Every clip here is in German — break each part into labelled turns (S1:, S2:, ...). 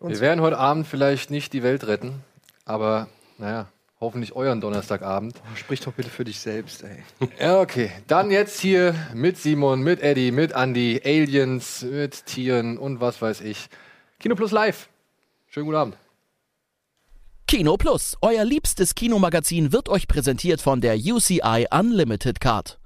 S1: Wir werden heute Abend vielleicht nicht die Welt retten, aber naja, hoffentlich euren Donnerstagabend.
S2: Sprich doch bitte für dich selbst, ey.
S1: Ja, okay. Dann jetzt hier mit Simon, mit Eddie, mit Andy, Aliens, mit Tieren und was weiß ich. Kino Plus Live. Schönen guten Abend.
S3: Kino Plus, euer liebstes Kinomagazin, wird euch präsentiert von der UCI Unlimited Card.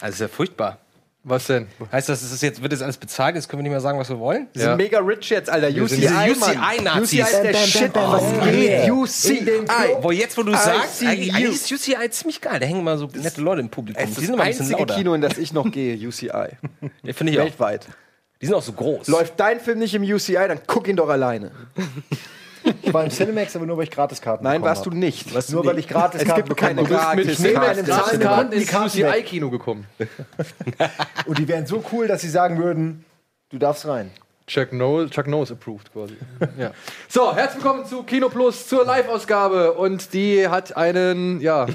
S4: Also ist ja furchtbar.
S1: Was denn?
S4: Heißt das, es ist jetzt, wird jetzt alles bezahlt, jetzt können wir nicht mehr sagen, was wir wollen?
S2: Wir sind mega rich jetzt, Alter. UCI,
S4: sind diese
S2: Mann.
S4: UCI-Nazis.
S2: UCI ist der
S5: Bam, bam,
S2: Shit,
S5: bam,
S2: was
S5: bam.
S2: geht?
S5: Yeah.
S2: UCI.
S4: Ah, Wo jetzt, wo du sagst,
S2: ICU.
S4: eigentlich, eigentlich ist UCI ziemlich geil. Da hängen immer so nette Leute im Publikum.
S2: Das ist das einzige Kino, in das ich noch gehe, UCI.
S4: Ja, Finde ich auch.
S2: Weltweit.
S4: Die sind auch so groß.
S2: Läuft dein Film nicht im UCI, dann guck ihn doch alleine.
S5: Ich war im Cinemax, aber nur weil ich Gratiskarten
S2: Nein,
S5: bekommen
S2: warst du
S5: hab.
S2: nicht.
S4: Was
S5: Nur weil ich
S2: es
S5: Gratiskarten
S2: gibt
S5: bekommen
S2: keine
S5: habe.
S2: gratis
S5: mit einem
S2: Karten.
S5: Zahlendruck
S1: Karten
S5: Karten
S1: ins
S5: ins
S1: UCI-Kino gekommen.
S5: Und die wären so cool, dass sie sagen würden, du darfst rein.
S1: Chuck Norris, Chuck Norris approved quasi. ja. So, herzlich willkommen zu Kino Plus, zur Live-Ausgabe. Und die hat einen, ja.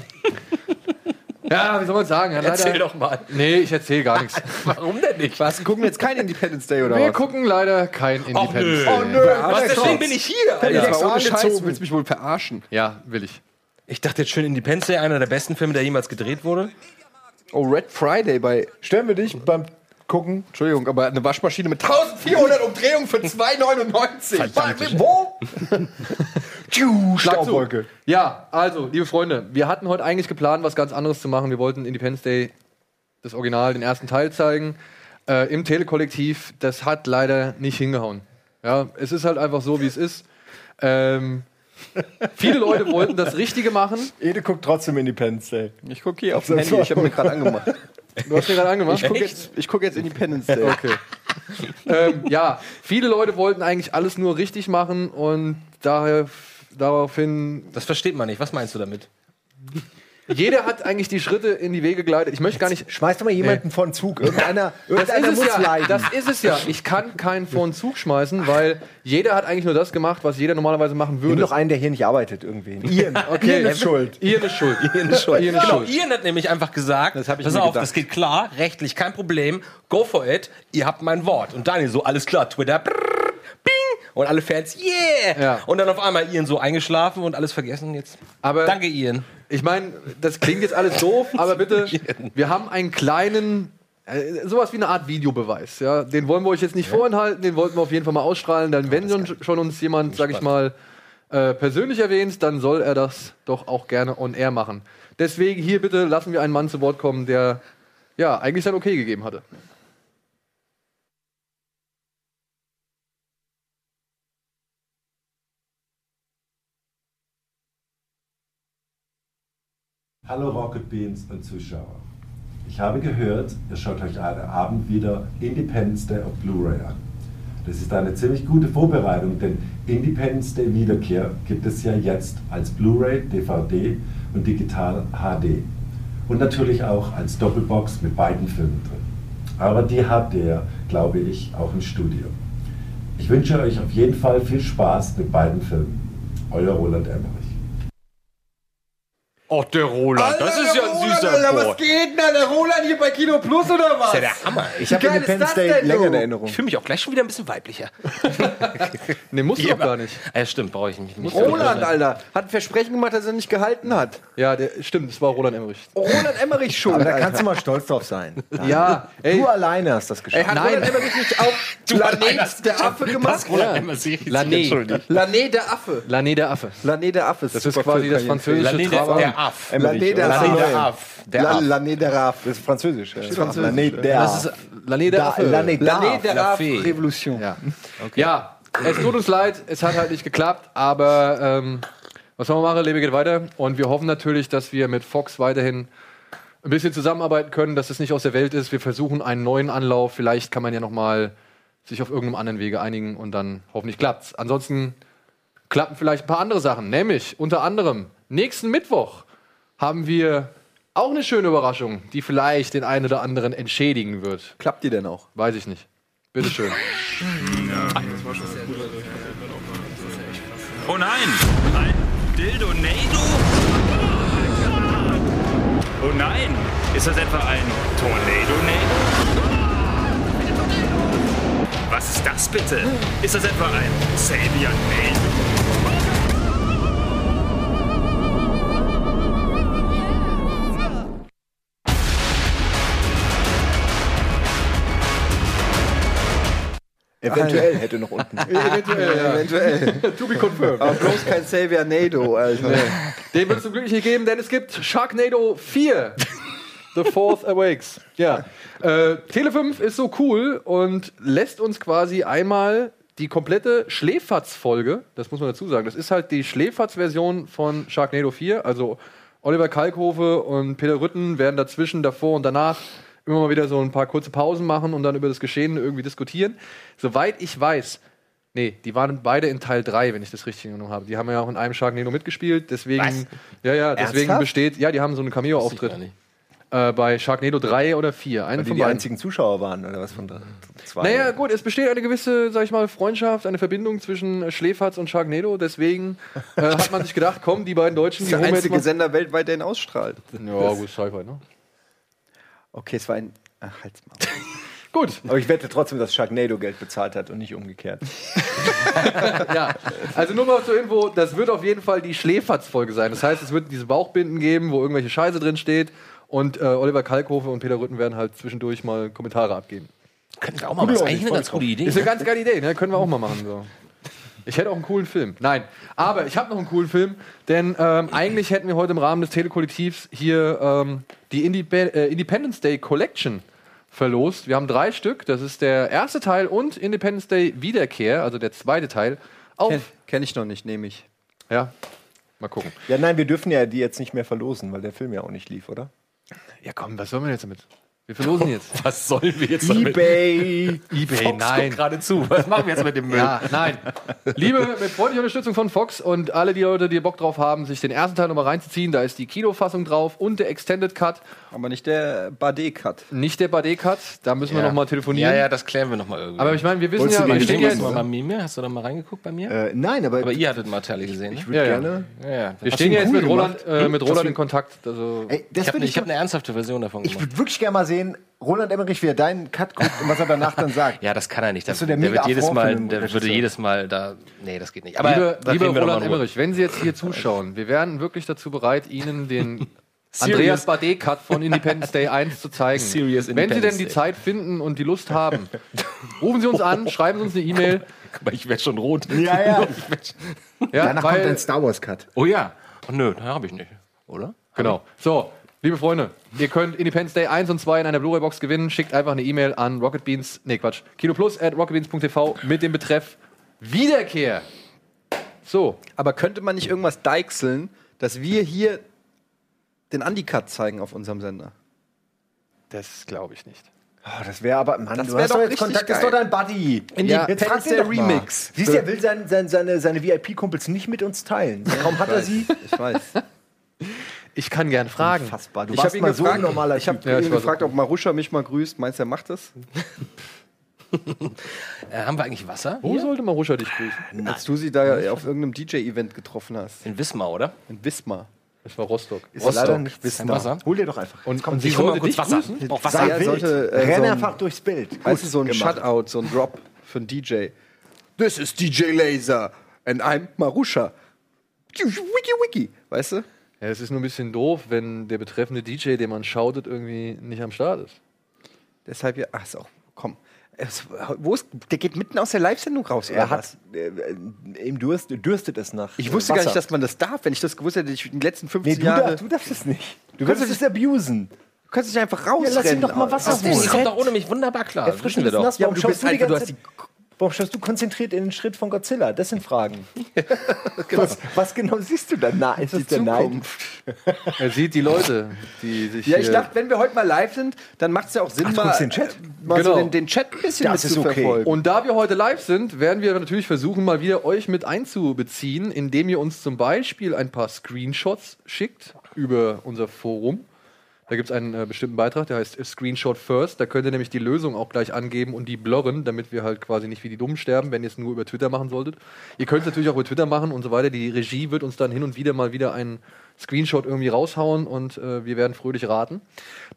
S1: ja, wie soll man sagen? Ja,
S4: Erzähl doch mal.
S1: Nee, ich erzähle gar nichts.
S4: Warum denn nicht?
S2: Was? Gucken wir jetzt kein Independence Day oder
S1: Wir
S2: was?
S1: gucken leider kein Independence. Day.
S4: Was, deswegen bin ich hier.
S2: Ja, aber
S4: Alter.
S2: ohne Scheiß, du
S5: angezogen.
S2: willst mich wohl verarschen.
S1: Ja, will ich.
S4: Ich dachte jetzt schön Independence Day, einer der besten Filme, der jemals gedreht wurde.
S2: Oh, Red Friday bei.
S5: Stören wir dich beim Gucken?
S2: Entschuldigung, aber eine Waschmaschine mit 1400 Umdrehungen für 2,99. Wa- Wo? Tschu,
S1: Schlag zu.
S2: Staubwolke.
S1: Ja, also, liebe Freunde, wir hatten heute eigentlich geplant, was ganz anderes zu machen. Wir wollten Independence Day, das Original, den ersten Teil zeigen. Äh, Im Telekollektiv, das hat leider nicht hingehauen. Ja, es ist halt einfach so, wie es ist. Ähm, viele Leute wollten das Richtige machen.
S5: Ede guckt trotzdem Independence Day.
S2: Ich gucke hier auf dem Handy, ich habe mir gerade angemacht.
S1: Du hast mir gerade angemacht.
S2: Ich gucke jetzt, ich guck jetzt Independence Day.
S1: Okay. ähm, ja, viele Leute wollten eigentlich alles nur richtig machen und daher daraufhin
S4: Das versteht man nicht. Was meinst du damit?
S1: jeder hat eigentlich die Schritte in die Wege geleitet. Ich möchte gar nicht
S5: Schmeiß doch mal jemanden von Zug. Irgendeiner,
S1: Das
S5: irgendeiner
S1: ist,
S5: muss
S1: es ja.
S5: leiden.
S1: das ist es ja. Ich kann keinen vor den Zug schmeißen, weil jeder hat eigentlich nur das gemacht, was jeder normalerweise machen
S5: Nimm
S1: würde.
S5: doch einen, der hier nicht arbeitet, irgendwen. Ian.
S1: Okay.
S5: Ian ist schuld.
S1: Ian ist schuld.
S4: Ian ist schuld.
S1: Ian ist
S4: genau,
S1: schuld.
S4: Ian hat nämlich einfach gesagt,
S2: Das hab ich
S4: pass
S2: mir
S4: auf,
S2: gedacht.
S4: das geht klar, rechtlich kein Problem, go for it, ihr habt mein Wort. Und Daniel so, alles klar, Twitter, brrr, bing, und alle Fans, yeah.
S1: Ja.
S4: Und dann auf einmal Ian so eingeschlafen und alles vergessen jetzt.
S1: Aber
S4: Danke, Ian.
S1: ich meine, das klingt jetzt alles doof, aber bitte, wir haben einen kleinen, äh, sowas wie eine Art Videobeweis. Ja? Den wollen wir euch jetzt nicht vorenthalten, den wollten wir auf jeden Fall mal ausstrahlen. Dann, wenn schon, schon uns jemand, sag ich mal, äh, persönlich erwähnt, dann soll er das doch auch gerne on air machen. Deswegen hier bitte lassen wir einen Mann zu Wort kommen, der ja eigentlich sein Okay gegeben hatte.
S6: Hallo Rocket Beans und Zuschauer. Ich habe gehört, ihr schaut euch heute Abend wieder Independence Day auf Blu-ray an. Das ist eine ziemlich gute Vorbereitung, denn Independence Day Wiederkehr gibt es ja jetzt als Blu-ray, DVD und digital HD. Und natürlich auch als Doppelbox mit beiden Filmen drin. Aber die habt ihr, ja, glaube ich, auch im Studio. Ich wünsche euch auf jeden Fall viel Spaß mit beiden Filmen. Euer Roland Emmerich.
S4: Oh, der Roland,
S2: Alter, der Roland, Alter, Was geht denn da? Der Roland hier bei Kino Plus oder was?
S4: Das ist ja der Hammer. Ich,
S5: Ich habe
S2: geil ist
S5: Independence
S2: das
S5: Day
S2: denn,
S5: länger in
S2: du?
S5: Erinnerung.
S4: ich fühle mich auch gleich schon wieder ein bisschen weiblicher. Ah,
S1: Nee, musst du doch gar nicht.
S4: Ja, stimmt, brauche ich nicht.
S2: Roland, Alter, hat ein Versprechen gemacht, das er nicht gehalten hat.
S1: Ja, der, stimmt, es war Roland Emmerich.
S2: Oh, Roland Emmerich schuld.
S5: Aber da
S2: Alter.
S5: kannst du mal stolz drauf sein.
S1: Ja, ey,
S5: Du alleine hast das
S2: Ey,
S5: geschafft.
S2: hat
S1: Nein.
S2: Roland Emmerich nicht auch Planet der Affe gemacht?
S4: Lané.
S2: Planet der Affe.
S1: Lané der Affe.
S2: Planet der Affe.
S1: Das ist quasi das französische
S4: Lané, der,
S1: Trava.
S4: der Aff.
S5: Emmerich,
S2: Planet der
S5: oder?
S2: Affe.
S4: Lané, der
S2: Nein.
S4: Aff. Der
S2: La-
S4: Aff.
S2: Planet der Affe.
S5: Das ist französisch. Das ist
S2: französisch.
S5: Planet der
S1: Das ist Lané der
S5: Ah. Da-
S1: Affe.
S5: Lané der
S2: Planet
S5: Affe.
S2: der
S4: La
S2: Affe.
S4: Fee.
S2: Revolution.
S1: Ja. ja, es tut uns leid, es hat halt nicht geklappt, aber ähm, was soll man machen? Lebe geht weiter. Und wir hoffen natürlich, dass wir mit Fox weiterhin ein bisschen zusammenarbeiten können, dass es nicht aus der Welt ist. Wir versuchen einen neuen Anlauf. Vielleicht kann man ja nochmal sich auf irgendeinem anderen Wege einigen und dann hoffentlich klappt's. Ansonsten klappen vielleicht ein paar andere Sachen. Nämlich unter anderem nächsten Mittwoch haben wir auch eine schöne Überraschung, die vielleicht den einen oder anderen entschädigen wird.
S2: Klappt die denn auch?
S1: Weiß ich nicht. Bitteschön.
S7: Oh nein! Ein Dildonado? Oh nein! Ist das etwa ein Tornado-Nado? Was ist das bitte? Ist das etwa ein Savior-Nado?
S8: Eventuell hätte noch unten.
S1: Eventuell, ja.
S8: Eventuell.
S1: To be confirmed.
S8: Aber bloß kein Savior Nado, Alter.
S1: Den wird es zum Glück nicht geben, denn es gibt Sharknado 4. The Fourth Awakes. Ja. Äh, Tele 5 ist so cool und lässt uns quasi einmal die komplette Schläferz-Folge, das muss man dazu sagen, das ist halt die Schläferz-Version von Sharknado 4. Also Oliver Kalkofe und Peter Rütten werden dazwischen, davor und danach immer mal wieder so ein paar kurze Pausen machen und dann über das Geschehen irgendwie diskutieren. Soweit ich weiß, Nee, die waren beide in Teil 3, wenn ich das richtig genommen habe. Die haben ja auch in einem Sharknado mitgespielt, deswegen ja ja, deswegen
S8: Ernsthaft?
S1: besteht, ja, die haben so einen Cameo Auftritt äh, bei Sharknado 3 oder 4, einen
S8: Die
S1: von
S8: die
S1: beiden.
S8: einzigen Zuschauer waren, oder was von da? Zwei.
S1: Naja, gut, es besteht eine gewisse, sag ich mal, Freundschaft, eine Verbindung zwischen äh, Schläferz und Sharknado, deswegen äh, hat man sich gedacht, komm, die beiden Deutschen, die
S8: das ist der
S1: holen wir jetzt
S8: einzige
S1: mal.
S8: Sender weltweit, der ihn ausstrahlt.
S1: Ja, gut, Sci-Fi, ne?
S8: Okay, es war ein. Ach, halt's mal.
S1: Gut,
S5: Aber ich wette trotzdem, dass Sharknado Geld bezahlt hat und nicht umgekehrt.
S1: ja. Also nur mal zur Info, das wird auf jeden Fall die Schläferz-Folge sein. Das heißt, es wird diese Bauchbinden geben, wo irgendwelche Scheiße drin steht. Und äh, Oliver Kalkofe und Peter Rütten werden halt zwischendurch mal Kommentare abgeben.
S4: Könnten wir auch mal machen. Das ist eigentlich eine ganz gute Idee.
S1: Ist eine ganz geile Idee, ne? Können wir auch mal machen. So. Ich hätte auch einen coolen Film. Nein, aber ich habe noch einen coolen Film, denn ähm, eigentlich hätten wir heute im Rahmen des Telekollektivs hier ähm, die Indep äh, Independence Day Collection verlost. Wir haben drei Stück. Das ist der erste Teil und Independence Day Wiederkehr, also der zweite Teil. Auf.
S8: Kenn, kenn ich noch nicht, nehme ich.
S1: Ja, mal gucken.
S5: Ja, nein, wir dürfen ja die jetzt nicht mehr verlosen, weil der Film ja auch nicht lief, oder?
S1: Ja, komm, was sollen wir jetzt damit? Wir verlosen jetzt.
S4: Was sollen wir jetzt
S5: eBay!
S1: eBay,
S4: Fox guckt gerade zu. Was machen wir jetzt mit dem Müll?
S1: Ja, nein. Liebe, mit freundlicher Unterstützung von Fox und alle die Leute, die Bock drauf haben, sich den ersten Teil nochmal reinzuziehen, da ist die Kinofassung drauf und der Extended Cut,
S8: Aber nicht der Bade-Cut.
S1: nicht der 3D-Cut, da müssen wir nochmal telefonieren.
S4: Ja, ja, das klären wir nochmal irgendwie.
S1: Aber ich meine, wir wissen
S5: Wolltest
S1: ja,
S5: du den
S1: wir stehen
S5: Ding
S1: jetzt,
S5: lassen,
S4: mal bei mir? Hast du da mal reingeguckt bei mir?
S5: Äh, nein, aber,
S4: Aber ihr hattet mal Teile gesehen. ne?
S5: ich würde
S1: Ja, ja.
S5: gerne.
S4: Ja, ja.
S1: wir stehen
S5: du
S1: jetzt
S5: cool
S1: mit Roland,
S5: gemacht?
S1: äh, mit
S5: Hast
S1: Roland
S5: du-
S1: in Kontakt. Also,
S5: Ey,
S4: Ich
S5: das
S4: habe
S5: würde
S4: ne,
S5: ich.
S4: ich hab eine ernsthafte Version davon
S5: Ich
S4: gemacht.
S5: würde wirklich gerne mal sehen, Roland Emmerich, wie er deinen Cut guckt und was er danach dann sagt.
S4: Ja, das kann er nicht. Der,
S5: ist so
S4: der,
S5: der
S4: wird
S5: mega
S4: jedes Mal,
S5: Affront für
S4: der
S5: den
S4: würde
S5: Regisseur.
S4: jedes Mal da. Nee, das geht nicht. Aber
S1: lieber,
S4: da
S1: lieber
S4: reden wir
S1: Roland
S4: nochmal in Ruhe.
S1: Emmerich, wenn Sie jetzt hier zuschauen, wir wären wirklich dazu bereit, Ihnen den
S4: Serious.
S1: Andreas Bardet-Cut von Independence Day 1 zu zeigen. Wenn Sie
S4: Serious
S1: denn
S4: Independence
S1: die
S4: Day.
S1: Zeit finden und die Lust haben, rufen Sie uns an, schreiben Sie uns eine E-Mail.
S4: Guck mal, ich werde schon rot.
S5: Ja, ja.
S1: Ja,
S5: Danach
S1: weil-
S5: kommt ein Star Wars Cut.
S4: Oh ja. Oh, nö, habe ich nicht. Oder?
S1: Genau. So, liebe Freunde, ihr könnt Independence Day 1 und 2 in einer Blu-ray-Box gewinnen. Schickt einfach eine E-Mail an Rocketbeans, nee Quatsch, kinoplus at rocketbeans.tv mit dem Betreff Wiederkehr. So,
S8: Aber könnte man nicht irgendwas deichseln, dass wir hier den Andi-Cut zeigen auf unserem Sender?
S1: das glaube ich nicht.
S5: Oh, das wäre aber, Mann,
S8: Das
S5: du
S8: wär
S5: hast
S8: doch
S5: doch jetzt
S8: richtig
S5: Kontakt, das ist
S8: geil.
S5: doch dein Buddy.
S1: Ja,
S5: jetzt
S8: Penn
S5: fragt
S8: ist
S5: ihn
S8: der
S5: doch mal.
S8: Remix.
S5: Siehst du, er will sein, sein, seine, seine VIP-Kumpels nicht mit uns teilen. Kaum hat er sie.
S8: Ich weiß.
S1: Ich kann gern fragen.
S5: Unfassbar. Du
S8: Ich habe ihn gefragt,
S5: normaler
S8: ich hab
S1: Ja, ich
S8: ihn
S1: war so
S8: gefragt ob Maruscha mich mal grüßt. Meinst du, er macht das?
S4: Äh, haben wir eigentlich Wasser?
S1: Wo sollte Maruscha dich grüßen?
S8: Als du sie da auf irgendeinem DJ-Event getroffen hast.
S4: In Wismar, oder?
S8: In Wismar.
S1: Das war Rostock.
S5: Ist leider nicht
S4: Ist kein
S5: wissbar.
S4: Wasser.
S5: Hol dir doch einfach.
S1: Und, und sie
S4: Ich hol
S1: sollte
S4: mal kurz
S1: dich
S4: Wasser.
S1: grüßen?
S4: Ich brauch Wasser.
S5: Sei
S8: ja,
S5: wild.
S8: solche, äh,
S5: Renn
S8: so ein-
S5: einfach durchs Bild.
S8: Weißt du, so ein
S5: gemacht.
S8: Shutout, so ein Drop für einen DJ. This is DJ Laser and I'm Marusha. Wiki, wiki. Weißt du?
S1: Ja, es ist nur ein bisschen doof, wenn der betreffende DJ, den man schautet, irgendwie nicht am Start ist.
S8: Deshalb, ja, ach so, komm. Es, wo ist, der geht mitten aus der Live-Sendung raus, oder
S5: Er
S8: was?
S5: hat, äh, ihm Durst, dürstet es nach.
S8: Ich wusste
S5: äh,
S8: gar nicht,
S5: Wasser.
S8: dass man das darf. Wenn ich das gewusst hätte, ich in den letzten
S5: Nee,
S8: 15
S5: du,
S8: Jahren.
S5: darf,
S8: Du,
S5: du darfst es nicht. Du
S8: kannst
S5: kannst es abusen.
S8: kannst dich einfach rausrennen.
S5: lass ihn doch mal Wasser
S8: aus-
S5: holen.
S4: Die kommt doch ohne mich wunderbar klar. Das wissen wir doch.
S5: Nass,
S8: Ja,
S5: warum
S8: aber du bist
S5: schaust du, die
S8: einfach- du
S5: ganze Zeit, Warum schaust du konzentriert in den Schritt von Godzilla? Das sind Fragen. was, was genau siehst du da? Na, ist es der Neid?
S1: Er sieht die Leute, die sich.
S8: Ja, ich
S1: hier-
S8: dachte, wenn wir heute mal live sind, dann macht es ja auch Sinn,
S5: Ach, du
S8: mal,
S5: guckst den Chat?
S8: äh, mal so
S1: Genau.
S8: den, den Chat ein bisschen
S5: Das
S8: mit
S5: ist
S8: zu
S5: okay.
S8: verfolgen.
S1: Und da wir heute live sind, werden wir natürlich versuchen, mal wieder euch mit einzubeziehen, indem ihr uns zum Beispiel ein paar Screenshots schickt über unser Forum. Da gibt es einen äh, bestimmten Beitrag, der heißt Screenshot First. Da könnt ihr nämlich die Lösung auch gleich angeben und die blurren, damit wir halt quasi nicht wie die Dummen sterben, wenn ihr es nur über Twitter machen solltet. Ihr könnt es natürlich auch über Twitter machen und so weiter. Die Regie wird uns dann hin und wieder mal wieder einen Screenshot irgendwie raushauen und äh, wir werden fröhlich raten.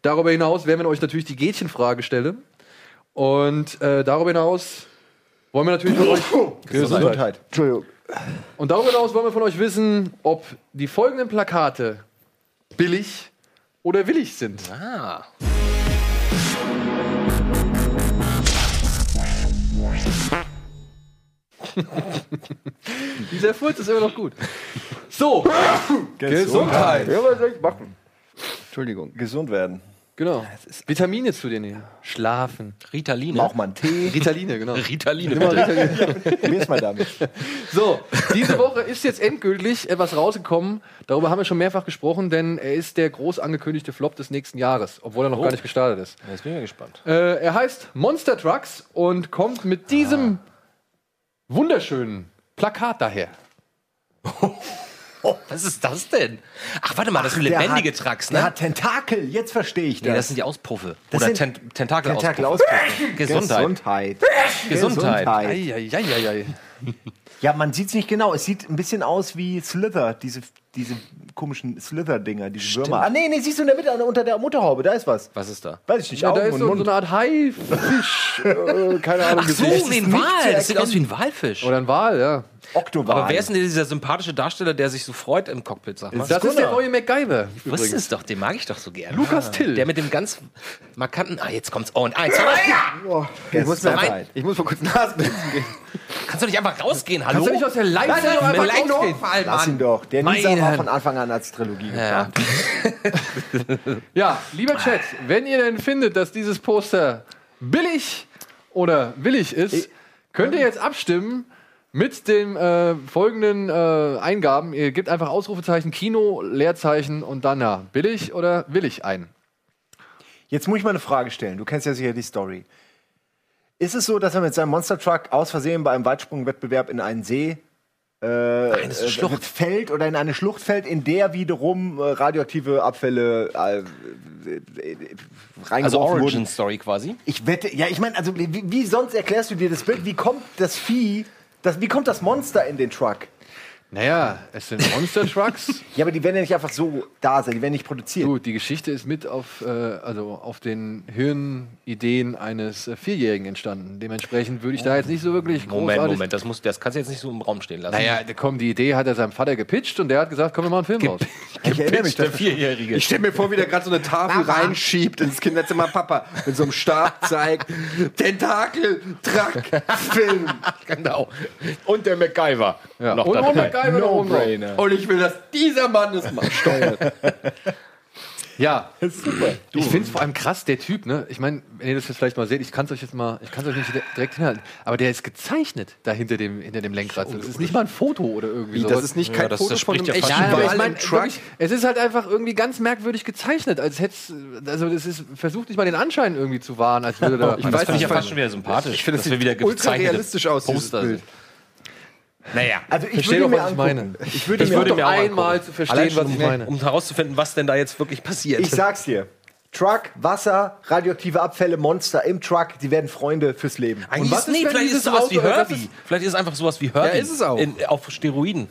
S1: Darüber hinaus werden wir euch natürlich die Gätchenfrage stellen. Und äh, darüber hinaus wollen wir natürlich von euch.
S5: Gesundheit. Entschuldigung.
S1: Und darüber hinaus wollen wir von euch wissen, ob die folgenden Plakate billig oder willig sind.
S4: Ah.
S1: Dieser Furz ist immer noch gut. So, Gesundheit.
S5: Ja, was soll ich machen?
S2: Entschuldigung.
S5: Gesund werden.
S1: Genau. Vitamine zu dir nehmen. Schlafen.
S4: Ritaline.
S5: Mach mal einen Tee.
S1: Ritaline, genau.
S4: Ritaline.
S1: Nimm mal Ritaline.
S5: Probier's mal damit.
S1: So, diese Woche ist jetzt endgültig etwas rausgekommen. Darüber haben wir schon mehrfach gesprochen, denn er ist der groß angekündigte Flop des nächsten Jahres, obwohl er noch gar nicht gestartet ist.
S4: Jetzt bin ich mal gespannt.
S1: Äh, er heißt Monster Trucks und kommt mit diesem wunderschönen Plakat daher.
S4: Oh, was ist das denn? Ach, warte mal, das sind lebendige Trucks, ne?
S5: Der hat Tentakel, jetzt verstehe ich
S4: nee,
S5: das.
S4: das sind die Auspuffe.
S5: Das
S4: Oder
S5: sind-
S4: Ten Tentakel
S5: Tentakel
S4: Auspuffe.
S5: ausdrücken.
S4: Gesundheit.
S5: Gesundheit.
S4: Gesundheit.
S1: Eieieiei.
S5: Ja, man sieht es nicht genau. Es sieht ein bisschen aus wie Slither, diese, diese komischen Slither-Dinger, diese Würmer. Ah, nee, nee, siehst du in der Mitte, an- unter der Mutterhaube, da ist was.
S4: Was ist da?
S5: Weiß ich nicht,
S1: Ja,
S5: Augen
S1: da ist
S5: und
S1: so,
S5: Mund.
S1: so eine Art Hai. äh, keine Ahnung.
S4: Ach so,
S1: Gesicht.
S4: wie ein Wal. Das sieht aus wie ein Walfisch.
S1: Oder ein Wal, ja.
S5: Oktowal.
S4: Aber wer ist denn dieser sympathische Darsteller, der sich so freut im Cockpit, sag mal?
S1: Das ist der neue MacGyver.
S4: Ich wusste es doch, den mag ich doch so gerne. Ah.
S1: Lukas Till.
S4: Der mit dem ganz markanten. Ah, jetzt kommt's. Oh, und eins. zwei, drei.
S2: Ich muss, mir
S4: Rein.
S2: einfach, ich muss mal kurz Nasenbinden gehen.
S4: Kannst du nicht einfach rausgehen, hallo?
S1: Kannst du nicht aus der Live-Sendung
S4: Nein, nein,
S1: einfach
S4: nein,
S1: rausgehen?
S4: vor allem
S5: Lass ihn
S4: an.
S5: doch. Der
S4: Meine
S5: Nisa war
S4: Herren.
S5: von Anfang an als Trilogie
S4: Ja.
S5: geplant.
S1: Ja, lieber Chat, wenn ihr denn findet, dass dieses Poster billig oder willig ist, könnt ihr jetzt abstimmen mit den äh, folgenden äh, Eingaben. Ihr gebt einfach Ausrufezeichen, Kino, Leerzeichen und dann ja, billig oder willig ein.
S5: Jetzt muss ich mal eine Frage stellen. Du kennst ja sicher die Story. Ist es so, dass er mit seinem Monster Truck aus Versehen bei einem Weitsprungwettbewerb in einen See äh,
S4: Nein, das ist eine Schlucht.
S5: fällt oder in eine Schlucht fällt, in der wiederum äh, radioaktive Abfälle äh, äh, äh,
S4: Also
S5: reingeworfen wurden?
S4: Origin Story quasi.
S5: Ich wette, ja, ich meine, also wie, wie sonst erklärst du dir das Bild? Wie kommt das Vieh, das, wie kommt das Monster in den Truck?
S1: Naja, es sind Monster Trucks.
S5: Ja, aber die werden ja nicht einfach so da sein, die werden nicht produziert.
S1: Gut, die Geschichte ist mit auf, äh, also auf den Hirnideen eines äh, Vierjährigen entstanden. Dementsprechend würde ich da jetzt nicht so wirklich großartig...
S4: Moment, Moment, das, muss, das kannst du jetzt nicht so im Raum stehen lassen.
S1: Naja, komm, die Idee hat er seinem Vater gepitcht und der hat gesagt, komm, wir machen einen Film raus.
S5: ich erinnere mich,
S4: der Vierjährige.
S2: Ich stelle mir vor, wie der gerade so eine Tafel reinschiebt ins Kinderzimmer. Papa mit so einem Stab zeigt. Tentakel, Truck, Film.
S4: Genau. Und der MacGyver.
S1: Ja.
S4: Noch
S1: und,
S4: dabei.
S1: und MacGyver noch oben drauf.
S2: Und ich will, dass dieser Mann es macht. Steuert.
S1: Ja. Ich finde es vor allem krass, der Typ, ne? Ich meine, wenn ihr das jetzt vielleicht mal seht, ich kann es euch jetzt mal, ich kann es euch nicht di- direkt hinhalten, aber der ist gezeichnet da hinter dem, hinter dem Lenkrad. Das ist nicht mal ein Foto oder irgendwie sowas.
S2: Das ist nicht kein
S4: das-
S2: Foto
S4: das
S2: von einem
S4: spricht
S2: echten
S4: ja fast
S1: ja, aber
S2: Wal
S1: ich mein,
S2: im Truck.
S1: wirklich, es ist halt einfach irgendwie ganz merkwürdig gezeichnet, als hätt's, also das ist, versucht nicht mal den Anschein irgendwie zu wahren, als würde da.
S4: das finde ich ja
S2: Oh, nicht,
S4: fast schon wieder sympathisch.
S2: Ich finde, das
S4: dass wir
S2: sieht
S4: wieder
S2: ultra
S4: gezeichnete
S2: realistisch aus, dieses
S4: Poster
S2: Bild.
S4: sind. Naja.
S5: also ich
S1: Versteht
S5: würde
S1: doch,
S5: mir
S1: was ich
S5: angucken.
S1: meine.
S5: Ich würde
S1: Ich
S5: mir
S1: würde
S4: mir
S1: mir
S4: auch
S1: einmal zu
S4: Allein
S1: verstehen,
S4: schon,
S1: was ich
S4: um,
S1: meine.
S4: um herauszufinden, was denn da jetzt wirklich passiert.
S5: Ich sag's dir. Truck, Wasser, radioaktive Abfälle, Monster im Truck, die werden Freunde fürs Leben.
S4: Eigentlich
S1: was
S4: ist,
S1: ist,
S4: nee,
S1: wenn
S4: vielleicht ist es
S1: dieses
S4: sowas
S1: Auto-
S4: wie
S1: das
S4: Herbie.
S1: ist-
S4: Vielleicht ist es einfach sowas wie Herbie.
S2: Ja, ist es auch.
S4: In, auf Steroiden.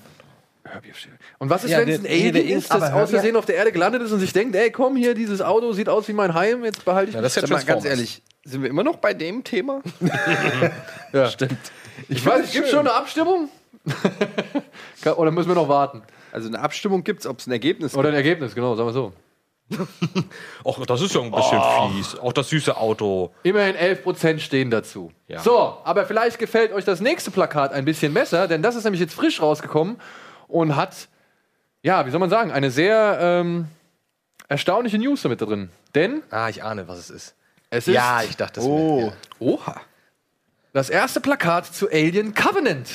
S1: Und was ist,
S4: Ja,
S1: wenn
S4: der-
S1: es ein
S4: nee,
S1: Alien
S4: der
S1: ist, das aus Versehen auf der Erde gelandet ist und sich denkt, ey, komm hier, dieses Auto sieht aus wie mein Heim, jetzt behalte ich
S4: das
S2: Sag mal, ganz ehrlich, sind wir immer noch bei dem Thema?
S4: Stimmt.
S1: Ich weiß, nicht, gibt schon eine Abstimmung? Ka- Oder müssen wir noch warten?
S2: Also eine Abstimmung gibt es, ob es ein Ergebnis
S1: Oder ein Ergebnis, genau, sagen wir so. Oh.
S4: Och, das ist ja ein bisschen fies. Auch das süße Auto.
S1: Immerhin 11% stehen dazu.
S4: Ja.
S1: So, aber vielleicht gefällt euch das nächste Plakat ein bisschen besser, denn das ist nämlich jetzt frisch rausgekommen und hat, ja, wie soll man sagen, eine sehr ähm, erstaunliche News damit drin. Denn
S4: Ah, ich ahne, was es ist.
S1: es ist
S4: Ja, ich dachte es Oh. mir. Ja.
S2: Oha.
S1: das erste Plakat zu Alien Covenant.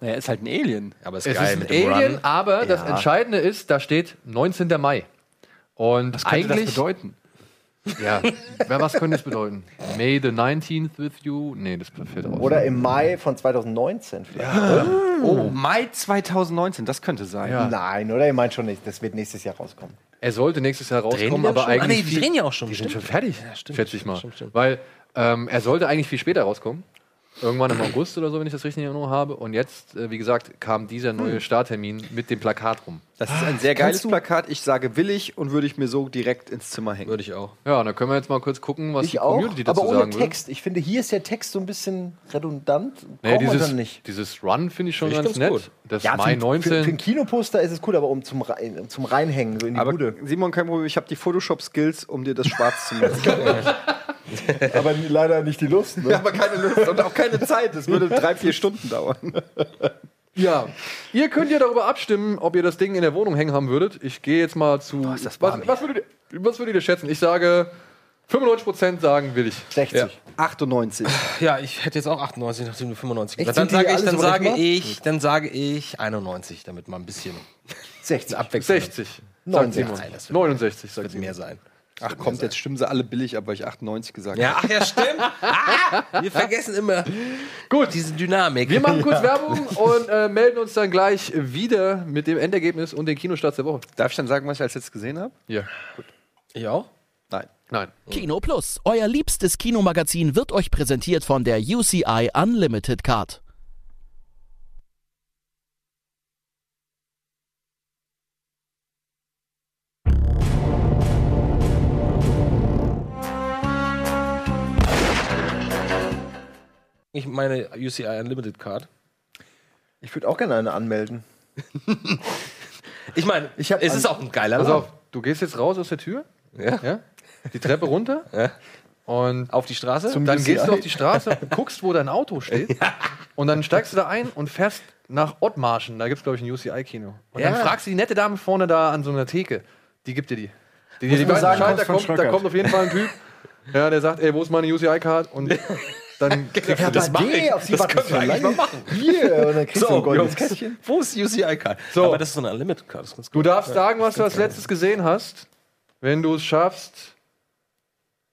S2: Naja, ist halt ein Alien.
S4: Aber es
S1: Es
S4: ist geil
S1: ist ein
S4: mit dem
S1: Alien,
S4: Run.
S1: aber das Entscheidende ist, da steht 19. Mai. Und eigentlich.
S2: bedeuten?
S1: ja, wer- was könnte das bedeuten? May the 19th with you? Nee, das fällt raus.
S5: Oder im Mai von 2019 vielleicht.
S2: Oh, Mai 2019, das könnte sein.
S1: Ja.
S5: Nein, oder? Ihr meint schon nicht, das wird nächstes Jahr rauskommen.
S1: Er sollte nächstes Jahr
S4: Drehen
S1: rauskommen,
S4: wir
S1: aber
S4: schon? Ah,
S1: eigentlich.
S4: nee, die drehen ja auch schon,
S1: Die sind schon
S4: stimmt.
S1: fertig,
S4: stimmt,
S1: schätze ich mal.
S4: stimmt, stimmt.
S1: Weil ähm, er sollte eigentlich viel später rauskommen. Irgendwann im August oder so, wenn ich das richtig in Erinnerung habe. Und jetzt, äh, wie gesagt, kam dieser
S4: Hm.
S1: neue Starttermin mit dem Plakat rum.
S2: Das ist ein sehr geiles Plakat. Ich sage willig und würde ich mir so direkt ins Zimmer hängen.
S4: Würde ich auch.
S1: Ja, und dann können wir jetzt mal kurz gucken, was die
S5: Ich auch,
S1: Community dazu
S5: aber ohne
S1: sagen will.
S5: Text. Ich finde, hier ist der Text so ein bisschen redundant.
S1: Nee,
S5: Braucht man
S1: dieses,
S5: dann nicht.
S1: dieses Run finde ich schon
S4: Finde ich
S1: ganz nett.
S4: ganz
S1: Das
S5: Ja,
S1: Mai
S5: für, Für, für ein
S1: 19.
S5: Kinoposter ist es cool, aber um zum, Rein, zum Reinhängen so in die
S2: Aber
S5: Bude.
S2: Simon, kein Problem, ich habe die Photoshop-Skills, um dir das schwarz zu machen.
S5: Aber leider nicht die Lust. Ne?
S2: Ja, aber keine Lust und auch keine Zeit. Das würde drei, vier Stunden dauern.
S1: Ja. Ihr könnt ja darüber abstimmen, ob ihr das Ding in der Wohnung hängen haben würdet. Ich gehe jetzt mal zu.
S5: das warm
S1: was, was, würdet ihr, was würdet ihr schätzen? Ich sage, 95% sagen will ich.
S5: 60.
S2: 98.
S4: Ja, ich hätte jetzt auch 98, nachdem du 95
S5: Echt?
S4: gesagt hast.
S5: Sind
S4: Dann sage
S5: die
S4: ich,
S5: alle
S4: dann
S5: so
S4: sage
S5: rechnbar?
S4: ich, dann sage ich 91, damit man ein bisschen
S5: 60.
S4: abwechseln.
S1: 60. Sagt
S5: 69.
S1: Simon.
S4: Nein, das wird-
S1: 69, sagt
S4: wird
S1: Simon.
S4: mehr sein.
S2: Ach kommt, jetzt stimmen sie alle billig ab, weil ich 98 gesagt
S4: Ja, ach ja, stimmt. ah, wir vergessen immer
S1: Gut.
S4: diese Dynamik.
S1: Wir machen kurz Werbung und äh, melden uns dann gleich wieder mit dem Endergebnis und den Kinostarts der Woche.
S2: Darf ich dann sagen, was ich als jetzt gesehen habe?
S1: Ja.
S4: Ich auch?
S2: Nein.
S1: Nein.
S3: Kino Plus, euer liebstes Kinomagazin, wird euch präsentiert von der UCI Unlimited Card.
S4: Ich meine UCI Unlimited Card.
S5: Ich würde auch gerne eine anmelden.
S4: Ich meine,
S5: Ich hab
S4: es
S5: an-
S4: ist auch ein geiler
S1: Pass
S4: Laden.
S1: auf, du gehst jetzt raus aus der Tür,
S4: Ja.
S1: Ah. ja? die Treppe runter
S4: Ja.
S1: und
S4: Auf die Straße?
S1: dann gehst du auf die Straße und guckst, wo dein Auto steht. Und dann steigst du da ein und fährst nach Ottmarschen. Da gibt es, glaube ich, ein UCI-Kino. Und dann
S4: Ja.
S1: fragst du die nette Dame vorne da an so einer Theke. Die gibt dir die. Die, die, die
S5: man
S1: beiden
S5: sagen,
S1: Bescheid,
S5: kommst
S1: da,
S5: von
S1: kommt, da
S5: Schröckert.
S1: kommt auf jeden Fall ein Typ, ja, der sagt, ey, wo ist meine UCI-Card? Und dann
S5: Ja,
S4: das
S5: bei
S4: mach
S5: dir
S4: ich.
S5: Ah, auf die
S4: Das
S5: Button
S4: können wir eigentlich
S5: verlangen.
S4: mal machen.
S5: Hier, und dann kriegst du ein
S4: So,
S5: goldenes
S4: Jungs,
S5: Kästchen.
S4: wo ist die UCI-Card?
S1: So.
S4: Aber das ist so eine Unlimited-Card. das ist ganz
S1: du
S4: gut.
S1: darfst sagen, was du als letztes gesehen hast, wenn du es schaffst,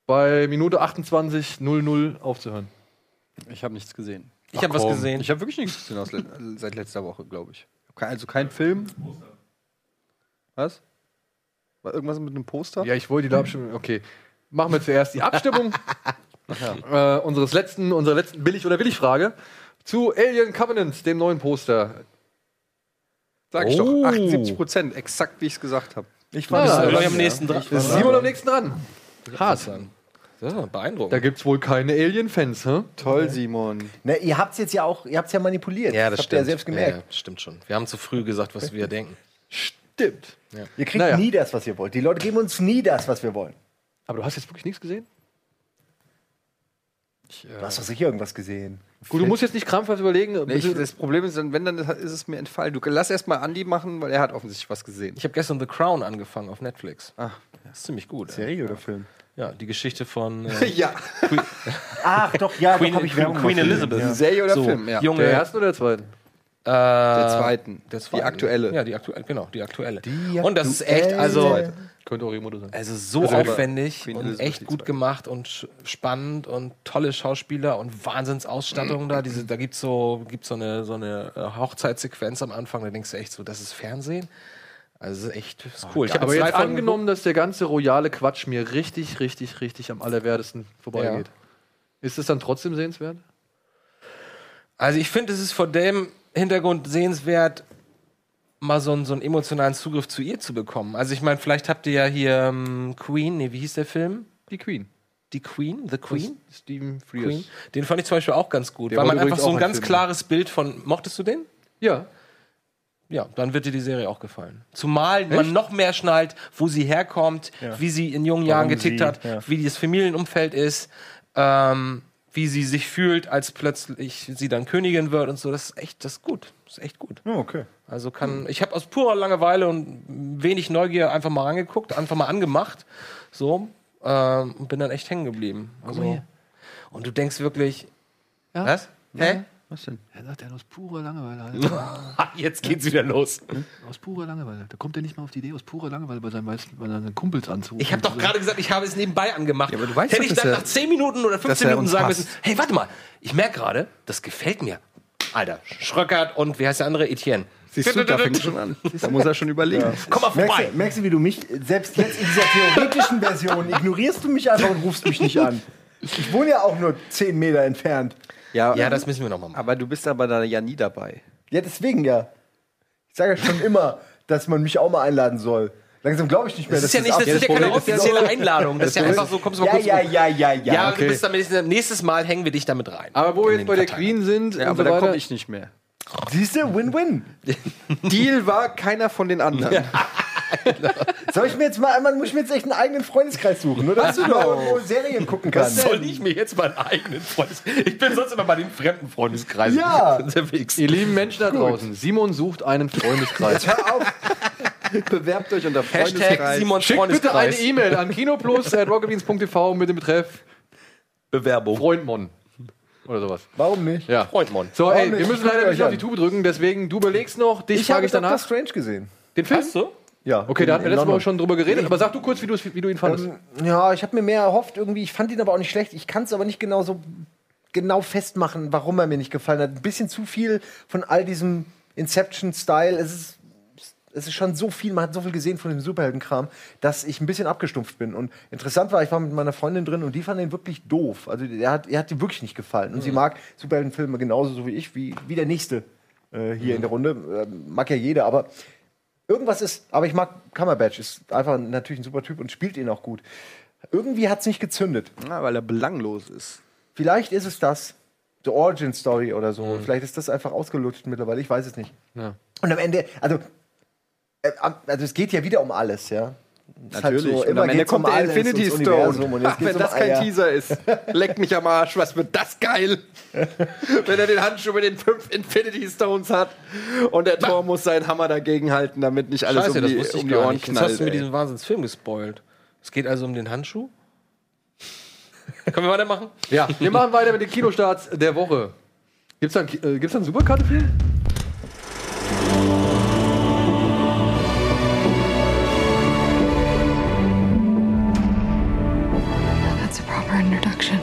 S1: bei Minute 28.00 aufzuhören.
S2: Ich habe nichts gesehen.
S4: Ich habe was
S1: komm.
S4: gesehen.
S2: Ich habe wirklich nichts gesehen aus
S1: äh,
S2: le- seit letzter Woche, glaube ich. Ke- Also kein Film. Was? War irgendwas mit einem Poster?
S1: Ja, ich wollte die Abstimmung. Okay. Machen wir zuerst die Abstimmung äh, unseres letzten, unserer letzten Billig- oder Billig-Frage zu Alien Covenant, dem neuen Poster.
S2: Sag ich
S4: Oh.
S2: doch. 78 Prozent, exakt wie ich es gesagt habe.
S5: Ich
S1: Ah,
S5: war
S4: Ich
S1: das
S4: glaub, ich am nächsten dran.
S1: ist Simon am nächsten dran. Hart.
S4: Ja, beeindruckend.
S1: Da gibt's wohl keine Alien-Fans, hä?
S2: Toll, Simon.
S5: Na, Ne, ihr habt es jetzt ja auch, ihr habt's ja manipuliert.
S4: Ja, das
S5: habt
S4: stimmt.
S5: ihr ja selbst gemerkt.
S4: Ja, stimmt schon. Wir haben zu früh gesagt, was wir denken.
S1: Stimmt.
S5: Ihr kriegt
S1: Naja.
S5: nie das, was ihr wollt. Die Leute geben uns nie das, was wir wollen.
S1: Aber du hast jetzt wirklich nichts gesehen?
S5: Du hast doch sicher irgendwas gesehen.
S1: Gut, du musst jetzt nicht krampfhaft überlegen.
S2: Nee, ich, das Problem ist, dann, wenn, dann ist es mir entfallen. Du lass erstmal Andi machen, weil er hat offensichtlich was gesehen.
S4: Ich habe gestern The Crown angefangen auf Netflix.
S2: Ah.
S4: Das ist ziemlich gut. ey.
S5: Serie oder Film?
S4: Ja, die Geschichte von äh,
S2: Ja.
S5: Ach doch, ja,
S4: Queen,
S5: doch hab ich
S4: Queen,
S5: Werbung gemacht.
S4: Elizabeth.
S2: Ja. Serie oder
S4: so,
S2: Film? Ja.
S4: Junge,
S1: der ersten oder der zweiten?
S4: äh,
S2: Der zweiten.
S4: der zweiten.
S2: Die aktuelle.
S4: Ja, die aktuelle, genau, die aktuelle. und das ist echt,
S5: aktuelle.
S4: also,
S1: Könnte Orimoto sein.
S4: also so
S2: aber
S4: aufwendig
S2: Queen
S4: und
S2: Elizabeth
S4: echt
S2: die
S4: gut
S2: zweite.
S4: gemacht und sch- spannend und tolle Schauspieler und Wahnsinnsausstattung da. Diese, da gibt es so, gibt's so eine, so eine äh, Hochzeitssequenz am Anfang, da denkst du echt so, das ist Fernsehen. Also es ist echt das ist cool. Ich hab
S1: Oh, Aber jetzt
S4: zwei Folgen
S1: angenommen, dass der ganze royale Quatsch mir richtig, richtig, richtig am allerwertesten vorbeigeht. Ist es dann trotzdem sehenswert?
S4: Also ich finde, es ist vor dem Hintergrund sehenswert, mal so einen, so einen emotionalen Zugriff zu ihr zu bekommen. Also ich meine, vielleicht habt ihr ja hier ähm, Queen, nee, wie hieß der Film?
S1: Die Queen.
S4: Die Queen? The Queen?
S1: Steven Frears.
S4: Queen. Den fand ich zum Beispiel auch ganz gut,
S1: Der
S4: weil man
S1: wollte
S4: einfach
S1: übrigens
S4: so
S1: auch
S4: ein
S1: einen
S4: ganz
S1: Film
S4: klares Bild von. Mochtest du den?
S1: Ja.
S4: Ja, dann wird dir die Serie auch gefallen. Zumal man noch mehr schnallt, wo sie herkommt, wie sie in jungen Jahren getickt
S5: sie,
S4: hat,
S5: ja.
S4: wie das Familienumfeld ist, ähm, wie sie sich fühlt, als plötzlich sie dann Königin wird und so. Das ist echt, das ist gut. Das ist echt gut.
S5: Ja, okay.
S4: Also kann ich habe aus purer Langeweile und wenig Neugier einfach mal rangeguckt, einfach mal angemacht, so ähm, und bin dann echt hängen geblieben. Also, und du denkst wirklich, was? Hä?
S2: Was denn?
S1: Er sagt, er aus purer Langeweile.
S4: Jetzt geht's wieder los.
S1: aus purer Langeweile. Da kommt er nicht mal auf die Idee, aus purer Langeweile bei seinen, weißen- bei seinen Kumpels anzurufen.
S4: Ich habe doch gerade gesagt, ich habe es nebenbei angemacht.
S2: aber du weißt
S4: Hätte
S2: doch,
S4: ich
S2: dass
S4: dann
S2: er-
S4: nach 10 Minuten oder
S2: dass
S4: 15
S2: er
S4: Minuten
S2: uns
S4: sagen
S2: hasst.
S4: müssen, hey, warte mal, ich merke gerade, das gefällt mir. Alter, Schröckert und wie heißt der andere? Etienne.
S2: Siehst du, da fängt schon an. Da muss er schon überlegen.
S9: Komm mal
S5: Merkst
S9: vorbei.
S5: du, merkst du, wie du mich, selbst jetzt in dieser theoretischen Version, ignorierst du mich einfach und rufst mich nicht an. Ich wohne ja auch nur 10 Meter entfernt.
S4: Ja, das müssen wir nochmal machen.
S2: aber du bist aber da ja nie dabei.
S5: Ja, deswegen ja. Ich sage ja schon immer, dass man mich auch mal einladen soll. Langsam glaube ich nicht mehr,
S4: Das ist ja nicht, das ist ja keine offizielle Einladung. Das ist ja einfach so, kommst du mal
S5: Ja,
S4: kurz
S5: ja,
S4: rum.
S5: ja, ja, ja.
S4: Ja, du bist damit, nächstes Mal hängen wir dich damit rein.
S1: Aber wo wir jetzt bei der
S4: Verteiler.
S1: Queen sind,
S2: Ja,
S1: und so
S2: aber da
S1: weiter,
S2: komme ich nicht mehr.
S5: Siehst du, Win-Win.
S2: Deal war keiner von den anderen.
S5: Soll ich mir jetzt mal einmal, muss ich mir jetzt echt einen eigenen Freundeskreis suchen, nur dass ich mal irgendwo Serien gucken kann.
S4: Soll ich mir jetzt meinen eigenen Freundes... Ich bin sonst immer bei den fremden Freundeskreisen
S5: Ja.
S4: unterwegs.
S1: ihr lieben Menschen da draußen, Simon sucht einen Freundeskreis.
S2: Bewerbt euch unter
S4: Hashtag
S2: Freundeskreis.
S4: Simons
S1: Schickt bitte eine
S4: Freundeskreis.
S1: E-Mail an kinoplus.rocketbeans.tv mit dem Betreff
S4: Bewerbung.
S1: Freundmon. Oder sowas.
S5: Warum nicht?
S1: Ja.
S4: Freundmon.
S1: So, ey, wir
S5: ich
S1: müssen
S5: guck
S1: leider
S5: euch
S1: nicht auf
S5: an.
S1: die Tube drücken, deswegen du überlegst noch, dich
S5: Ich
S1: frage
S5: habe
S1: ich
S5: ich Dr.
S1: danach.
S5: Strange gesehen.
S1: Den Film?
S4: So?
S5: Ja.
S1: Okay, da
S5: in-
S1: hatten wir
S5: in
S1: letzte
S5: London.
S1: Woche schon drüber geredet, aber sag du kurz, wie du, es- wie du ihn fandest.
S5: Ähm, ja, ich habe mir mehr erhofft irgendwie. Ich fand ihn aber auch nicht schlecht. Ich kann es aber nicht genau so genau festmachen, warum er mir nicht gefallen hat. Ein bisschen zu viel von all diesem Inception-Style. Es ist, es ist schon so viel, man hat so viel gesehen von dem Superheldenkram, dass ich ein bisschen abgestumpft bin. Und interessant war, ich war mit meiner Freundin drin und die fand ihn wirklich doof. Also er hat, er hat dir wirklich nicht gefallen. Und sie mag Superheldenfilme genauso so wie ich, wie, wie der nächste äh, hier in der Runde. Ähm, mag ja jeder, aber irgendwas ist, aber ich mag Cumberbatch, ist einfach natürlich ein super Typ und spielt ihn auch gut. Irgendwie hat es nicht gezündet.
S2: Ja, weil er belanglos ist.
S5: Vielleicht ist es das, The Origin Story oder so. Vielleicht ist das einfach ausgelutscht mittlerweile, ich weiß es nicht.
S1: Ja.
S5: Und am Ende, also, äh, am- also es geht ja wieder um alles, ja. Es ist
S2: Natürlich.
S5: so, immer geht's um alles, ums Universum und jetzt
S2: Ach,
S5: geht's
S2: wenn
S5: um
S2: das kein
S5: Eier.
S2: Teaser ist. Leck mich am Arsch, was wird das geil? wenn er den Handschuh mit den fünf Infinity Stones hat und der Thor muss seinen Hammer dagegen halten, damit nicht alles
S4: Scheiße,
S2: um
S4: das
S2: die,
S4: wusste ich
S2: um die
S4: gar
S2: Ohren
S4: nicht. Jetzt
S2: knallt.
S4: hast du mir
S2: ey.
S4: diesen Wahnsinnsfilm gespoilt. Es geht also um den Handschuh? Können wir weitermachen?
S1: Ja, wir machen weiter mit den Kinostarts der Woche. Gibt's da, einen Ki- äh, gibt's da einen Superkarte für ihn?
S10: That's a proper introduction.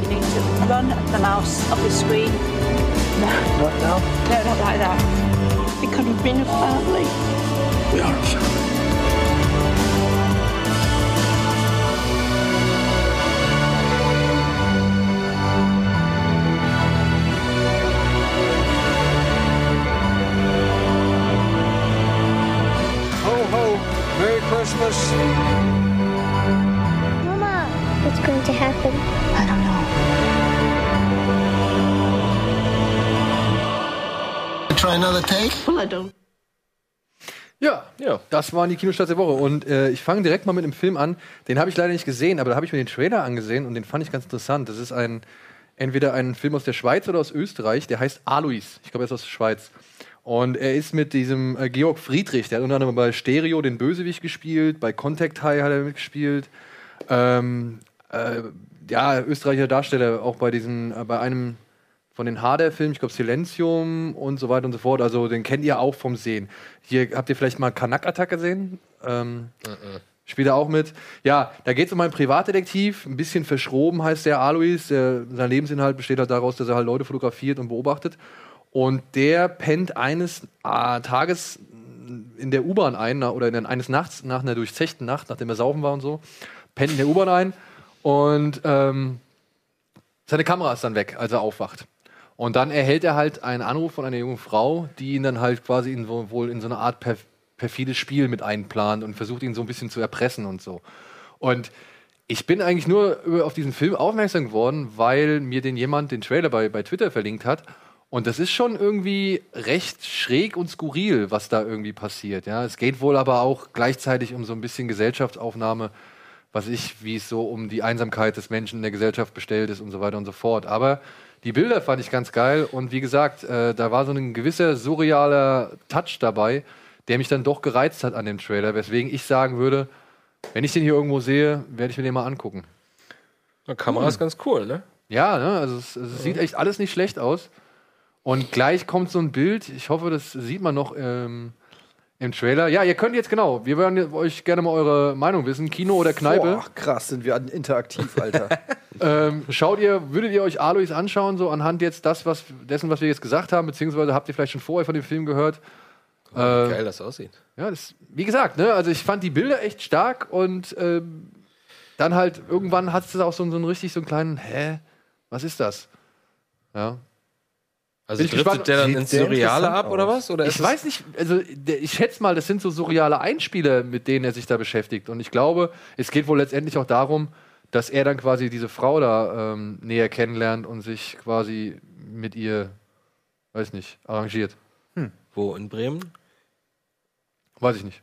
S11: You need to run the mouse off the screen. No, not now. No, not like that. It could have been a family.
S12: Mama, what's going to happen?
S10: I don't know.
S11: Well, I don't.
S1: Ja, ja. Das waren die Kinostarts der Woche. Und äh, ich fange direkt mal mit einem Film an. Den habe ich leider nicht gesehen, aber da habe ich mir den Trailer angesehen und den fand ich ganz interessant. Das ist ein entweder ein Film aus der Schweiz oder aus Österreich, der heißt Alois. Ich glaube, er ist aus der Schweiz. Und er ist mit diesem äh, Georg Friedrich, der hat unter anderem bei Stereo den Bösewicht gespielt, bei Contact High hat er mitgespielt. Ähm, äh, ja, österreichischer Darsteller, auch bei diesen, äh, bei einem von den Harder-Filmen, ich glaube Silenzium und so weiter und so fort. Also den kennt ihr auch vom Sehen. Hier habt ihr vielleicht mal Kanak Attack gesehen. Ähm, Spielt er auch mit. Ja, da geht es um einen Privatdetektiv, ein bisschen verschroben heißt der Alois. Der, sein Lebensinhalt besteht halt daraus, dass er halt Leute fotografiert und beobachtet. Und der pennt eines äh, Tages in der U-Bahn ein, na- oder in der, eines Nachts, nach einer durchzechten Nacht, nachdem er saufen war und so, pennt in der U-Bahn ein und ähm, seine Kamera ist dann weg, als er aufwacht. Und dann erhält er halt einen Anruf von einer jungen Frau, die ihn dann halt quasi in so, wohl in so eine Art perf perfides Spiel mit einplant und versucht ihn so ein bisschen zu erpressen und so. Und ich bin eigentlich nur über- auf diesen Film aufmerksam geworden, weil mir den jemand den Trailer bei, bei Twitter verlinkt hat. Und das ist schon irgendwie recht schräg und skurril, was da irgendwie passiert. Ja, es geht wohl aber auch gleichzeitig um so ein bisschen Gesellschaftsaufnahme, was ich, wie es so um die Einsamkeit des Menschen in der Gesellschaft bestellt ist und so weiter und so fort. Aber die Bilder fand ich ganz geil und wie gesagt, äh, da war so ein gewisser surrealer Touch dabei, der mich dann doch gereizt hat an dem Trailer, weswegen ich sagen würde, wenn ich den hier irgendwo sehe, werde ich mir den mal angucken.
S4: Die Kamera ist ganz cool, ne?
S1: Ja, ne? also es, es sieht echt alles nicht schlecht aus. Und gleich kommt so ein Bild, ich hoffe, das sieht man noch ähm, im Trailer. Ja, ihr könnt jetzt genau, wir würden euch gerne mal eure Meinung wissen, Kino oder Kneipe.
S2: Boah, krass, sind wir an- interaktiv, Alter.
S1: Ähm, schaut ihr, würdet ihr euch Alois anschauen, so anhand jetzt das, was, dessen, was wir jetzt gesagt haben, beziehungsweise habt ihr vielleicht schon vorher von dem Film gehört?
S4: Wie geil das aussieht.
S1: Ja, das, wie gesagt, ne, also ich fand die Bilder echt stark und ähm, dann halt irgendwann hat es auch so, so einen richtig so einen kleinen, hä, was ist das? Ja.
S4: Also
S1: Bin ich
S4: driftet
S1: gespannt.
S4: der dann
S1: Sieht
S4: ins
S1: sehr
S4: Surreale
S1: interessant
S4: ab oder was? Oder
S1: Ich weiß nicht, also der- ich schätze mal, das sind so surreale Einspieler, mit denen er sich da beschäftigt. Und ich glaube, es geht wohl letztendlich auch darum, dass er dann quasi diese Frau da ähm, näher kennenlernt und sich quasi mit ihr, weiß nicht, arrangiert.
S4: Wo, in Bremen?
S1: Weiß ich nicht.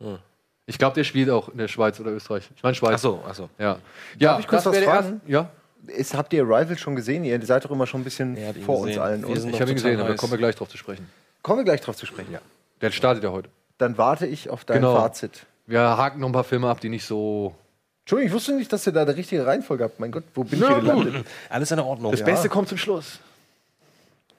S4: Hm.
S1: Ich glaube, der spielt auch in der Schweiz oder Österreich. Ich meine Schweiz.
S4: Achso, achso.
S1: Ja. Ja,
S5: ich kurz
S1: das wär
S5: was
S1: der
S5: fragen?
S1: erste- Ja,
S5: Ist, habt ihr Arrival schon gesehen? Ihr seid doch immer schon ein bisschen
S4: Er hat ihn
S5: vor uns
S4: gesehen.
S5: allen.
S4: Wir
S5: oder?
S4: sind
S1: ich
S4: noch
S1: habe ihn
S4: total
S1: gesehen, aber da
S4: heiß.
S1: kommen wir gleich drauf zu sprechen.
S5: Kommen wir gleich drauf zu sprechen.
S1: Der startet ja heute.
S5: Dann warte ich auf dein
S1: Genau.
S5: Fazit.
S1: Wir haken noch ein paar Filme ab, die nicht so.
S5: Entschuldigung, ich wusste nicht, dass ihr da eine richtige Reihenfolge habt. Mein Gott, wo bin ich
S1: Na
S5: hier gelandet?
S4: Alles in Ordnung.
S1: Das Beste kommt zum Schluss.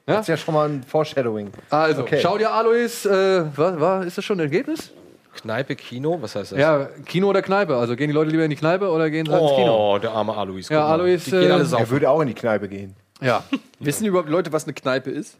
S5: Das ist ja schon mal ein Foreshadowing.
S1: Also,
S5: Okay.
S1: schau dir Alois, äh, war, war, ist das schon ein Ergebnis?
S4: Kneipe, Kino, was heißt das?
S1: Ja, Kino oder Kneipe. Also gehen die Leute lieber in die Kneipe oder gehen sie halt ins Kino?
S4: Oh, der arme Alois. guck
S1: Ja,
S4: mal.
S1: Alois,
S4: Die gehen
S1: äh,
S4: alle
S5: Er
S4: saufen.
S5: würde auch in die Kneipe gehen.
S1: Ja.
S2: Wissen überhaupt Leute, was eine Kneipe ist?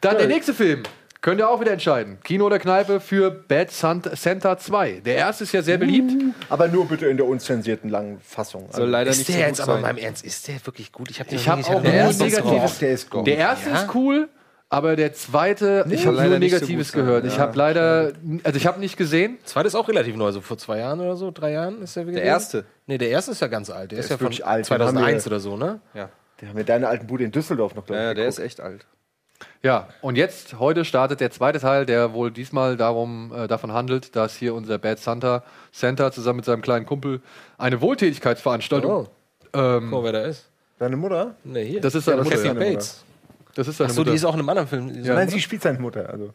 S1: Dann der nächste Film. Könnt ihr auch wieder entscheiden. Kino oder Kneipe für Bad Sant- Santa 2. Der erste ist ja sehr beliebt.
S5: Aber nur bitte in der unzensierten langen Fassung. Also,
S2: Soll leider
S4: Ist
S2: nicht
S4: der
S2: so
S4: jetzt
S2: gut
S4: aber
S2: sein.
S4: mal im Ernst, ist der wirklich gut? Ich habe den
S1: Ich
S4: noch
S1: hab
S4: nie-
S1: auch
S4: noch nie
S1: nur
S4: was
S1: Negatives
S4: drauf.
S5: der ist gut.
S1: Der erste
S4: Ja.
S1: ist cool, aber der zweite,
S2: Soll
S1: ich habe nur
S2: leider nicht so
S1: Negatives
S2: gut sein,
S1: gehört. Ich habe leider, also ich habe nicht gesehen.
S4: Zweite ist auch relativ neu, so vor zwei Jahren oder so, drei Jahren ist der
S2: Der erste.
S4: Nee, der erste ist ja ganz alt. Der, ist ja von
S5: wirklich alt, den haben
S4: 2001
S5: wir-
S4: oder so, ne?
S5: Der haben wir deine alten Bude in Düsseldorf noch, glaube ich.
S2: Ja, der
S5: geguckt.
S2: ist echt alt.
S1: Ja, und jetzt, heute startet der zweite Teil, der wohl diesmal darum, äh, davon handelt, dass hier unser Bad Santa Santa zusammen mit seinem kleinen Kumpel eine Wohltätigkeitsveranstaltung. ähm,
S4: Guck mal, wer da ist.
S5: Deine Mutter?
S4: Nee, hier.
S1: Das ist seine Mutter.
S4: Kathy
S1: ja.
S5: Mutter.
S4: Bates.
S1: Das ist seine
S4: Achso, die
S1: Mutter.
S4: ist auch in einem anderen Film.
S1: Ja.
S5: Nein, sie spielt seine Mutter. Also.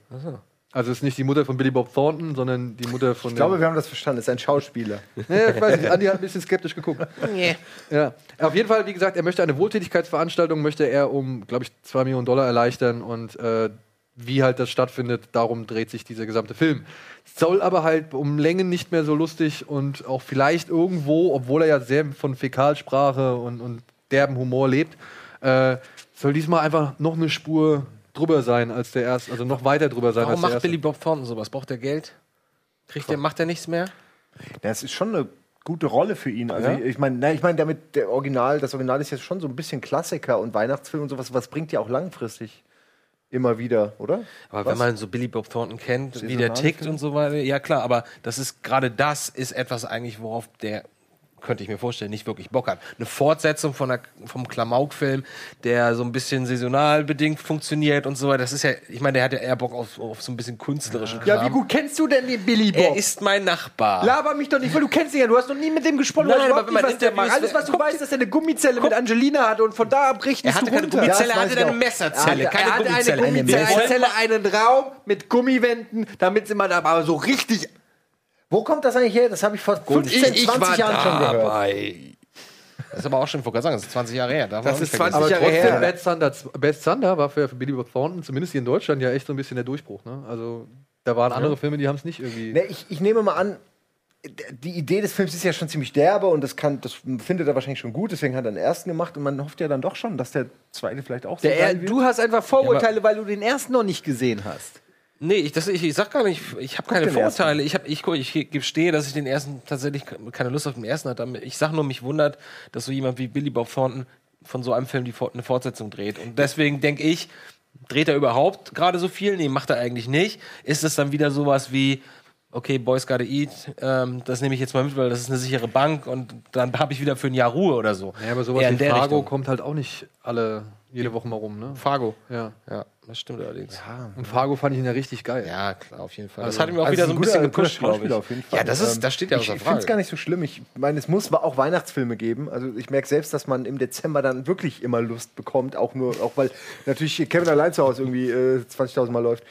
S1: also es ist nicht die Mutter von Billy Bob Thornton, sondern die Mutter von.
S5: Ich glaube, wir haben das verstanden. Das ist ein Schauspieler.
S1: Nee, ich weiß nicht, Andi hat ein bisschen skeptisch geguckt. Ja. Auf jeden Fall, wie gesagt, er möchte eine Wohltätigkeitsveranstaltung, möchte er um, glaube ich, 2 Millionen Dollar erleichtern und äh, wie halt das stattfindet, darum dreht sich dieser gesamte Film. Soll aber halt um Längen nicht mehr so lustig und auch vielleicht irgendwo, obwohl er ja sehr von Fäkalsprache und, und derben Humor lebt, äh, soll diesmal einfach noch eine Spur drüber sein als der erste, also noch weiter drüber sein
S4: Warum
S1: als der
S4: macht
S1: erste.
S4: Billy Bob Thornton sowas? Braucht er Geld? Kriegt der, macht er nichts mehr?
S5: Das ist schon eine gute Rolle für ihn. Also ich- ich meine, na, ich meine damit der Original, das Original ist jetzt schon so ein bisschen Klassiker und Weihnachtsfilm und sowas. Was bringt ja auch langfristig immer wieder, oder?
S4: Aber
S5: Was?
S4: wenn man so Billy Bob Thornton kennt, wie der
S5: Saisonale
S4: tickt und so weiter, ja klar, aber das ist gerade das ist etwas eigentlich, worauf der könnte ich mir vorstellen, nicht wirklich Bock hat. Eine Fortsetzung von der, vom Klamauk-Film, der so ein bisschen saisonal bedingt funktioniert und so weiter. Das ist ja, ich meine, der hat ja eher Bock auf, auf so ein bisschen künstlerischen Kram.
S5: kennst du denn den Billy
S4: Er ist mein Nachbar.
S5: Laber mich doch nicht, weil du kennst ihn ja. Du hast noch nie mit dem gesprochen.
S4: Nein,
S5: du weißt
S4: aber wenn man
S5: überhaupt nicht, was der
S4: Interviews-
S5: macht. Alles, was du
S4: Guck-
S5: weißt, dass er eine Gummizelle mit Angelina hatte und von da ab richten
S4: er hatte keine Gummizelle, er hatte dann eine Messerzelle.
S5: Er hatte-
S4: keine
S5: er hatte eine
S4: Gummizelle.
S5: Gummizelle,
S4: Der
S5: eine
S4: Zelle-
S5: Zelle,
S2: einen Raum mit Gummiwänden, damit sind wir da aber so richtig.
S5: Wo kommt das eigentlich her? Das habe ich vor 15, 20 Jahren schon gehört.
S4: Das ist aber auch schon, ich wollte gerade sagen, das ist 20 Jahre her. darf man
S2: Das
S4: auch nicht
S2: ist
S4: vergessen.
S2: 20 Jahre
S1: Trotzdem,
S2: her.
S1: Bad Thunder, Bad Thunder war für, für Billy Bob Thornton, zumindest hier in Deutschland, ja echt so ein bisschen der Durchbruch. Ne? Also, da waren andere Filme, die haben es nicht irgendwie.
S5: Ne, ich, ich nehme mal an, die Idee des Films ist ja schon ziemlich derbe und das, kann, das findet er wahrscheinlich schon gut, deswegen hat er den ersten gemacht und man hofft ja dann doch schon, dass der zweite vielleicht auch so
S2: Der, er,
S5: geil wird.
S2: du hast einfach Vorurteile, weil du den ersten noch nicht gesehen hast.
S4: Nee, ich, das, ich, ich sag gar nicht, ich habe keine
S5: den ersten.
S4: Vorurteile. Ich, hab, ich, guck, ich gestehe, dass ich den ersten tatsächlich keine Lust auf den ersten hatte. Ich sag nur, mich wundert, dass so jemand wie Billy Bob Thornton von so einem Film die, Fort- eine Fortsetzung dreht. Und deswegen denke ich, dreht er überhaupt gerade so viel? Nee, macht er eigentlich nicht. Ist es dann wieder sowas wie, okay, Boys Gotta Eat, ähm, das nehme ich jetzt mal mit, weil das ist eine sichere Bank und dann habe ich wieder für ein Jahr Ruhe oder so.
S1: Ja, aber sowas
S4: Eher
S1: wie
S4: in der
S1: Fargo
S4: Richtung.
S1: kommt halt auch nicht alle jede Woche mal rum, ne?
S4: Fargo.
S1: Ja.
S4: Ja, das stimmt allerdings.
S1: Und Fargo fand ich ihn ja richtig geil.
S4: Ja, klar, auf jeden Fall.
S1: Also-
S4: das hat ihm auch
S5: Also
S4: wieder
S5: ist
S4: so ein
S5: guter-
S4: bisschen
S5: guter
S4: gepusht, glaube ich.
S5: Schauspieler auf jeden Fall.
S4: Ja, das
S5: Ähm,
S4: ist, das steht ja
S5: Ich,
S4: außer
S5: ich finde es gar
S4: Frage.
S5: nicht so schlimm. Ich meine, es muss wa- auch Weihnachtsfilme geben. Also ich merke selbst, dass man im Dezember dann wirklich immer Lust bekommt, auch nur, auch weil natürlich hier Kevin allein zu Hause irgendwie äh, 20.000 Mal läuft.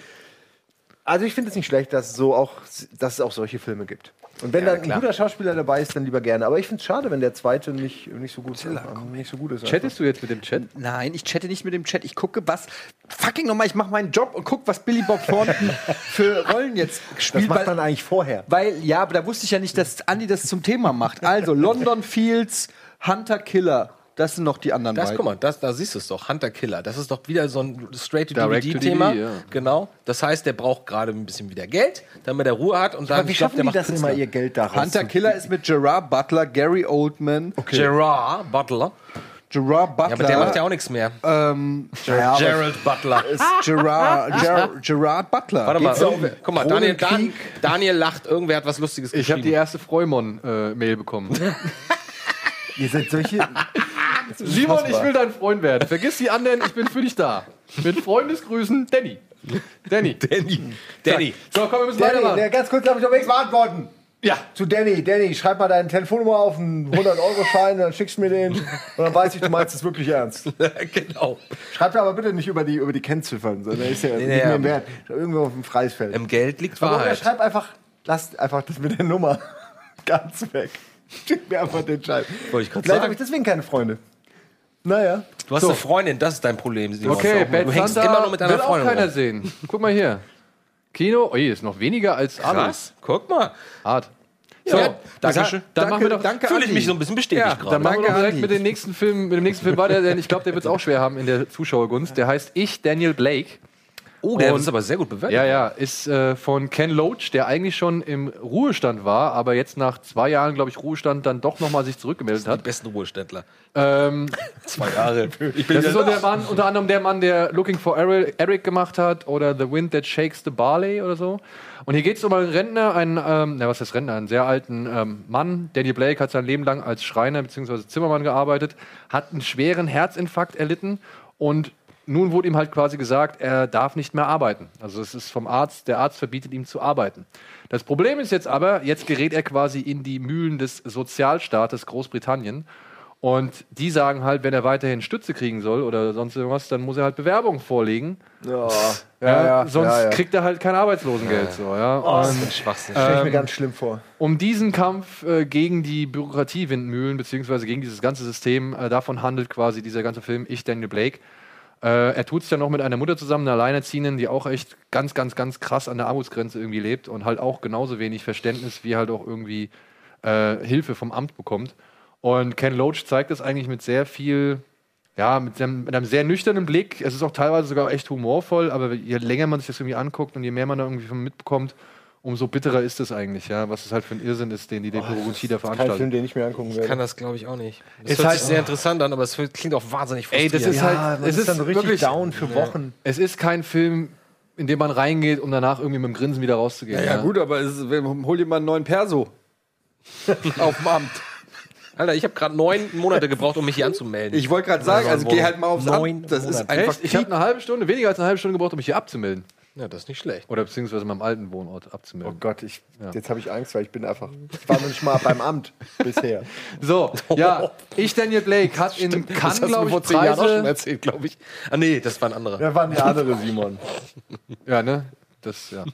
S5: Also ich finde es nicht schlecht, dass, so auch, dass es auch solche Filme gibt. Und wenn da ein guter Schauspieler dabei ist, dann lieber gerne. Aber ich finde es schade, wenn der zweite nicht, nicht, so, gut ähm, nicht so gut ist.
S1: Chattest du jetzt mit dem Chat?
S2: Nein, ich chatte nicht mit dem Chat. Ich gucke, was. Fucking nochmal, ich mache meinen Job und guck, was Billy Bob Thornton für Rollen jetzt
S5: das
S2: spielt.
S5: macht
S2: weil,
S5: man eigentlich vorher.
S2: weil, ja, aber da wusste ich ja nicht, dass Andy das zum Thema macht. Also, London Fields, Hunter Killer. Das sind noch die anderen
S4: Das,
S2: beiden.
S4: guck mal, das, da siehst du es doch, Hunter Killer. Das ist doch wieder so ein
S1: Direct-to-DVD,
S4: Straight-to-DVD-Thema.
S1: ja.
S4: Genau. Das heißt, der braucht gerade ein bisschen wieder Geld, damit er Ruhe hat und dann
S5: Aber wie
S4: ich glaub,
S5: schaffen die das
S4: Künstler.
S5: immer, ihr Geld daraus
S2: Hunter
S5: zu-
S2: Killer ist mit Gerard Butler, Gary Oldman. Okay.
S4: Gerard Butler.
S2: Gerard Butler.
S4: Ja, aber der macht ja auch nichts mehr.
S2: ähm, naja, aber
S4: Gerald Butler.
S2: es ist Gerard, Ger Gerard Butler.
S4: Warte mal,
S2: Geht's um
S4: irgendwer- guck mal, Daniel, Dan,
S2: Kronenkrieg?
S4: Daniel lacht, irgendwer hat was Lustiges
S1: Ich habe
S4: geschrieben.
S1: die erste Freumon-Mail bekommen.
S5: Ihr seid solche.
S1: Simon, ich will dein Freund werden. Vergiss die anderen, ich bin für dich da. Mit Freundesgrüßen, Danny. Danny.
S4: Danny.
S1: So, komm, wir müssen
S5: Danny,
S1: weitermachen.
S5: der, ganz kurz, darf ich noch nichts beantworten.
S1: Ja.
S5: Zu Danny, Danny, schreib mal deine Telefonnummer auf einen 100-Euro-Schein, dann schickst du mir den und dann weiß ich, du meinst es wirklich ernst.
S4: genau.
S5: Schreib mir aber bitte nicht über die, über die Kennziffern, sondern ist ja nicht
S4: ja.
S5: mehr wert. Schreib Irgendwo auf dem Freisfeld.
S4: Im Geld liegt
S5: Aber Oder
S4: Wahrheit.
S5: schreib einfach, lass einfach das mit der Nummer ganz weg. Schick mir einfach den Schein.
S4: Wollte ich grad
S5: Vielleicht
S4: sagen.
S5: habe ich deswegen keine Freunde. Naja.
S4: Du hast eine Freundin, das ist dein Problem. Simon.
S1: Okay,
S4: du
S1: Bad
S4: hängst
S1: Santa
S4: immer nur mit deiner
S1: will auch
S4: Freundin
S1: keiner
S4: rum.
S1: sehen. Guck mal hier. Kino, oh, ist noch weniger als alles.
S4: Krass, guck mal.
S1: Hart.
S4: So,
S1: Dankeschön. Dann machen wir doch-
S2: danke,
S4: Fühle ich
S2: Andi.
S4: mich so ein bisschen bestätigt
S1: Ja,
S4: gerade.
S1: dann machen wir doch direkt
S2: Andi.
S1: mit, den nächsten Film, mit dem nächsten Film weiter, denn ich glaube, der wird es auch schwer haben in der Zuschauergunst. Der heißt Ich, Daniel Blake.
S4: Oh, der
S1: Und-
S4: ist aber sehr gut bewertet.
S1: Ja, ja, ist äh, von Ken Loach, der eigentlich schon im Ruhestand war, aber jetzt nach zwei Jahren, glaube ich, Ruhestand dann doch nochmal sich zurückgemeldet
S4: Die
S1: hat.
S4: besten Ruheständler.
S1: Ähm,
S4: Zwei Jahre. Ich bin
S1: das ist so
S4: ja
S1: der Mann, unter anderem der Mann, der Looking for Eric, Eric gemacht hat oder The Wind That Shakes the Barley oder so. Und hier geht es um einen Rentner, einen, ähm, na was heißt Rentner, einen sehr alten ähm, Mann. Danny Blake hat sein Leben lang als Schreiner bzw. Zimmermann gearbeitet, hat einen schweren Herzinfarkt erlitten und nun wurde ihm halt quasi gesagt, er darf nicht mehr arbeiten. Also es ist vom Arzt, der Arzt verbietet ihm zu arbeiten. Das Problem ist jetzt aber, jetzt gerät er quasi in die Mühlen des Sozialstaates Großbritannien und die sagen halt, wenn er weiterhin Stütze kriegen soll oder sonst irgendwas, dann muss er halt Bewerbungen vorlegen.
S5: Ja,
S1: Ja,
S5: ja,
S1: sonst
S5: ja, ja.
S1: kriegt er halt kein Arbeitslosengeld. So, ja. Und
S4: Schwachsinn.
S5: stelle ich mir ganz schlimm vor.
S1: um diesen Kampf äh, gegen die Bürokratiewindmühlen, beziehungsweise gegen dieses ganze System, äh, davon handelt quasi dieser ganze Film Ich, Daniel Blake. Äh, er tut es ja noch mit einer Mutter zusammen, einer Alleinerziehenden, die auch echt ganz, ganz, ganz krass an der Armutsgrenze irgendwie lebt und halt auch genauso wenig Verständnis wie halt auch irgendwie äh, Hilfe vom Amt bekommt. Und Ken Loach zeigt das eigentlich mit sehr viel, ja, mit einem, mit einem sehr nüchternen Blick. Es ist auch teilweise sogar echt humorvoll, aber je länger man sich das irgendwie anguckt und je mehr man da irgendwie von mitbekommt, umso bitterer ist es eigentlich, ja, was es halt für ein Irrsinn ist, den die die Bürokratie da
S5: Kein Film,
S1: veranstaltet.
S5: den ich mir angucken
S4: Ich kann
S5: werde.
S4: das, glaube ich, auch nicht. Das hört sich sehr interessant an, aber es klingt auch wahnsinnig
S1: Ey, das ist
S4: frustrierend.
S5: Ah,
S1: halt, es ist, wirklich,
S5: down für Wochen.
S1: es ist kein Film, in den man reingeht, um danach irgendwie mit dem Grinsen wieder rauszugehen.
S2: Ja, gut, aber es, wir- hol dir mal einen neuen Perso. auf dem Amt.
S4: Alter, ich habe gerade neun Monate gebraucht, um mich hier anzumelden.
S2: Ich wollte gerade sagen, also geh halt mal aufs
S4: Neun
S2: Amt. Das ist
S4: Monate.
S2: einfach
S1: Echt? Ich habe eine halbe Stunde, weniger als eine halbe Stunde gebraucht, um mich hier abzumelden.
S4: ja, das ist nicht schlecht.
S1: Oder beziehungsweise meinem alten Wohnort abzumelden.
S5: Oh Gott, ich, jetzt habe ich Angst, weil ich bin einfach. Ich war noch nicht mal beim Amt bisher.
S1: So, ja, ich, Daniel Blake, hat in Cannes, glaube ich, Preise.
S4: erzählt, glaube ich. Ah, nee, das war ein anderer.
S5: Wer war denn der andere Simon?
S1: Ja, ne? Das, ja.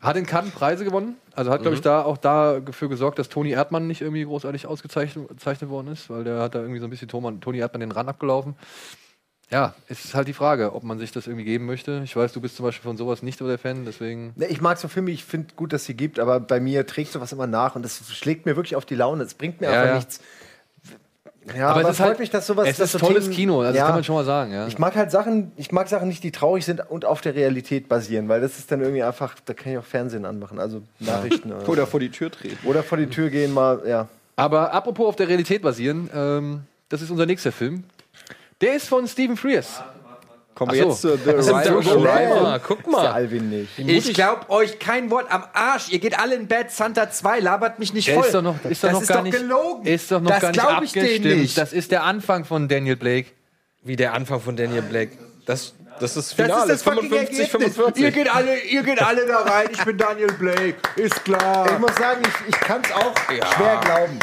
S1: Hat in Cannes Preise gewonnen. Also hat, glaube ich, da auch dafür gesorgt, dass Toni Erdmann nicht irgendwie großartig ausgezeichnet gezeichnet worden ist, weil der hat da irgendwie so ein bisschen Thoman- Toni Erdmann den Rand abgelaufen. Ja, es ist halt die Frage, ob man sich das irgendwie geben möchte. Ich weiß, du bist zum Beispiel von sowas nicht so der Fan, deswegen.
S5: Ne, Ich mag so Filme, ich finde gut, dass sie gibt, aber bei mir trägt sowas immer nach und das schlägt mir wirklich auf die Laune. Es bringt mir
S1: Ja,
S5: einfach
S1: ja.
S5: nichts. Ja, aber, es freut mich, dass sowas.
S1: Es
S5: dass
S1: ist
S5: so
S1: tolles
S5: Themen-
S1: Kino, also
S5: ja.
S1: das kann man schon mal sagen, ja.
S5: Ich mag halt Sachen, ich mag Sachen nicht, die traurig sind und auf der Realität basieren, weil das ist dann irgendwie einfach, da kann ich auch Fernsehen anmachen, also Nachrichten oder,
S2: oder vor die Tür treten.
S5: oder vor die Tür gehen mal, ja.
S1: Aber apropos auf der Realität basieren, ähm, das ist unser nächster Film. Der ist von Stephen Frears.
S2: Kommen
S1: Ach
S2: wir
S1: so.
S2: jetzt zu The
S4: ist ein
S2: Arrival.
S4: Doku-
S2: Arrival.
S4: Ah, guck
S5: Ist der
S4: mal.
S5: Alvin nicht.
S2: Ich glaub euch kein Wort am Arsch. Ihr geht alle in Bad Santa 2, labert mich nicht
S1: Der
S2: voll.
S1: ist doch noch, ist doch
S2: das
S1: noch
S2: ist
S1: gar
S2: doch
S1: nicht,
S2: gelogen.
S1: Ist doch noch
S2: das
S1: gar nicht
S2: glaub ich
S1: abgestimmt.
S2: denen nicht.
S1: Das ist der Anfang von Daniel Blake.
S4: Wie der Anfang von Daniel Blake. Das, Das ist Finale.
S5: das fucking
S4: 55,
S5: Ergebnis.
S4: 45.
S1: Ihr geht, alle, ihr geht alle da rein, ich bin Daniel Blake, ist
S5: Ich
S1: klar.
S5: muss sagen, ich, ich kann es auch schwer glauben.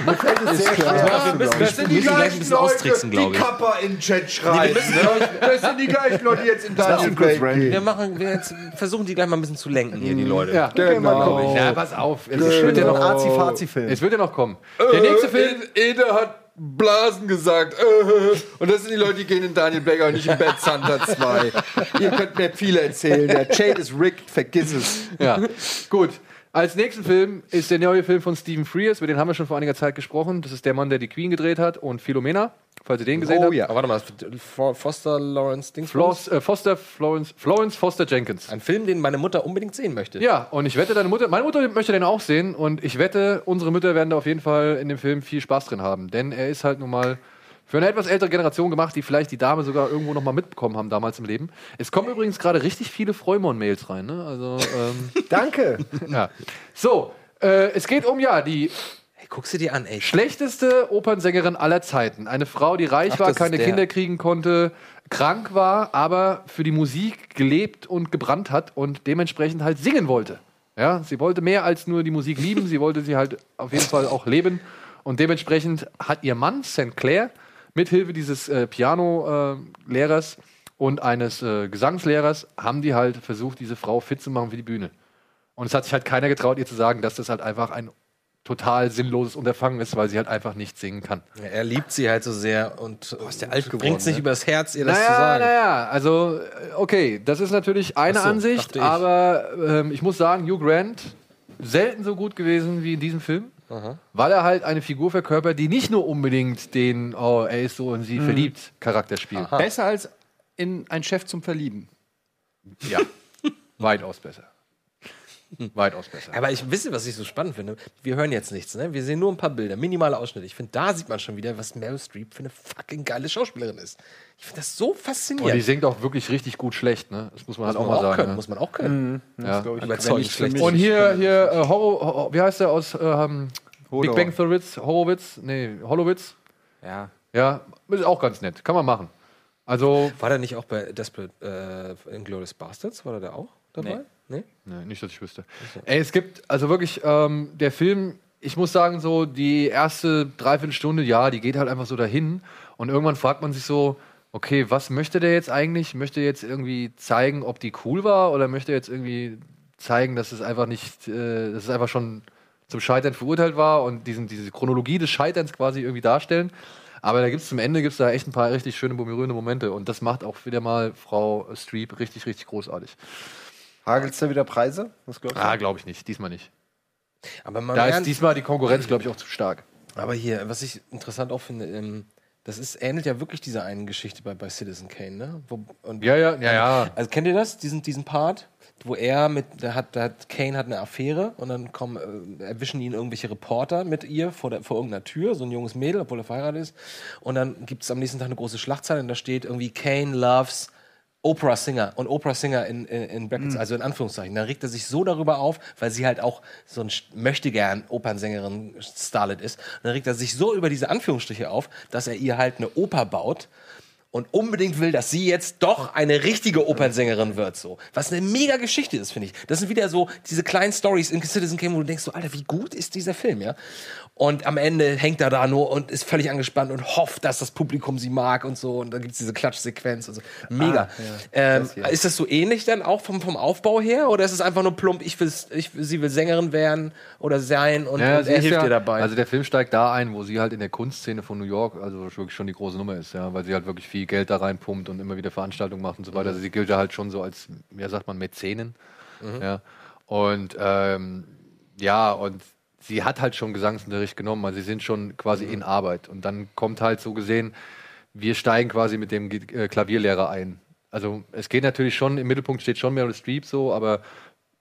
S1: Mhm.
S5: Mir fällt es sehr schwer.
S4: wir müssen, wir
S1: Das sind die
S4: müssen gleich ein
S1: gleichen
S4: bisschen austricksen,
S1: Leute, die
S4: glaube ich.
S1: Kappa in den Chat schreien. Das sind die gleichen Leute, die jetzt in Daniel
S5: Blake
S1: Blake gehen.
S4: Wir, machen, wir jetzt versuchen die gleich mal ein bisschen zu lenken hier, die Leute.
S1: Mhm. Ja, genau. Ja, pass auf. Jetzt wird ja
S5: Noch
S1: noch,
S2: Genau.
S5: Azi-Fazi-Film.
S1: es wird ja noch kommen. Der nächste Film
S2: Ede hat Blasen gesagt. Äh, Und das sind die Leute, die gehen in Daniel Becker und nicht in Bad Santa 2. Ihr könnt mir viel erzählen. Der Jade ist rigged, vergiss es.
S1: Ja, gut. Als nächsten Film ist der neue Film von Stephen Frears, über den haben wir schon vor einiger Zeit gesprochen. Das ist der Mann, der die Queen gedreht hat und Philomena, falls ihr den gesehen
S2: Oh
S1: habt.
S4: Oh Aber warte mal, Fo- Foster Lawrence Dingsbums?
S1: Florence, äh, Foster, Florence, Florence Foster Jenkins.
S4: Ein Film, den meine Mutter unbedingt sehen möchte.
S1: Ja, und ich wette, deine Mutter, meine Mutter möchte den auch sehen und ich wette, unsere Mütter werden da auf jeden Fall in dem Film viel Spaß drin haben, denn er ist halt nun mal für eine etwas ältere Generation gemacht, die vielleicht die Dame sogar irgendwo noch mal mitbekommen haben damals im Leben. Es kommen übrigens gerade richtig viele Freumon-Mails rein, ne? Also, ähm,
S5: Danke.
S1: ja. So, äh, es geht um, ja, die
S4: Hey, guck sie dir an, ey.
S1: Schlechteste Opernsängerin aller Zeiten. Eine Frau, die reich
S4: Ach,
S1: war,
S4: das ist
S1: keine
S4: der.
S1: Kinder kriegen konnte, krank war, aber für die Musik gelebt und gebrannt hat und dementsprechend halt singen wollte. Ja, sie wollte mehr als nur die Musik lieben, sie wollte sie halt auf jeden Fall auch leben. Und dementsprechend hat ihr Mann, St. Clair, mithilfe dieses äh, Piano-Lehrers und eines äh, Gesangslehrers, haben die halt versucht, diese Frau fit zu machen für die Bühne. Und es hat sich halt keiner getraut, ihr zu sagen, dass das halt einfach ein total sinnloses Unterfangen ist, weil sie halt einfach nicht singen kann.
S4: Er liebt sie halt so sehr und bringt es nicht übers Herz, ihr das zu
S1: ne? Naja,
S4: sagen.
S1: naja, also äh, okay, das ist natürlich eine
S4: Ach so,
S1: Ansicht,
S4: dachte ich.
S1: aber ähm, ich muss sagen, Hugh Grant selten so gut gewesen wie in diesem Film, weil er halt eine Figur verkörpert, die nicht nur unbedingt den, oh, er ist so und sie verliebt Charakter spielt.
S8: Mhm. Besser als in ein Chef zum Verlieben.
S1: Ja, weitaus besser.
S4: Hm.
S1: Weitaus besser.
S4: Aber ich wisse, was ich so spannend finde. Wir hören jetzt nichts, ne? Wir sehen nur ein paar Bilder, minimale Ausschnitte. Ich finde, da sieht man schon wieder, was Meryl Streep für eine fucking geile Schauspielerin ist. Ich finde das so
S1: Und die
S4: faszinierend.
S1: singt auch wirklich richtig gut schlecht, ne? Das muss man halt auch mal sagen.
S4: können,
S1: ne?
S4: muss man auch können.
S1: ja.
S4: Überzeugend schlecht.
S1: Und hier, hier äh, Horror, Horror, wie heißt der aus ähm, Big
S2: Hodor.
S1: Bang Theoritz, Horowitz, nee, Horowitz.
S8: Ja.
S1: Ja, ist auch ganz nett, kann man machen. Also,
S4: War der nicht auch bei Desperate äh, Inglourious Bastards? War der da auch dabei? Nee.
S1: nee, nicht, dass ich wüsste. Ey, es gibt, also wirklich, ähm, der Film, ich muss sagen, so die erste Dreiviertelstunde, ja, die geht halt einfach so dahin. Und irgendwann fragt man sich so, okay, was möchte der jetzt eigentlich? Möchte er jetzt irgendwie zeigen, ob die cool war? Oder möchte er jetzt irgendwie zeigen, dass es einfach nicht, äh, dass es einfach schon zum Scheitern verurteilt war und diesen, diese Chronologie des Scheiterns quasi irgendwie darstellen? Aber da gibt's zum Ende gibt's da echt ein paar richtig schöne, berührende Momente. Und das macht auch wieder mal Frau Streep richtig, richtig großartig.
S5: Hagelst du wieder Preise? Was glaubst du?
S1: Ah, glaube ich nicht. Diesmal nicht.
S4: Aber man
S1: Da ist diesmal die Konkurrenz, glaube ich, auch zu stark.
S4: Aber hier, was ich interessant auch finde, ähm, das ist, ähnelt ja wirklich dieser einen Geschichte bei, bei Citizen Kane, ne? Wo, und
S1: Ja, ja, ja, ja.
S4: Also kennt ihr das? Diesen, diesen Part, wo er mit, da hat, da hat Kane hat eine Affäre und dann kommen, äh, erwischen ihn irgendwelche Reporter mit ihr vor, der, vor irgendeiner Tür, so ein junges Mädel, obwohl er verheiratet ist. Und dann gibt es am nächsten Tag eine große Schlagzeile und da steht irgendwie Kane loves Oprah Singer und Oprah Singer in, in, in
S1: Hm.
S4: Brackets, also in Anführungszeichen. Dann regt er sich so darüber auf, weil sie halt auch so ein Sch- möchtegern Opernsängerin Starlet ist. Und dann regt er sich so über diese Anführungsstriche auf, dass er ihr halt eine Oper baut und unbedingt will, dass sie jetzt doch eine richtige Opernsängerin wird, so. Was eine mega Geschichte ist, finde ich. Das sind wieder so diese kleinen Stories in Citizen Kane, wo du denkst, so, Alter, wie gut ist dieser Film, ja? Und am Ende hängt er da nur und ist völlig angespannt und hofft, dass das Publikum sie mag und so. Und dann gibt es diese Klatschsequenz und so. Mega. ähm, ist das so ähnlich dann auch vom, vom Aufbau her? Oder ist es einfach nur plump, ich will, ich, sie will Sängerin werden oder sein und, und er
S1: ist
S4: hilft
S1: ja-
S4: ihr dabei?
S1: Also der Film steigt da ein, wo sie halt in der Kunstszene von New York, also wirklich schon die große Nummer ist, ja, weil sie halt wirklich viel Geld da reinpumpt und immer wieder Veranstaltungen macht und so
S4: Mhm.
S1: weiter. Also sie gilt ja halt schon so als, ja sagt man, Mäzenin.
S4: Mhm.
S1: Ja. Und ähm, ja, und sie hat halt schon Gesangsunterricht genommen, also sie sind schon
S4: Mhm.
S1: quasi in Arbeit. Und dann kommt halt so gesehen, wir steigen quasi mit dem Ge- äh, Klavierlehrer ein. Also es geht natürlich schon, im Mittelpunkt steht schon Meryl Streep so, aber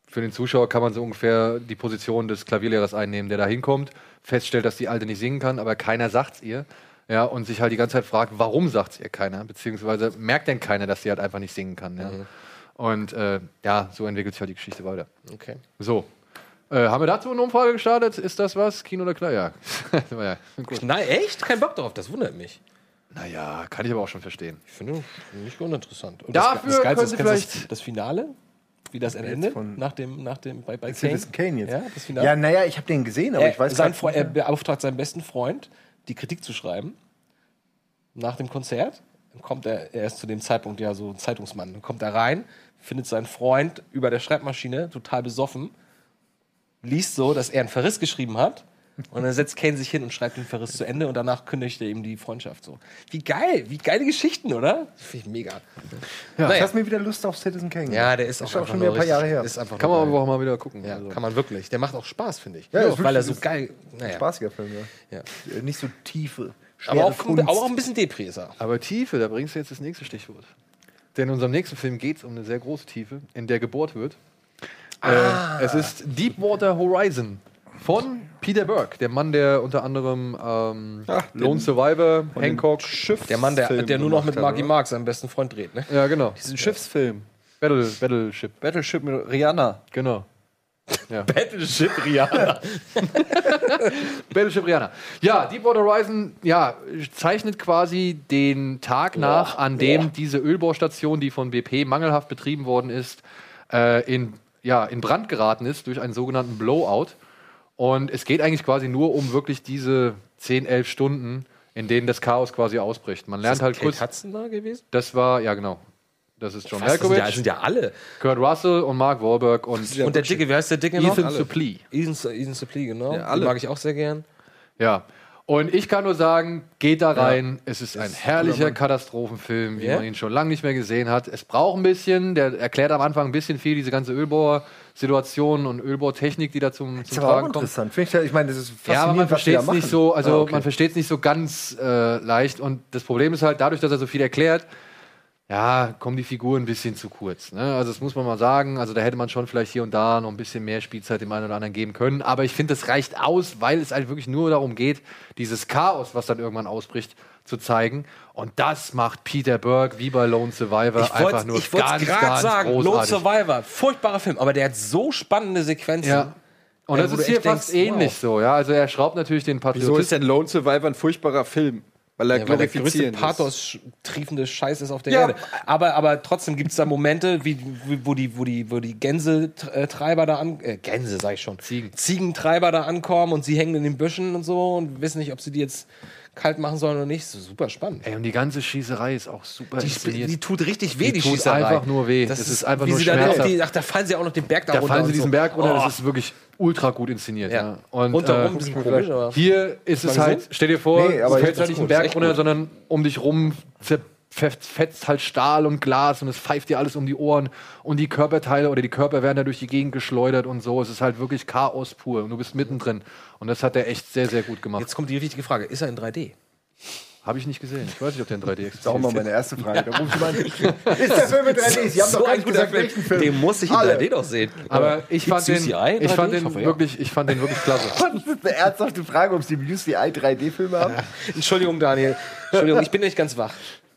S1: für den Zuschauer kann man so ungefähr die Position des Klavierlehrers einnehmen, der da hinkommt, feststellt, dass die Alte nicht singen kann, aber keiner sagt's ihr. Ja, und sich halt die ganze Zeit fragt, warum sagt's ihr keiner? Beziehungsweise merkt denn keiner, dass sie halt einfach nicht singen kann. Ja? Und äh, ja, so entwickelt sich halt die Geschichte weiter.
S4: okay.
S1: So. Äh, haben wir dazu eine Umfrage gestartet? Ist das was? Kino oder Klar? Ja. ja. Gut.
S4: Nein, echt? Kein Bock drauf, das wundert mich.
S1: Naja, kann ich aber auch schon verstehen.
S4: Ich finde, nicht uninteressant. Und
S1: Dafür
S4: das, das Geilste
S1: können
S4: ist,
S1: Sie
S4: kennst du das,
S1: vielleicht-
S4: das Finale, wie das endet, nach dem, nach dem, bei, bei Kane.
S5: Citizen Kane jetzt.
S4: Ja, das Finale.
S5: Ja, naja, ich habe den gesehen, aber
S4: er,
S5: ich weiß
S4: sein
S5: grad
S4: Freund, er
S5: nicht. mehr.
S4: beauftragt seinen besten Freund, die Kritik zu schreiben. Nach dem Konzert kommt er, er ist zu dem Zeitpunkt ja so ein Zeitungsmann, dann kommt er rein, findet seinen Freund über der Schreibmaschine total besoffen, liest so, dass er einen Verriss geschrieben hat. Und dann setzt Kane sich hin und schreibt den Verriss zu Ende und danach kündigt er ihm die Freundschaft so. Wie geil, wie geile Geschichten, oder? Finde ich mega.
S5: Ja.
S4: Naja.
S5: Das hat mir wieder Lust auf Citizen Kane.
S4: Ja, der ist auch,
S5: Ist auch
S4: einfach
S5: schon wieder ein
S4: nur
S5: paar Jahre
S4: richtig-
S5: her.
S4: Ist einfach
S1: Kann
S4: nur
S1: man
S4: geil.
S1: aber auch mal wieder gucken.
S4: ja,
S1: also.
S4: kann man wirklich. Der macht auch Spaß, finde ich.
S5: Ja,
S4: Ja,
S5: ist
S4: weil er
S5: wirklich-
S4: so geil. Naja.
S5: Spaßiger Film, ja. Äh,
S4: Ja.
S5: Nicht so tiefe, schwere
S4: Aber auch,
S5: Kunst.
S4: aber auch ein bisschen Depri ist er.
S1: Aber Tiefe, da bringst du jetzt das nächste Stichwort. Denn in unserem nächsten Film geht es um eine sehr große Tiefe, in der gebohrt wird. Äh, es ist Deepwater Horizon von Peter Burke, der Mann, der unter anderem ähm, Lone Survivor, Hancock, Schiff.
S4: Der Mann, der, der nur noch mit Marky
S8: oder?
S4: Mark seinen besten Freund dreht, ne?
S1: Ja, genau.
S8: Diesen Schiffsfilm.
S1: Battle, Battleship,
S8: Battleship mit Rihanna.
S1: genau.
S4: Battleship Rihanna.
S1: Battleship Rihanna. Ja, Deepwater Horizon ja, zeichnet quasi den Tag nach, an dem diese Ölbohrstation, die von BP mangelhaft betrieben worden ist, äh, in, ja, in Brand geraten ist durch einen sogenannten Blowout. Und es geht eigentlich quasi nur um wirklich diese 10, 11 Stunden, in denen das Chaos quasi ausbricht. Man lernt halt kurz,
S4: Hudson da gewesen?
S1: das war, ja genau, das ist John
S4: Was, das, sind ja, das
S1: Malkovich,
S4: sind ja alle.
S1: Kurt Russell und Mark Wahlberg und,
S4: Und der Dicke, wer heißt der Dicke noch?
S1: Ethan
S4: Alle.
S1: Suplee.
S4: Ethan, Su- Ethan Suplee, genau.
S8: Ja, alle.
S4: Den mag ich auch sehr gern.
S1: Ja. Und ich kann nur sagen, geht da rein. Es ist ein herrlicher Katastrophenfilm, wie
S4: Ja?
S1: man ihn schon lange nicht mehr gesehen hat. Es braucht ein bisschen, der erklärt am Anfang ein bisschen viel, diese ganze Ölbohr-Situation und Ölbohrtechnik, die da zum,
S5: Das
S1: zum
S5: ist aber auch
S1: Tragen kommt.
S5: interessant. Finde ich, ja- ich meine, das ist faszinierend,
S1: Ja, aber man
S5: was die
S1: versteht
S5: da
S1: es nicht
S5: machen.
S1: so, also
S5: Ah, okay.
S1: man versteht es nicht so ganz äh, leicht. Und das Problem ist halt, dadurch, dass er so viel erklärt, ja, kommen die Figuren ein bisschen zu kurz. Ne? Also das muss man mal sagen. Also da hätte man schon vielleicht hier und da noch ein bisschen mehr Spielzeit dem einen oder anderen geben können. Aber ich finde, das reicht aus, weil es halt wirklich nur darum geht, dieses Chaos, was dann irgendwann ausbricht, zu zeigen. Und das macht Peter Burke wie bei Lone Survivor einfach nur
S4: wollte
S1: ganz,
S4: gerade
S1: ganz
S4: sagen, Lone
S1: großartig.
S4: Survivor, furchtbarer Film, aber der hat so spannende Sequenzen.
S1: Ja. Und
S4: Ey,
S1: das
S4: wo
S1: ist
S4: du
S1: hier
S4: echt denkst,
S1: fast ähnlich
S4: wow.
S1: so. Ja, also er schraubt natürlich den
S8: Wieso ist
S1: Patriotismus.
S8: denn Lone Survivor ein furchtbarer Film? Weil er
S4: Ja, weil der größte
S8: glorifizierend ist.
S4: Pathos triefende Scheiß ist auf der
S8: Ja.
S4: Erde. Aber, aber trotzdem gibt es da Momente, wie, wie- wo die, wo die, wo die Gänsetreiber da an, äh, Gänse sag ich schon,
S1: Ziegen.
S4: Ziegentreiber da ankommen und sie hängen in den Büschen und so und wissen nicht, ob sie die jetzt kalt machen sollen oder nicht. So, super spannend.
S1: Ey, und die ganze Schießerei ist auch super
S4: Die, sp-
S1: inszeniert.
S4: die tut richtig weh,
S1: Die
S4: die,
S1: tut
S4: Schießerei.
S1: einfach nur weh.
S4: Das,
S1: Das
S4: ist,
S1: ist einfach
S4: wie
S1: nur
S4: sie dann auf
S1: schmerzhaft.
S4: die, ach, da fallen sie auch noch den Berg da,
S1: Da
S4: runter.
S1: fallen sie
S4: und
S1: diesen
S4: so.
S1: Berg runter,
S4: Oh.
S1: das ist wirklich ultra gut inszeniert.
S4: Ja. um
S1: Ja. Und
S4: Rundherum ein
S1: äh,
S4: bisschen komisch, aber-
S1: hier ist es
S4: mal
S1: halt, stell dir vor,
S5: Nee, aber
S1: du fällst
S5: ich find's
S1: halt nicht
S5: cool,
S1: einen
S5: ist
S1: Berg runter, sondern um dich rum zerfetzt halt Stahl und Glas und es pfeift dir alles um die Ohren und die Körperteile oder die Körper werden da durch die Gegend geschleudert und so. Es ist halt wirklich Chaos pur und du bist mittendrin. Und das hat er echt sehr, sehr gut gemacht.
S4: Jetzt kommt die wichtige Frage: Ist er in 3D?
S1: Habe ich nicht gesehen. Ich weiß nicht, ob der in 3D
S5: Das ist auch
S1: existiert.
S5: mal meine erste Frage. Da rufe ich mal an. Ist der Film mit 3D? Sie haben doch gar nicht gesagt, welchen Film.
S4: Den muss ich in
S5: Alle.
S4: 3D doch sehen.
S1: Aber ich
S4: Gibt's
S1: fand den,
S4: UCI in
S1: ich fand
S4: 3D?
S1: den
S4: hoffe, ja.
S1: wirklich, ich fand den wirklich klasse.
S5: Das ist eine ernsthafte Frage, ob sie im UCI 3D-Filme haben.
S4: Entschuldigung, Daniel. Entschuldigung, ich bin nicht ganz wach.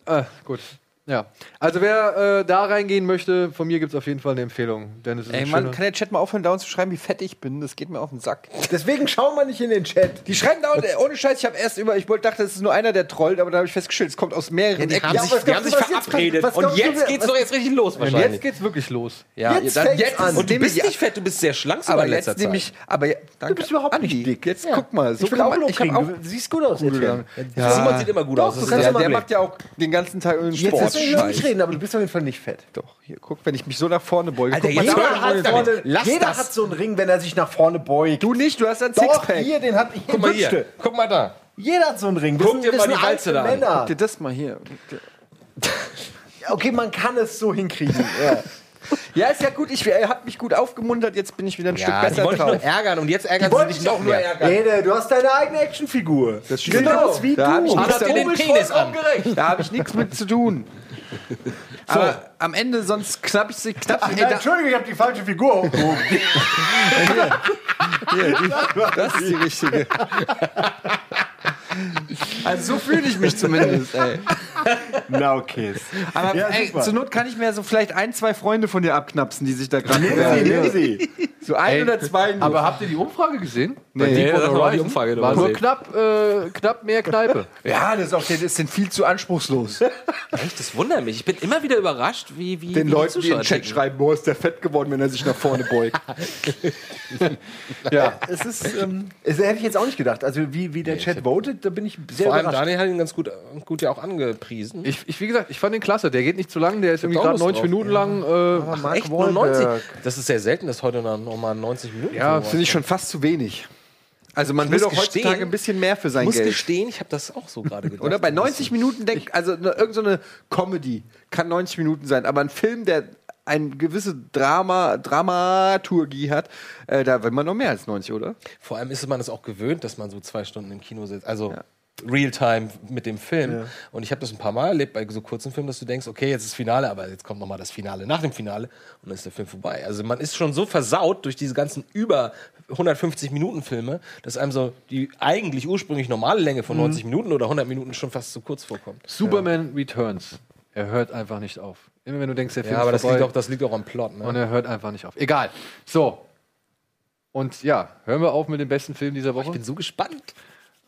S1: Ah, gut. Ja. Also wer äh, da reingehen möchte, von mir gibt es auf jeden Fall eine Empfehlung. Denn es ist
S8: Ey,
S1: ein
S8: Mann,
S1: schöner-
S8: kann der Chat mal aufhören, dauernd zu schreiben, wie fett ich bin? Das geht mir auf den Sack.
S5: Deswegen schauen wir nicht in den Chat.
S8: Die schreiben dauernd, ey, ohne Scheiß, ich habe erst über, ich wollte- dachte, das ist nur einer, der trollt, aber da habe ich festgestellt, es kommt aus mehreren
S4: Die haben
S5: Ja,
S4: sich,
S5: was
S4: die haben
S5: glaubst
S4: sich
S5: du, was jetzt
S4: verabredet.
S5: passiert? Was
S4: und
S5: glaubst du,
S4: jetzt
S5: wer-
S4: geht's
S5: was-
S4: doch jetzt richtig los
S1: Und
S4: wahrscheinlich.
S1: jetzt geht's wirklich los.
S4: ja,
S5: jetzt
S4: dann,
S5: fängt's
S4: jetzt
S5: an.
S4: Und du
S8: Nehme
S4: bist
S8: ich-
S4: nicht fett, du bist sehr schlank
S8: Aber
S4: in letzter
S8: jetzt nehme
S4: Zeit.
S8: ich, aber ja, danke.
S5: bist überhaupt
S8: Andi,
S5: nicht dick.
S8: Jetzt guck mal, so
S5: ich will auch
S8: kann man-
S5: Lob
S8: ich hab
S5: kriegen. Du siehst gut aus, Etienne.
S4: Simon sieht immer gut
S5: Doch,
S4: aus.
S5: du
S4: Das
S5: kannst
S4: ist
S8: der,
S5: mal
S8: der
S5: reden.
S8: macht ja auch den ganzen Tag irgendeinen
S5: Jetzt
S8: Sport.
S5: lassen wir über mich
S8: Scheiß.
S5: reden, aber du bist auf jeden Fall nicht fett.
S8: Doch, hier, guck, wenn ich mich so nach vorne beuge.
S4: Alter,
S8: guck mal,
S4: jeder
S8: da-
S4: hat vorne- Lass
S5: jeder
S4: das.
S5: hat so einen Ring, wenn er sich nach vorne beugt.
S8: Du nicht, du hast ein
S5: Doch,
S8: Sixpack.
S5: hier, den hat ich
S4: Guck mal hier. Guck mal da.
S5: Jeder hat so einen Ring. Wir
S4: Guck
S5: sind-
S4: dir
S5: wir
S4: mal
S5: sind
S4: die Walze
S5: alte
S4: da an.
S5: Männer.
S8: Guck dir das mal hier.
S5: Okay, man kann es so hinkriegen. ja.
S8: Ja, ist ja gut, ich er hat mich gut aufgemuntert, jetzt bin ich wieder ein
S4: Ja,
S8: Stück
S4: die
S8: besser
S4: wollte ich nur
S8: drauf.
S4: ärgern und jetzt ärgern
S5: Die
S4: sie
S5: wollte
S4: dich
S5: ich
S4: noch
S5: doch
S4: mehr.
S5: nur ärgern. Rede, du hast deine eigene Actionfigur. Das
S8: stimmt.
S5: Genau, wie
S8: Da hab ich
S5: du.
S8: nichts
S4: Habt ihr den Penis an?
S8: Da habe ich nichts mit zu tun. Aber am Ende, sonst knapp ich sie knapp.
S5: Ach,
S8: ey,
S5: nein,
S8: da-
S5: Entschuldigung, ich habe die falsche Figur hochgehoben.
S8: Das ist die richtige. Also so fühle ich mich zumindest, ey.
S5: Now kiss.
S8: Aber
S5: Ja,
S8: ey,
S5: super.
S8: zur Not kann ich mir so vielleicht ein, zwei Freunde von dir abknapsen, die sich da gerade.
S5: Nimm sie, nimm sie.
S8: So ein oder zwei. nur.
S1: Aber habt ihr die Umfrage gesehen? Bei Deep
S13: das
S1: Water
S13: war die
S1: Horizon
S13: Umfrage
S1: war nur
S13: übersehen.
S1: knapp, äh, knapp mehr Kneipe.
S8: Ja, das ist auch, das sind viel zu anspruchslos.
S13: Echt, das wundert mich. Ich bin immer wieder überrascht, wie, wie
S8: Den
S13: wie
S8: Leuten, die in
S13: Zuschauer
S8: den Chat
S13: ticken.
S8: schreiben, boah, ist der fett geworden, wenn er sich nach vorne beugt.
S5: Ja, es ist, ähm, es hätte ich jetzt auch nicht gedacht. Also wie, wie der Chat votet, da bin ich sehr
S4: Vor allem
S5: überrascht.
S4: Daniel hat ihn ganz gut, gut ja auch angepriesen.
S1: Ich, ich, wie gesagt, ich fand den klasse. Der geht nicht zu lang, der ist irgendwie
S4: auch
S1: gerade
S4: Lust
S1: 90
S4: drauf.
S1: Minuten lang. Äh,
S4: Ach,
S1: Mark
S4: echt? Nur
S1: Wahlberg.
S4: 90? Das ist sehr selten, dass heute noch noch mal 90 Minuten
S8: Ja,
S4: sowas
S8: finde ich schon fast zu wenig. Also man
S4: Ich
S8: will
S4: muss
S8: doch heutzutage
S4: gestehen,
S8: ein bisschen mehr für
S4: Ich
S8: sein
S4: muss
S8: Geld.
S4: gestehen, ich habe das auch so gerade gedacht.
S8: Oder bei 90 Minuten denk, also irgendeine so eine Comedy kann 90 Minuten sein, aber ein Film, der eine gewisse Drama, Dramaturgie hat, äh, da will man noch mehr als 90, oder?
S4: Vor allem ist man es auch gewöhnt, dass man so zwei Stunden im Kino sitzt. Also Realtime mit dem Film. Und ich habe das ein paar Mal erlebt bei so kurzen Filmen, dass du denkst, okay, jetzt ist Finale, aber jetzt kommt noch mal das Finale nach dem Finale und dann ist der Film vorbei. Also man ist schon so versaut durch diese ganzen über 150 Minuten Filme, dass einem so die eigentlich ursprünglich normale Länge
S8: Mhm.
S4: von 90 Minuten oder 100 Minuten schon fast zu kurz vorkommt.
S1: Superman Returns. Er hört einfach nicht auf. Immer wenn du denkst, der Film
S4: Ja, aber
S1: ist
S4: das
S1: vorbei.
S4: liegt, auch, das liegt auch am Plot.
S1: Und
S4: Ne?
S1: er hört einfach nicht auf. Egal. So. Und ja, hören wir auf mit dem besten Film dieser Woche. Ich bin
S4: so gespannt.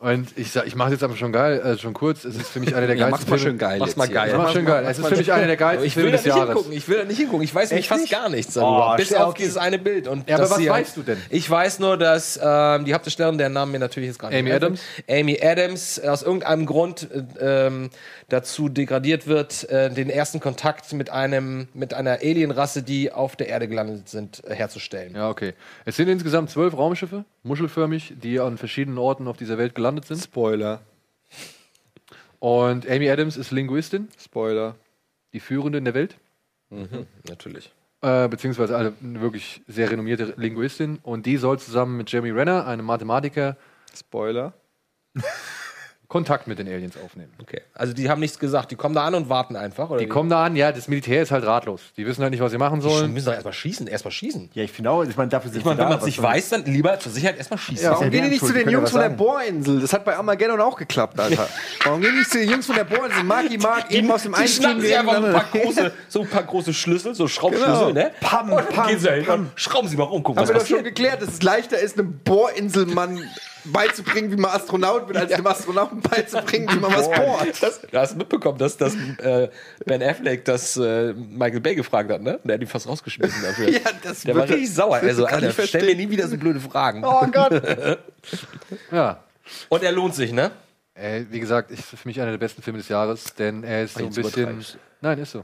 S1: Und ich sag, ich mache jetzt aber schon geil, äh, schon kurz. Es ist für mich einer der
S8: Ja,
S1: geilsten
S8: mach's mal schön geil
S1: Mach's
S8: jetzt
S1: mal
S8: hier.
S1: geil.
S8: Ja,
S1: Mach's
S8: mach-
S1: schön geil.
S8: mach-
S1: Es ist
S8: mach-
S1: für mich einer der geilsten
S4: Ich will
S1: Filme
S4: da
S1: des
S4: nicht
S1: Jahres.
S4: hingucken. Ich will da nicht hingucken. Ich weiß nämlich
S1: Echt
S4: fast
S1: nicht?
S4: gar nichts darüber.
S1: Oh,
S4: bis
S1: schau,
S4: auf
S1: okay.
S4: dieses eine Bild. Und
S1: Ja, aber
S4: dass
S1: was
S4: sie-
S1: weißt du denn?
S4: Ich weiß nur, dass ähm, die Hauptdarstellerin, deren Namen mir natürlich jetzt gar nicht
S1: Amy
S4: einfällt,
S1: Adams?
S4: Amy Adams äh, aus irgendeinem Grund äh, ähm, dazu degradiert wird, äh, den ersten Kontakt mit einem mit einer Alienrasse, die auf der Erde gelandet sind, äh, herzustellen.
S1: Ja, okay. Es sind insgesamt zwölf Raumschiffe, muschelförmig, die an verschiedenen Orten auf dieser Welt gelandet sind.
S8: Spoiler.
S1: Und Amy Adams ist Linguistin.
S8: Spoiler.
S1: Die führende in der Welt.
S4: Natürlich.
S1: Äh, beziehungsweise eine wirklich sehr renommierte Linguistin. Und die soll zusammen mit Jeremy Renner, einem Mathematiker,
S8: Spoiler.
S1: Kontakt mit den Aliens aufnehmen.
S4: Okay. Also die haben nichts gesagt. Die kommen da an und warten einfach. Oder
S1: Die kommen da an, ja, das Militär ist halt ratlos. Die wissen halt nicht, was sie machen
S4: Die
S1: sollen.
S4: müssen doch erstmal schießen. Erstmal schießen.
S5: Ja, ich finde auch, ich meine, dafür sind
S4: Ich meine, wenn man es nicht weiß, dann lieber zur Sicherheit erstmal schießen.
S8: Ja, warum
S5: ja
S8: gehen die
S5: deren
S8: nicht
S5: Schuld,
S8: zu
S5: die
S8: den
S5: können ja
S8: Jungs
S5: was
S8: von der
S5: sagen.
S8: Bohrinsel? Das hat bei Armageddon auch geklappt, Alter. warum gehen die nicht zu den Jungs von der Bohrinsel? Marki Mark eben aus dem
S4: Die
S8: einen
S4: schnappen
S8: Team
S4: sich
S8: gegen
S4: einfach ein
S8: andere.
S4: paar große, so ein paar große Schlüssel, so Schraubschlüssel,
S8: Genau.
S4: ne?
S8: Pam,
S4: und dann
S8: pam,
S4: gehen sie da hin
S8: pam.
S4: und schrauben sie mal rum, gucken,
S8: Haben
S4: was
S8: wir doch schon
S4: passiert.
S8: geklärt, dass es leichter ist, einem Bohrinselmann beizubringen, wie man Astronaut wird, als einem Astronauten beizubringen, wie man was bohrt.
S4: Das, du hast mitbekommen, dass, dass äh, Ben Affleck das äh, Michael Bay gefragt hat, ne? Der hat ihn fast rausgeschmissen dafür.
S8: Ja, das
S4: Der war
S8: wirklich-
S4: richtig sauer. Also,
S8: kann
S4: Alter,
S8: ich
S4: stell mir nie wieder so blöde Fragen.
S8: Oh Gott.
S1: Ja.
S4: Und er lohnt sich, ne?
S1: Äh, wie gesagt, ist für mich einer der besten Filme des Jahres, denn er ist so ein
S4: jetzt
S1: bisschen.
S4: übertreibst du.
S1: Nein, ist so.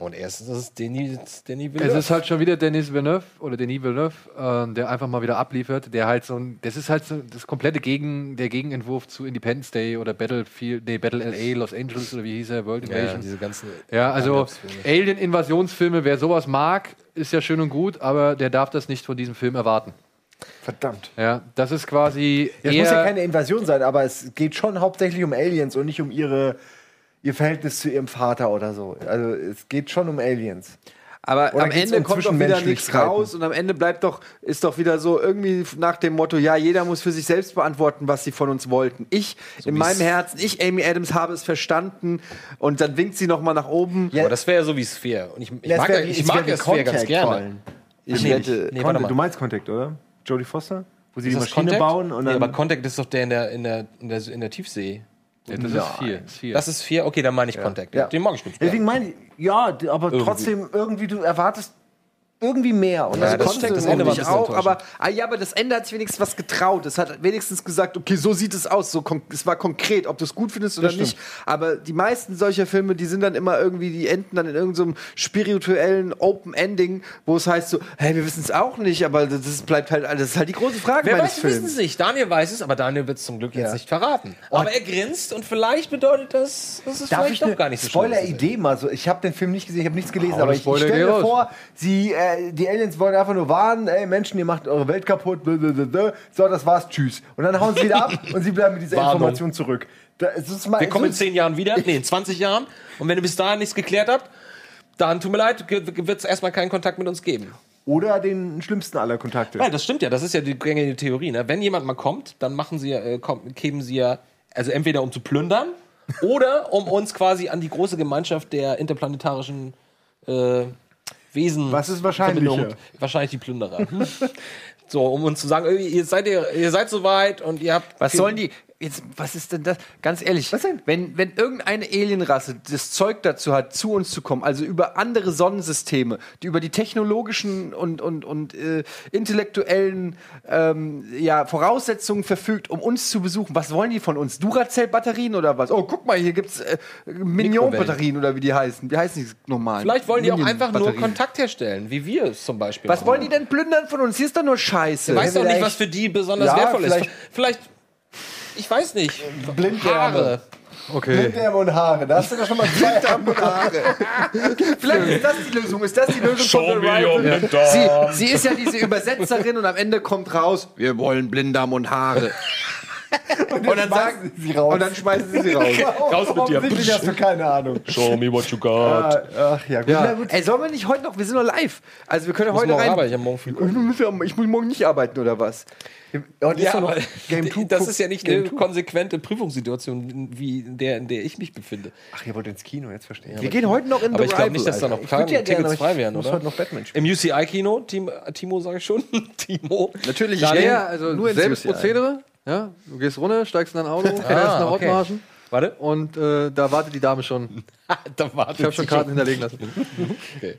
S4: Und erstens ist es Denis, Denis
S1: Es
S4: Villeneuve.
S1: ist halt schon wieder Denis Villeneuve oder Denis Villeneuve, ähm, der einfach mal wieder abliefert, der halt so ein, das ist halt so das komplette Gegen, der Gegenentwurf zu Independence Day oder Battlefield, nee, Battle LA, Los Angeles oder wie hieß er, World
S4: ja, ja,
S1: Invasion.
S4: diese ganzen.
S1: Ja, also
S4: Angriffsfilme.
S1: Alien-Invasionsfilme, wer sowas mag, ist ja schön und gut, aber der darf das nicht von diesem Film erwarten.
S5: Verdammt.
S1: Ja, das ist quasi
S5: Es
S1: eher
S5: muss ja keine Invasion sein, aber es geht schon hauptsächlich um Aliens und nicht um ihre, ihr Verhältnis zu ihrem Vater oder so. Also es geht schon um Aliens.
S8: Aber
S5: Oder
S8: am
S5: geht's
S8: Ende
S5: um
S8: kommt doch wieder nichts
S5: Zwischenmenschlichkeiten?
S8: raus und am Ende bleibt doch, ist doch wieder so irgendwie nach dem Motto, ja, jeder muss für sich selbst beantworten, was sie von uns wollten. Ich, in meinem Herzen, ich, Amy Adams, habe es verstanden und dann winkt sie nochmal nach oben.
S4: Aber das wäre ja so wie Sphere. Und ich, ich
S5: Ja, es
S4: mag,
S5: wär-
S4: ich
S5: es
S4: mag
S5: wär wie
S4: ja Sphere ganz
S5: Contact vor
S4: gerne.
S5: allem.
S8: Ich
S4: nee,
S8: hätte,
S4: nee, warte mal.
S5: Du meinst Contact, oder? Jodie Foster? Wo sie die
S4: Ist das
S5: Maschine
S4: Contact?
S5: bauen und
S4: nee,
S5: dann.
S4: aber Contact ist doch der in der, in der, in der, in der Tiefsee.
S1: Ja, das ist vier. ist vier.
S4: Das ist vier. Okay, dann meine ich Contact.
S5: Ja.
S4: Den mag ich ganz gerne.
S5: Deswegen meine ich, ja, d- aber
S4: Irgendwie.
S5: trotzdem irgendwie, du erwartest irgendwie mehr. Und
S4: Ja, das
S5: konntest
S4: stimmt,
S5: du
S4: das
S5: im
S4: Ende war
S5: Endeffekt
S4: ein
S8: Ich
S4: bisschen
S8: auch, aber, ah, ja, aber das Ende hat sich wenigstens was getraut. Es hat wenigstens gesagt, okay, so sieht es aus. So kon- es war konkret, ob du es gut findest oder nicht. Aber die meisten solcher Filme, die sind dann immer irgendwie, die enden dann in irgendeinem spirituellen Open Ending, wo es heißt so, hey, wir wissen es auch nicht, aber das ist, bleibt halt, das ist halt die große Frage
S4: Wer
S8: meines
S4: weiß, wir wissen es
S8: Films.
S4: nicht. Daniel weiß es, aber Daniel wird es zum Glück jetzt nicht verraten. Aber er grinst und vielleicht bedeutet das, dass es
S5: Darf
S4: vielleicht
S5: ich
S4: doch
S5: eine
S4: gar nicht so schlimm ist.
S5: Spoiler-Idee mal so? Ich habe den Film nicht gesehen, ich habe nichts gelesen,
S1: Hau den
S5: aber ich, ich
S1: Spoiler geh
S5: stelle mir
S1: raus.
S5: vor, sie, äh, die Aliens wollen einfach nur warnen, ey Menschen, ihr macht eure Welt kaputt, blablabla. so, das war's, tschüss. Und dann hauen sie wieder ab und sie bleiben mit dieser
S4: Warnung.
S5: Information zurück. Da, es ist mal,
S4: Wir kommen in
S5: so,
S4: zehn Jahren wieder, nee, in 20 Jahren. Und wenn ihr bis dahin nichts geklärt habt, dann tut mir leid, wird es erstmal keinen Kontakt mit uns geben.
S5: oder den schlimmsten aller Kontakte.
S4: Weil das stimmt ja, das ist ja die gängige Theorie. Ne? Wenn jemand mal kommt, dann machen sie, ja, äh, kommen, geben sie ja, also entweder um zu plündern oder um uns quasi an die große Gemeinschaft der interplanetarischen äh, Wesen.
S5: Was ist wahrscheinlicher?
S4: Verbindung- Wahrscheinlich die Plünderer. So, um uns zu sagen, irgendwie, ihr seid, ihr, ihr seid soweit und ihr habt.
S8: Was sollen die? Jetzt, was ist denn das? Ganz ehrlich, Wenn, wenn irgendeine Alienrasse das Zeug dazu hat, zu uns zu kommen, also über andere Sonnensysteme, die über die technologischen und, und, und äh, intellektuellen ähm, ja, Voraussetzungen verfügt, um uns zu besuchen, was wollen die von uns? Duracell-Batterien oder was? Oh, guck mal, hier gibt's äh, Mignon-Batterien oder wie die heißen. Wie heißen die normalen?
S4: Vielleicht wollen die auch einfach nur
S8: Minion-Batterien.
S4: Kontakt herstellen, wie wir es zum Beispiel.
S8: Was wollen die denn plündern von uns? Hier ist doch nur Scheiße.
S4: Ich weiß doch nicht, was für die besonders
S8: Ja,
S4: wertvoll ist.
S8: vielleicht-
S4: Vielleicht, ich weiß nicht.
S8: Blinddarme.
S4: Haare.
S1: Okay.
S8: Blinddarme und Haare. Da hast du doch schon mal Blinddarme und Haare. Vielleicht ist das die Lösung. Ist das die Lösung
S9: Show
S8: von
S9: me your
S8: Arrival?
S9: blinddarm.
S8: Sie, sie ist ja diese Übersetzerin und am Ende kommt raus, wir wollen Blinddarm und Haare. Und dann, sagen, sie raus. und dann schmeißen sie sie raus.
S9: Raus mit dir.
S5: Offensichtlich hast du keine Ahnung.
S9: Show me what you got.
S5: Ach ja, gut.
S8: Ja.
S5: Na gut.
S8: Ey, sollen wir nicht heute noch? Wir sind noch live. Also wir können
S4: Muss
S8: heute
S4: morgen
S8: rein.
S4: arbeiten, ich hab morgen viel-
S8: Ich muss, ja- ich muss morgen nicht arbeiten oder was?
S5: Heute ist
S4: Ja,
S5: doch noch
S4: aber
S5: Game 2.
S4: das ist ja nicht eine konsequente Prüfungssituation, wie in der, in der ich mich befinde.
S5: Ach, ihr wollt ins Kino, jetzt verstehe ich.
S8: Wir gehen heute noch in
S4: Aber
S8: The
S4: ich glaube
S8: Rival,
S4: nicht, dass da
S8: Alter.
S4: noch
S5: Ich
S4: Fragen,
S5: würd ja
S4: Tickets
S5: gerne, aber ich
S4: frei wären,
S5: muss
S4: oder?
S5: heute noch Batman spielen.
S4: Im UCI-Kino, Tim- äh, Timo sage ich schon, Timo.
S8: Natürlich,
S1: Ja,
S8: gehe
S1: ja, also
S8: nur ins
S1: selbes
S8: Lucia ein.
S1: Prozedere. Ja, du gehst runter, steigst in dein Auto, fährst nach
S4: okay.
S1: Ottmarschen
S4: Warte,
S1: und äh, da wartet die Dame schon.
S4: da wartet
S1: Ich habe schon
S4: sie
S1: Karten hinterlegen lassen.
S4: Okay.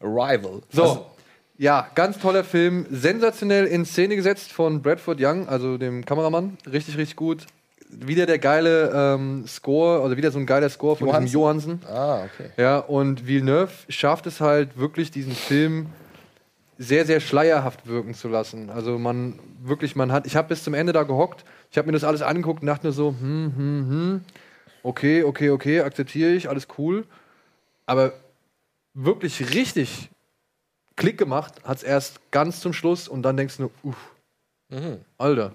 S4: Arrival. Also
S1: So. Ja, ganz toller Film, sensationell in Szene gesetzt von Bradford Young, also dem Kameramann. Richtig, richtig gut. Wieder der geile ähm, Score, also wieder so ein geiler Score von diesem Johansen.
S4: Ah, okay.
S1: Ja, und Villeneuve schafft es halt wirklich, diesen Film sehr, sehr schleierhaft wirken zu lassen. Also man wirklich, man hat, ich habe bis zum Ende da gehockt, ich habe mir das alles angeguckt und dachte nur so, hm, hm, hm, okay, okay, okay, akzeptiere ich, alles cool. Aber wirklich richtig Klick gemacht hat es erst ganz zum Schluss und dann denkst du nur, uff, Alter,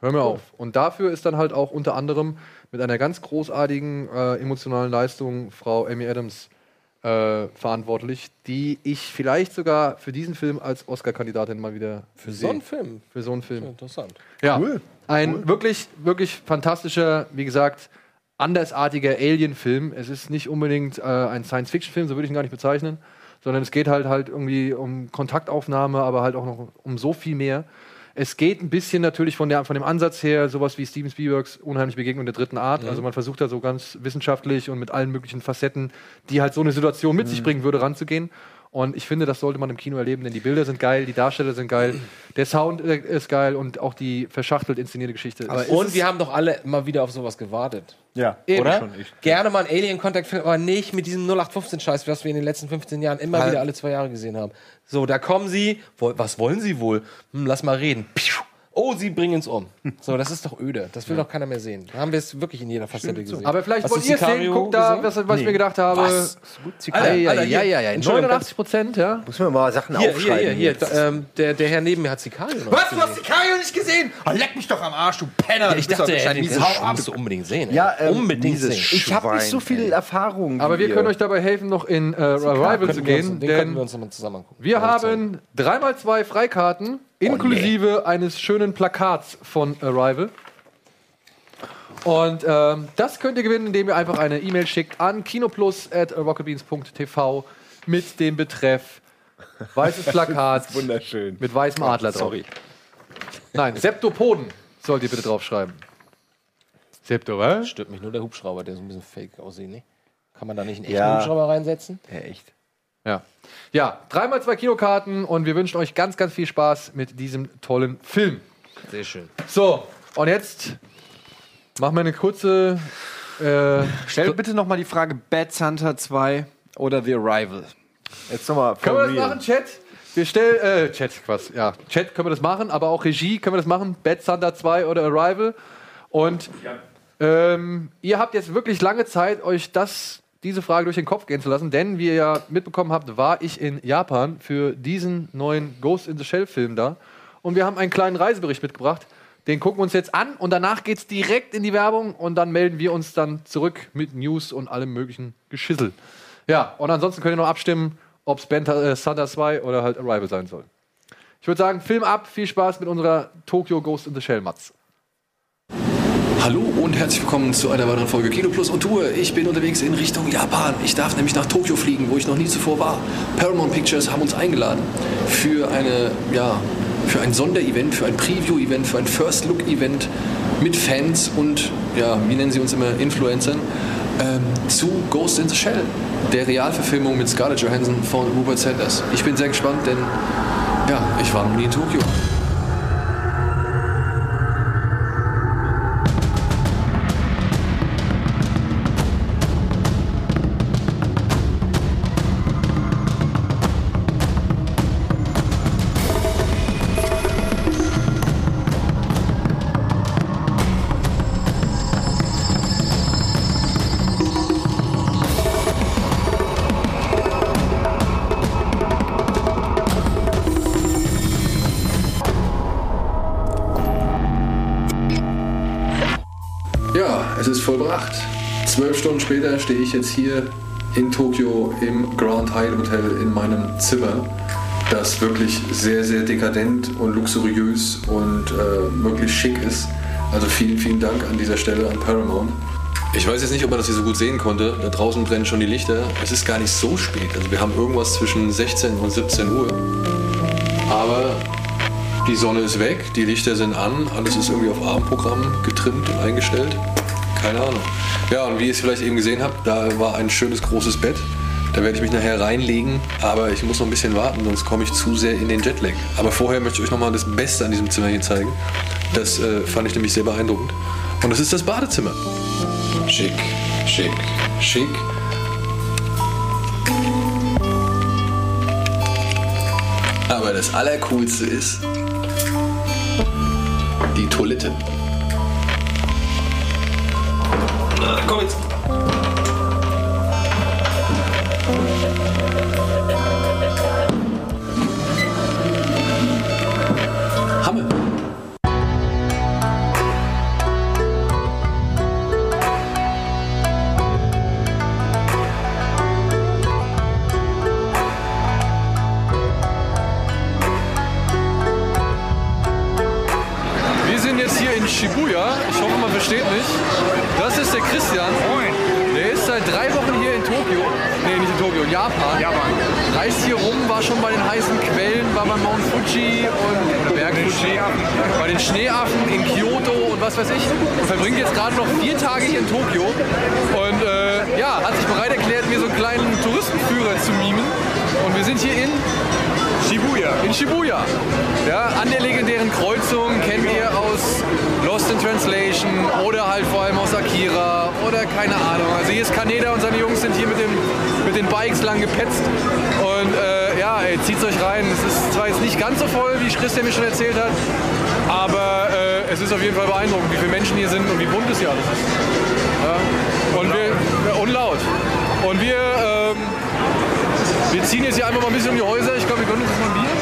S1: hör mir auf. Und dafür ist dann halt auch unter anderem mit einer ganz großartigen äh, emotionalen Leistung Frau Amy Adams äh, verantwortlich, die ich vielleicht sogar für diesen Film als Oscar-Kandidatin mal wieder für
S4: So ein Film.
S1: für so einen Film.
S4: Interessant.
S1: Ja, ein wirklich, wirklich fantastischer, wie gesagt, andersartiger Alien-Film. Es ist nicht unbedingt äh, ein Science-Fiction-Film, so würde ich ihn gar nicht bezeichnen, sondern es geht halt halt irgendwie um Kontaktaufnahme, aber halt auch noch um so viel mehr. Es geht ein bisschen natürlich von, der, von dem Ansatz her, sowas wie Steven Spielbergs Unheimliche Begegnung der dritten Art.
S4: Mhm.
S1: Also man versucht da so ganz wissenschaftlich und mit allen möglichen Facetten, die halt so eine Situation mit
S4: Mhm.
S1: sich bringen würde, ranzugehen. Und ich finde, das sollte man im Kino erleben, denn die Bilder sind geil, die Darsteller sind geil, der Sound äh, ist geil und auch die verschachtelt inszenierte Geschichte. ist
S4: Und wir haben doch alle immer wieder auf sowas gewartet.
S14: Ja,
S4: Oder? Gerne mal einen Alien-Contact-Film, aber nicht mit diesem 0815-Scheiß, was wir in den letzten 15 Jahren immer wieder alle zwei Jahre gesehen haben. So, da kommen sie. Wo, was wollen sie wohl? Hm, lass mal reden. Piu. Oh, sie bringen uns um. So, das ist doch öde. Das will doch keiner mehr sehen. Da haben wir es wirklich in jeder Facette gesehen.
S1: aber vielleicht
S4: Hast
S1: wollt
S4: du
S1: ihr es sehen,
S4: Sicario
S1: guckt da,
S4: gesehen?
S1: was, was ich mir gedacht habe.
S4: Was? Alter,
S1: Ei,
S4: Alter,
S1: ei,
S4: hier.
S1: ei, ei, ei.
S4: Entschuldigung,
S1: 89 Prozent, ja?
S5: Muss man mal Sachen
S4: Hier, hier,
S5: aufschreiben.
S4: hier, hier. Da, ähm, der, der Herr neben mir hat Sicario noch
S8: Was? Du hast die Kario nicht gesehen? Ah, leck mich doch am Arsch, du Penner.
S4: Ja, ich
S8: Du bist
S4: dachte,
S8: doch
S4: er hätte
S8: ein
S4: dieses
S8: mieses
S4: Sch-
S8: Hau ab.
S4: musst du unbedingt sehen.
S5: Ja,
S4: ey.
S5: ähm,
S4: unbedingt
S8: dieses
S4: sehen.
S5: Ich habe nicht so viel Erfahrung. wie
S1: Aber wir
S5: ihr.
S1: können euch dabei helfen, noch in äh, Arrival zu
S4: Könnten wir uns-
S1: gehen,
S4: Den könnten
S1: denn
S4: wir uns nochmal zusammen angucken.
S1: Wir haben dreimal zwei Freikarten, inklusive eines schönen Plakats von Arrival. Und ähm, das könnt ihr gewinnen, indem ihr einfach eine E-Mail schickt an kinoplus.rocketbeans.tv mit dem Betreff weißes Plakat
S14: wunderschön.
S1: mit weißem Adler drauf. Sorry. Nein, Septopoden sollt ihr bitte draufschreiben. Septo, was?
S4: Stört mich nur der Hubschrauber, der so ein bisschen fake aussieht, ne? Kann man da nicht einen echten
S14: Ja.
S4: Hubschrauber reinsetzen?
S1: Ja. Ja, dreimal zwei Kinokarten und wir wünschen euch ganz, ganz viel Spaß mit diesem tollen Film.
S4: Sehr schön.
S1: So, und jetzt machen wir eine kurze. Äh,
S8: Stell bitte nochmal die Frage: Bad Santa 2 oder The Arrival?
S14: Jetzt nochmal
S1: können wir
S14: for
S1: das
S14: real.
S1: machen, Chat? Wir stellen. Äh, Chat, was? Ja, Chat können wir das machen, aber auch Regie können wir das machen. Bad Thunder 2 oder Arrival. Und ähm, ihr habt jetzt wirklich lange Zeit, euch das, diese Frage durch den Kopf gehen zu lassen, denn wie ihr ja mitbekommen habt, war ich in Japan für diesen neuen Ghost in the Shell-Film da. Und wir haben einen kleinen Reisebericht mitgebracht. Den gucken wir uns jetzt an und danach geht's direkt in die Werbung und dann melden wir uns dann zurück mit News und allem möglichen Geschissel. Ja, und ansonsten könnt ihr noch abstimmen, ob's Band äh, Thunder 2 oder halt Arrival sein soll. Ich würde sagen, Film ab, viel Spaß mit unserer Tokyo Ghost in the Shell Matz.
S15: Hallo und herzlich willkommen zu einer weiteren Folge Kino Plus und Tour. Ich bin unterwegs in Richtung Japan. Ich darf nämlich nach Tokio fliegen, wo ich noch nie zuvor war. Paramount Pictures haben uns eingeladen für eine ja,
S8: für ein Sonderevent, für ein Preview-Event, für ein First-Look-Event mit Fans und, ja, wie nennen sie uns immer, Influencern, ähm, zu Ghost in the Shell, der Realverfilmung mit Scarlett Johansson von Rupert Sanders. Ich bin sehr gespannt, denn, ja, ich war noch nie in Tokio. Ja, es ist vollbracht. Zwölf Stunden später stehe ich jetzt hier in Tokio im Grand Hyatt Hotel in meinem Zimmer, das wirklich sehr, sehr dekadent und luxuriös und äh, wirklich schick ist. Also vielen, vielen Dank an dieser Stelle an Paramount. Ich weiß jetzt nicht, ob man das hier so gut sehen konnte. Da draußen brennen schon die Lichter. Es ist gar nicht so spät. Also wir haben irgendwas zwischen 16 und 17 Uhr. Aber die Sonne ist weg, die Lichter sind an, alles ist irgendwie auf Abendprogramm getrimmt und eingestellt. Keine Ahnung. Ja, und wie ihr es vielleicht eben gesehen habt, da war ein schönes großes Bett. Da werde ich mich nachher reinlegen, aber ich muss noch ein bisschen warten, sonst komme ich zu sehr in den Jetlag. Aber vorher möchte ich euch nochmal das Beste an diesem Zimmer hier zeigen. Das äh, fand ich nämlich sehr beeindruckend. Und das ist das Badezimmer. Schick, schick, schick. Aber das Allercoolste ist die Toilette. Na, komm jetzt. Hammer.
S1: Wir sind jetzt hier in Shibuya. Ich hoffe, man versteht mich. Das ist der Christian. Moin. Der ist seit drei Wochen hier in Tokio. Nee, nicht in Tokio, in Japan. Japan. Reist hier rum, war schon bei den heißen Quellen, war bei Mount Fuji und oder Berg Fuji, bei den Schneeaffen in Kyoto und was weiß ich. Und verbringt jetzt gerade noch vier Tage hier in Tokio. Und äh, ja, hat sich bereit erklärt, mir so einen kleinen Touristenführer zu mimen. Und wir sind hier in Shibuya. In Shibuya. Ja, an der legendären Kreuzung kennt ihr aus Lost in Translation oder halt vor allem aus Akira oder keine Ahnung. Also hier ist Kaneda und seine Jungs sind hier mit, dem, mit den Bikes lang gepetzt. Und äh, ja, ey, zieht's euch rein. Es ist zwar jetzt nicht ganz so voll, wie Christian mir schon erzählt hat, aber äh, es ist auf jeden Fall beeindruckend, wie viele Menschen hier sind und wie bunt es hier alles ist. Ja? Und, wir, ja, und laut. Und wir, ähm, wir ziehen jetzt hier einfach mal ein bisschen um die Häuser. Ich glaube, wir gönnen uns jetzt mal ein Bier.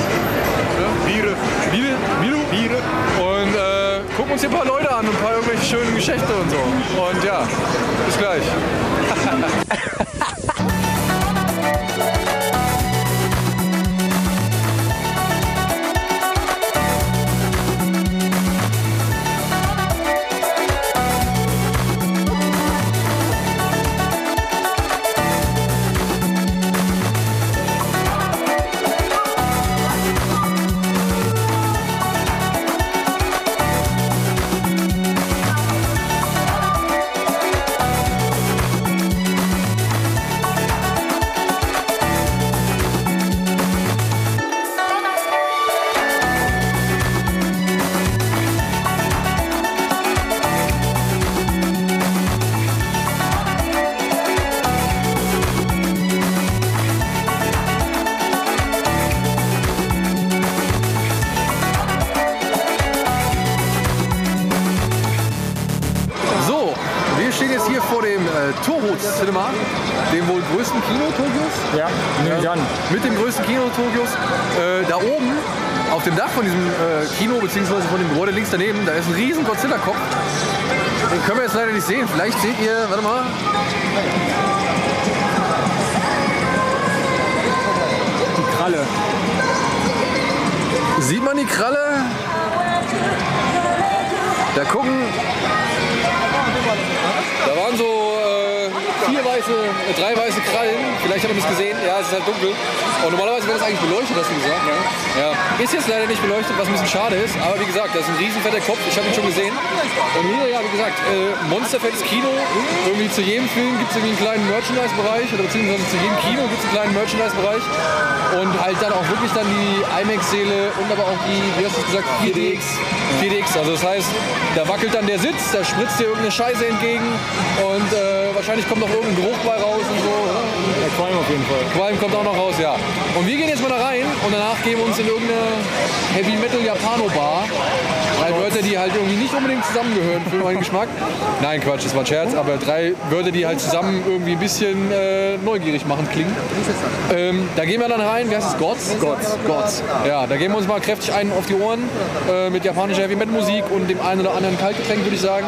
S1: Biere. Biere. Biere. Biere. Und äh, gucken uns hier ein paar Leute an und ein paar irgendwelche schönen Geschäfte und so. Und ja, bis gleich. So, wir stehen jetzt hier vor dem äh, Torus Cinema, dem wohl größten Kino Tokios. Ja, nehme ich an. Mit dem größten Kino Tokios. Äh, da oben, auf dem Dach von diesem äh, Kino, beziehungsweise von dem Gebäude links daneben, da ist ein riesen Godzilla-Kopf. Den können wir jetzt leider nicht sehen. Vielleicht seht ihr, warte mal. Die Kralle. Sieht man die Kralle? Da gucken da waren so äh, vier weiße, äh, drei weiße Krallen. Vielleicht hat man das gesehen. Ja, es ist halt dunkel. Und normalerweise wäre das eigentlich beleuchtet, hast du gesagt. Ne? Ja. Ist jetzt leider nicht beleuchtet, was ein bisschen schade ist. Aber wie gesagt, das ist ein riesen fetter Kopf. Ich habe ihn schon gesehen. Und hier, ja, wie gesagt, äh, monsterfettes Kino. Irgendwie zu jedem Film gibt es irgendwie einen kleinen Merchandise-Bereich. Oder beziehungsweise zu jedem Kino gibt es einen kleinen Merchandise-Bereich. Und halt dann auch wirklich dann die IMAX-Seele und aber auch die, wie hast du es gesagt, 4DX. 4DX. Also das heißt, da wackelt dann der Sitz, da spritzt dir irgendeine Scheiße entgegen. Und äh, wahrscheinlich kommt noch irgendein Geruch bei raus und so. ne? oder?
S16: Der Qualm auf jeden Fall.
S1: Qualm kommt auch noch raus, ja. Und wir gehen jetzt mal da rein und danach gehen wir uns in irgendeine Heavy Metal Japano Bar. Drei Wörter, die halt irgendwie nicht unbedingt zusammengehören für meinen Geschmack. Nein, Quatsch, das war ein Scherz, aber drei Wörter, die halt zusammen irgendwie ein bisschen äh, neugierig machen klingen. Ähm, da gehen wir dann rein, wie heißt es? Gods? Gods. Gods. Ja, da geben wir uns mal kräftig einen auf die Ohren äh, mit japanischer Heavy Metal Musik und dem einen oder anderen Kaltgetränk, würde ich sagen.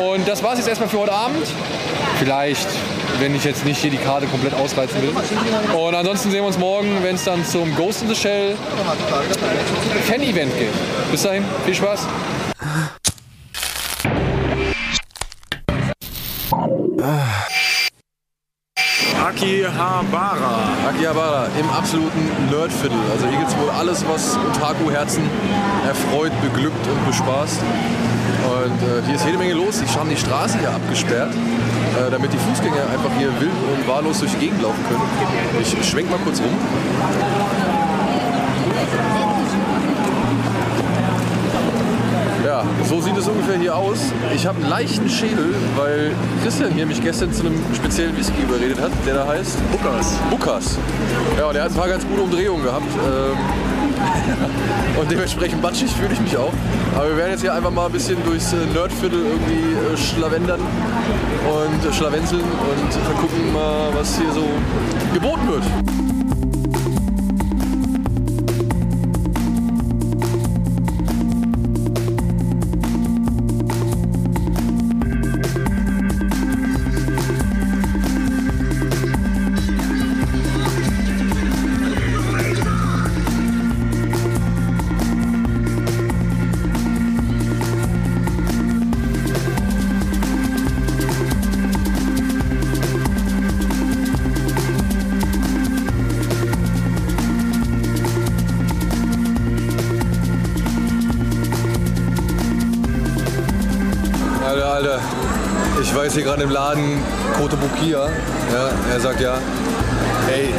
S1: Und das war's jetzt erstmal für heute Abend. Vielleicht, wenn ich jetzt nicht hier die Karte komplett ausreizen will. Und ansonsten sehen wir uns morgen, wenn es dann zum Ghost in the Shell Fan-Event geht. Bis dahin, viel Spaß.
S17: Akihabara.
S4: Akihabara im absoluten Nerdviertel. Also hier gibt es wohl alles, was Otaku-Herzen erfreut, beglückt und bespaßt. Und äh, hier ist jede Menge los. Die haben die Straße hier abgesperrt, äh, damit die Fußgänger einfach hier wild und wahllos durch die Gegend laufen können. Ich schwenk mal kurz um. rum. Ja, so sieht es ungefähr hier aus. Ich habe einen leichten Schädel, weil Christian hier mich gestern zu einem speziellen Whisky überredet hat, der da heißt Bukas. Bukas. Ja, und der hat ein paar ganz gute Umdrehungen gehabt. Ähm, und dementsprechend batschig fühle ich mich auch. Aber wir werden jetzt hier einfach mal ein bisschen durchs äh, Nerdviertel irgendwie äh, schlawendern und äh, schlawenzeln und gucken mal, was hier so geboten wird. Alter, Alter, ich weiß hier gerade im Laden Kote Bukia. Ja, er sagt ja. Ey,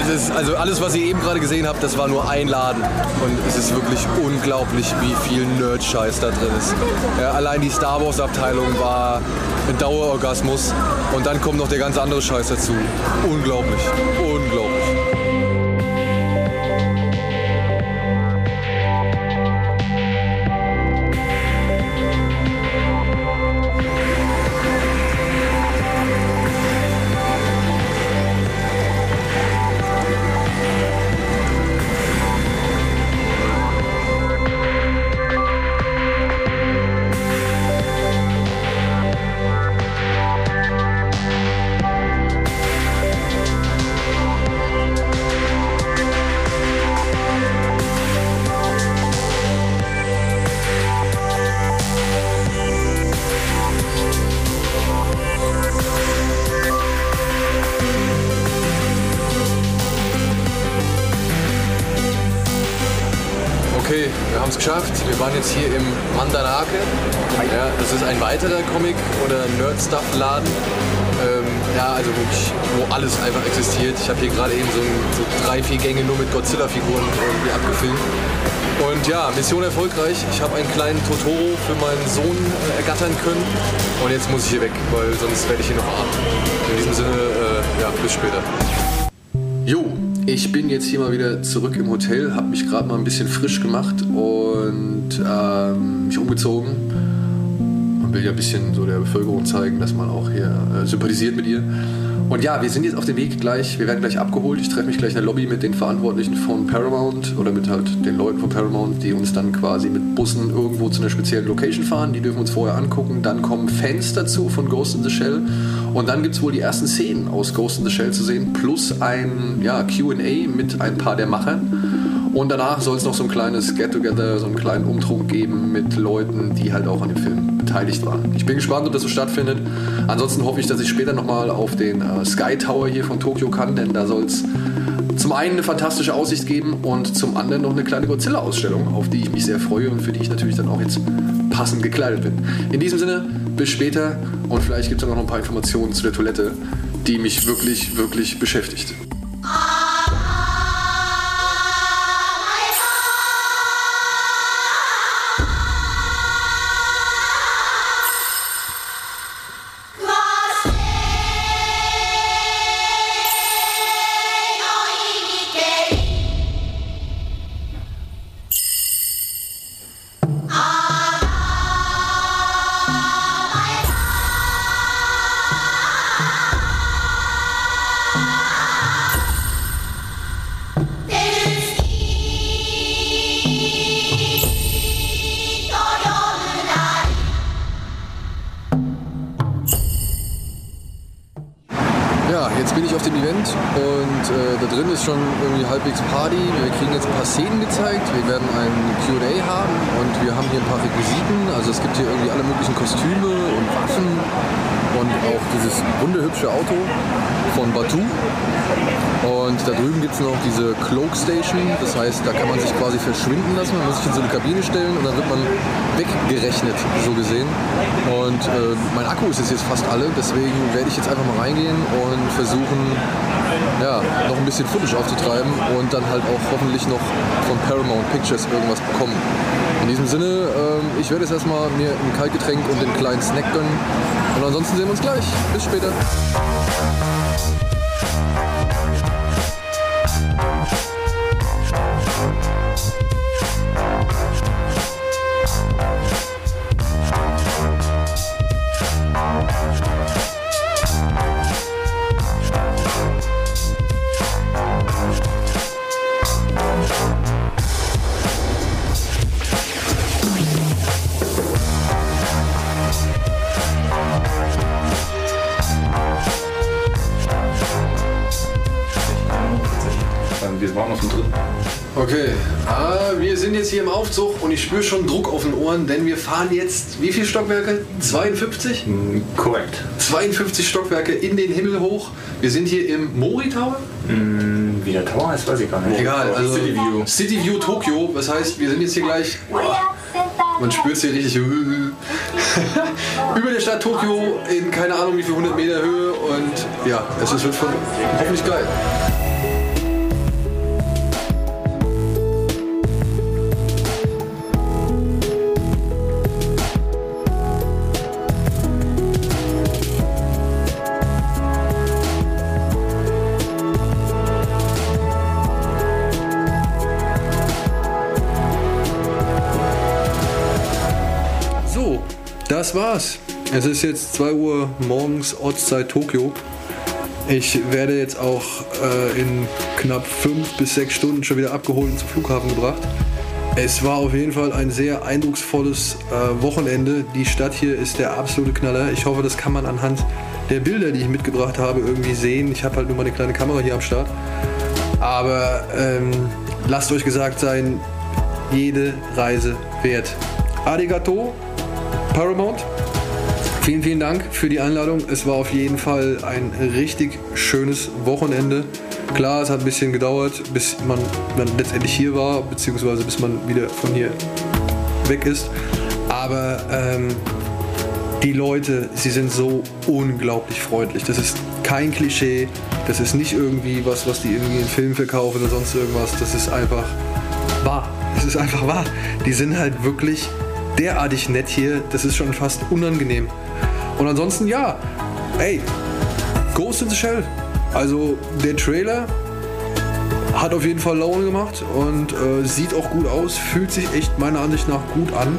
S4: das ist, also alles, was ihr eben gerade gesehen habt, das war nur ein Laden. Und es ist wirklich unglaublich, wie viel Nerd-Scheiß da drin ist. Ja, allein die Star Wars-Abteilung war ein Dauerorgasmus. Und dann kommt noch der ganz andere Scheiß dazu. Unglaublich, unglaublich. Okay, wir haben es geschafft. Wir waren jetzt hier im Mandanake. Ja, das ist ein weiterer Comic- oder Nerd-Stuff-Laden. Ähm, ja, also wirklich, wo alles einfach existiert. Ich habe hier gerade eben so, ein- so drei, vier Gänge nur mit Godzilla-Figuren irgendwie abgefilmt. Und ja, Mission erfolgreich. Ich habe einen kleinen Totoro für meinen Sohn äh, ergattern können. Und jetzt muss ich hier weg, weil sonst werde ich hier noch arm. In diesem Sinne, äh, ja, bis später. Jo, ich bin jetzt hier mal wieder zurück im Hotel, habe mich gerade mal ein bisschen frisch gemacht und ähm, mich umgezogen. Man will ja ein bisschen so der Bevölkerung zeigen, dass man auch hier äh, sympathisiert mit ihr. Und ja, wir sind jetzt auf dem Weg gleich, wir werden gleich abgeholt. Ich treffe mich gleich in der Lobby mit den Verantwortlichen von Paramount oder mit halt den Leuten von Paramount, die uns dann quasi mit Bussen irgendwo zu einer speziellen Location fahren. Die dürfen uns vorher angucken. Dann kommen Fans dazu von Ghost in the Shell. Und dann gibt es wohl die ersten Szenen aus Ghost in the Shell zu sehen, plus ein ja, QA mit ein paar der Machern.
S1: Und danach soll es noch so ein kleines Get-Together, so einen kleinen Umtrunk geben mit Leuten, die halt auch an dem Film beteiligt waren. Ich bin gespannt, ob das so stattfindet. Ansonsten hoffe ich, dass ich später nochmal auf den äh, Sky Tower hier von Tokio kann, denn da soll es zum einen eine fantastische Aussicht geben und zum anderen noch eine kleine Godzilla-Ausstellung, auf die ich mich sehr freue und für die ich natürlich dann auch jetzt passend gekleidet bin. In diesem Sinne, bis später und vielleicht gibt es dann auch noch ein paar Informationen zu der Toilette, die mich wirklich, wirklich beschäftigt. Ja, jetzt bin ich auf dem Event und äh, da drin ist schon irgendwie halbwegs Party. Wir kriegen jetzt ein paar Szenen gezeigt. Wir werden ein Q&A haben und wir haben hier ein paar Requisiten. Also es gibt hier irgendwie alle möglichen Kostüme und Waffen und auch dieses wunderhübsche Auto von Batu. Und da drüben gibt es noch diese Cloak Station. Das heißt, da kann man sich quasi verschwinden lassen. Man muss sich in so eine Kabine stellen und dann wird man weggerechnet, so gesehen. Und äh, mein Akku ist jetzt fast alle. Deswegen werde ich jetzt einfach mal reingehen und versuchen, ja, noch ein bisschen Footage aufzutreiben und dann halt auch hoffentlich noch von Paramount Pictures irgendwas bekommen. In diesem Sinne, ähm, ich werde jetzt erstmal mir ein Kaltgetränk und einen kleinen Snack gönnen. Und ansonsten sehen wir uns gleich. Bis später.
S6: Wir waren auf dem dritten.
S1: Okay, ah, wir sind jetzt hier im Aufzug und ich spüre schon Druck auf den Ohren, denn wir fahren jetzt wie viele Stockwerke? 52?
S6: Hm, Korrekt.
S1: 52 Stockwerke in den Himmel hoch. Wir sind hier im Mori Tower.
S6: Mm, Wie der Tower heißt, weiß ich gar nicht.
S1: Egal, also
S6: City View.
S1: City View Tokio. Das heißt, wir sind jetzt hier gleich. Oh, Man spürt es hier richtig. Über der Stadt Tokio in keine Ahnung wie viel 100 Meter Höhe und ja, es ist- wird von, hoffentlich geil. So, das war's. Es ist jetzt 2 Uhr morgens Ortszeit Tokio. Ich werde jetzt auch äh, in knapp 5 bis 6 Stunden schon wieder abgeholt und zum Flughafen gebracht. Es war auf jeden Fall ein sehr eindrucksvolles äh, Wochenende. Die Stadt hier ist der absolute Knaller. Ich hoffe, das kann man anhand der Bilder, die ich mitgebracht habe, irgendwie sehen. Ich habe halt nur meine kleine Kamera hier am Start. Aber ähm, lasst euch gesagt sein, jede Reise wert. Arigato, Paramount. Vielen, vielen Dank für die Einladung. Es war auf jeden Fall ein richtig schönes Wochenende. Klar, es hat ein bisschen gedauert, bis man dann letztendlich hier war, beziehungsweise bis man wieder von hier weg ist. Aber ähm, die Leute, sie sind so unglaublich freundlich. Das ist kein Klischee. Das ist nicht irgendwie was, was die irgendwie in Filmen verkaufen oder sonst irgendwas. Das ist einfach wahr. Es ist einfach wahr. Die sind halt wirklich derartig nett hier. Das ist schon fast unangenehm. Und ansonsten, ja, ey, Ghost in the Shell. Also der Trailer hat auf jeden Fall Laune gemacht und äh, sieht auch gut aus, fühlt sich echt meiner Ansicht nach gut an.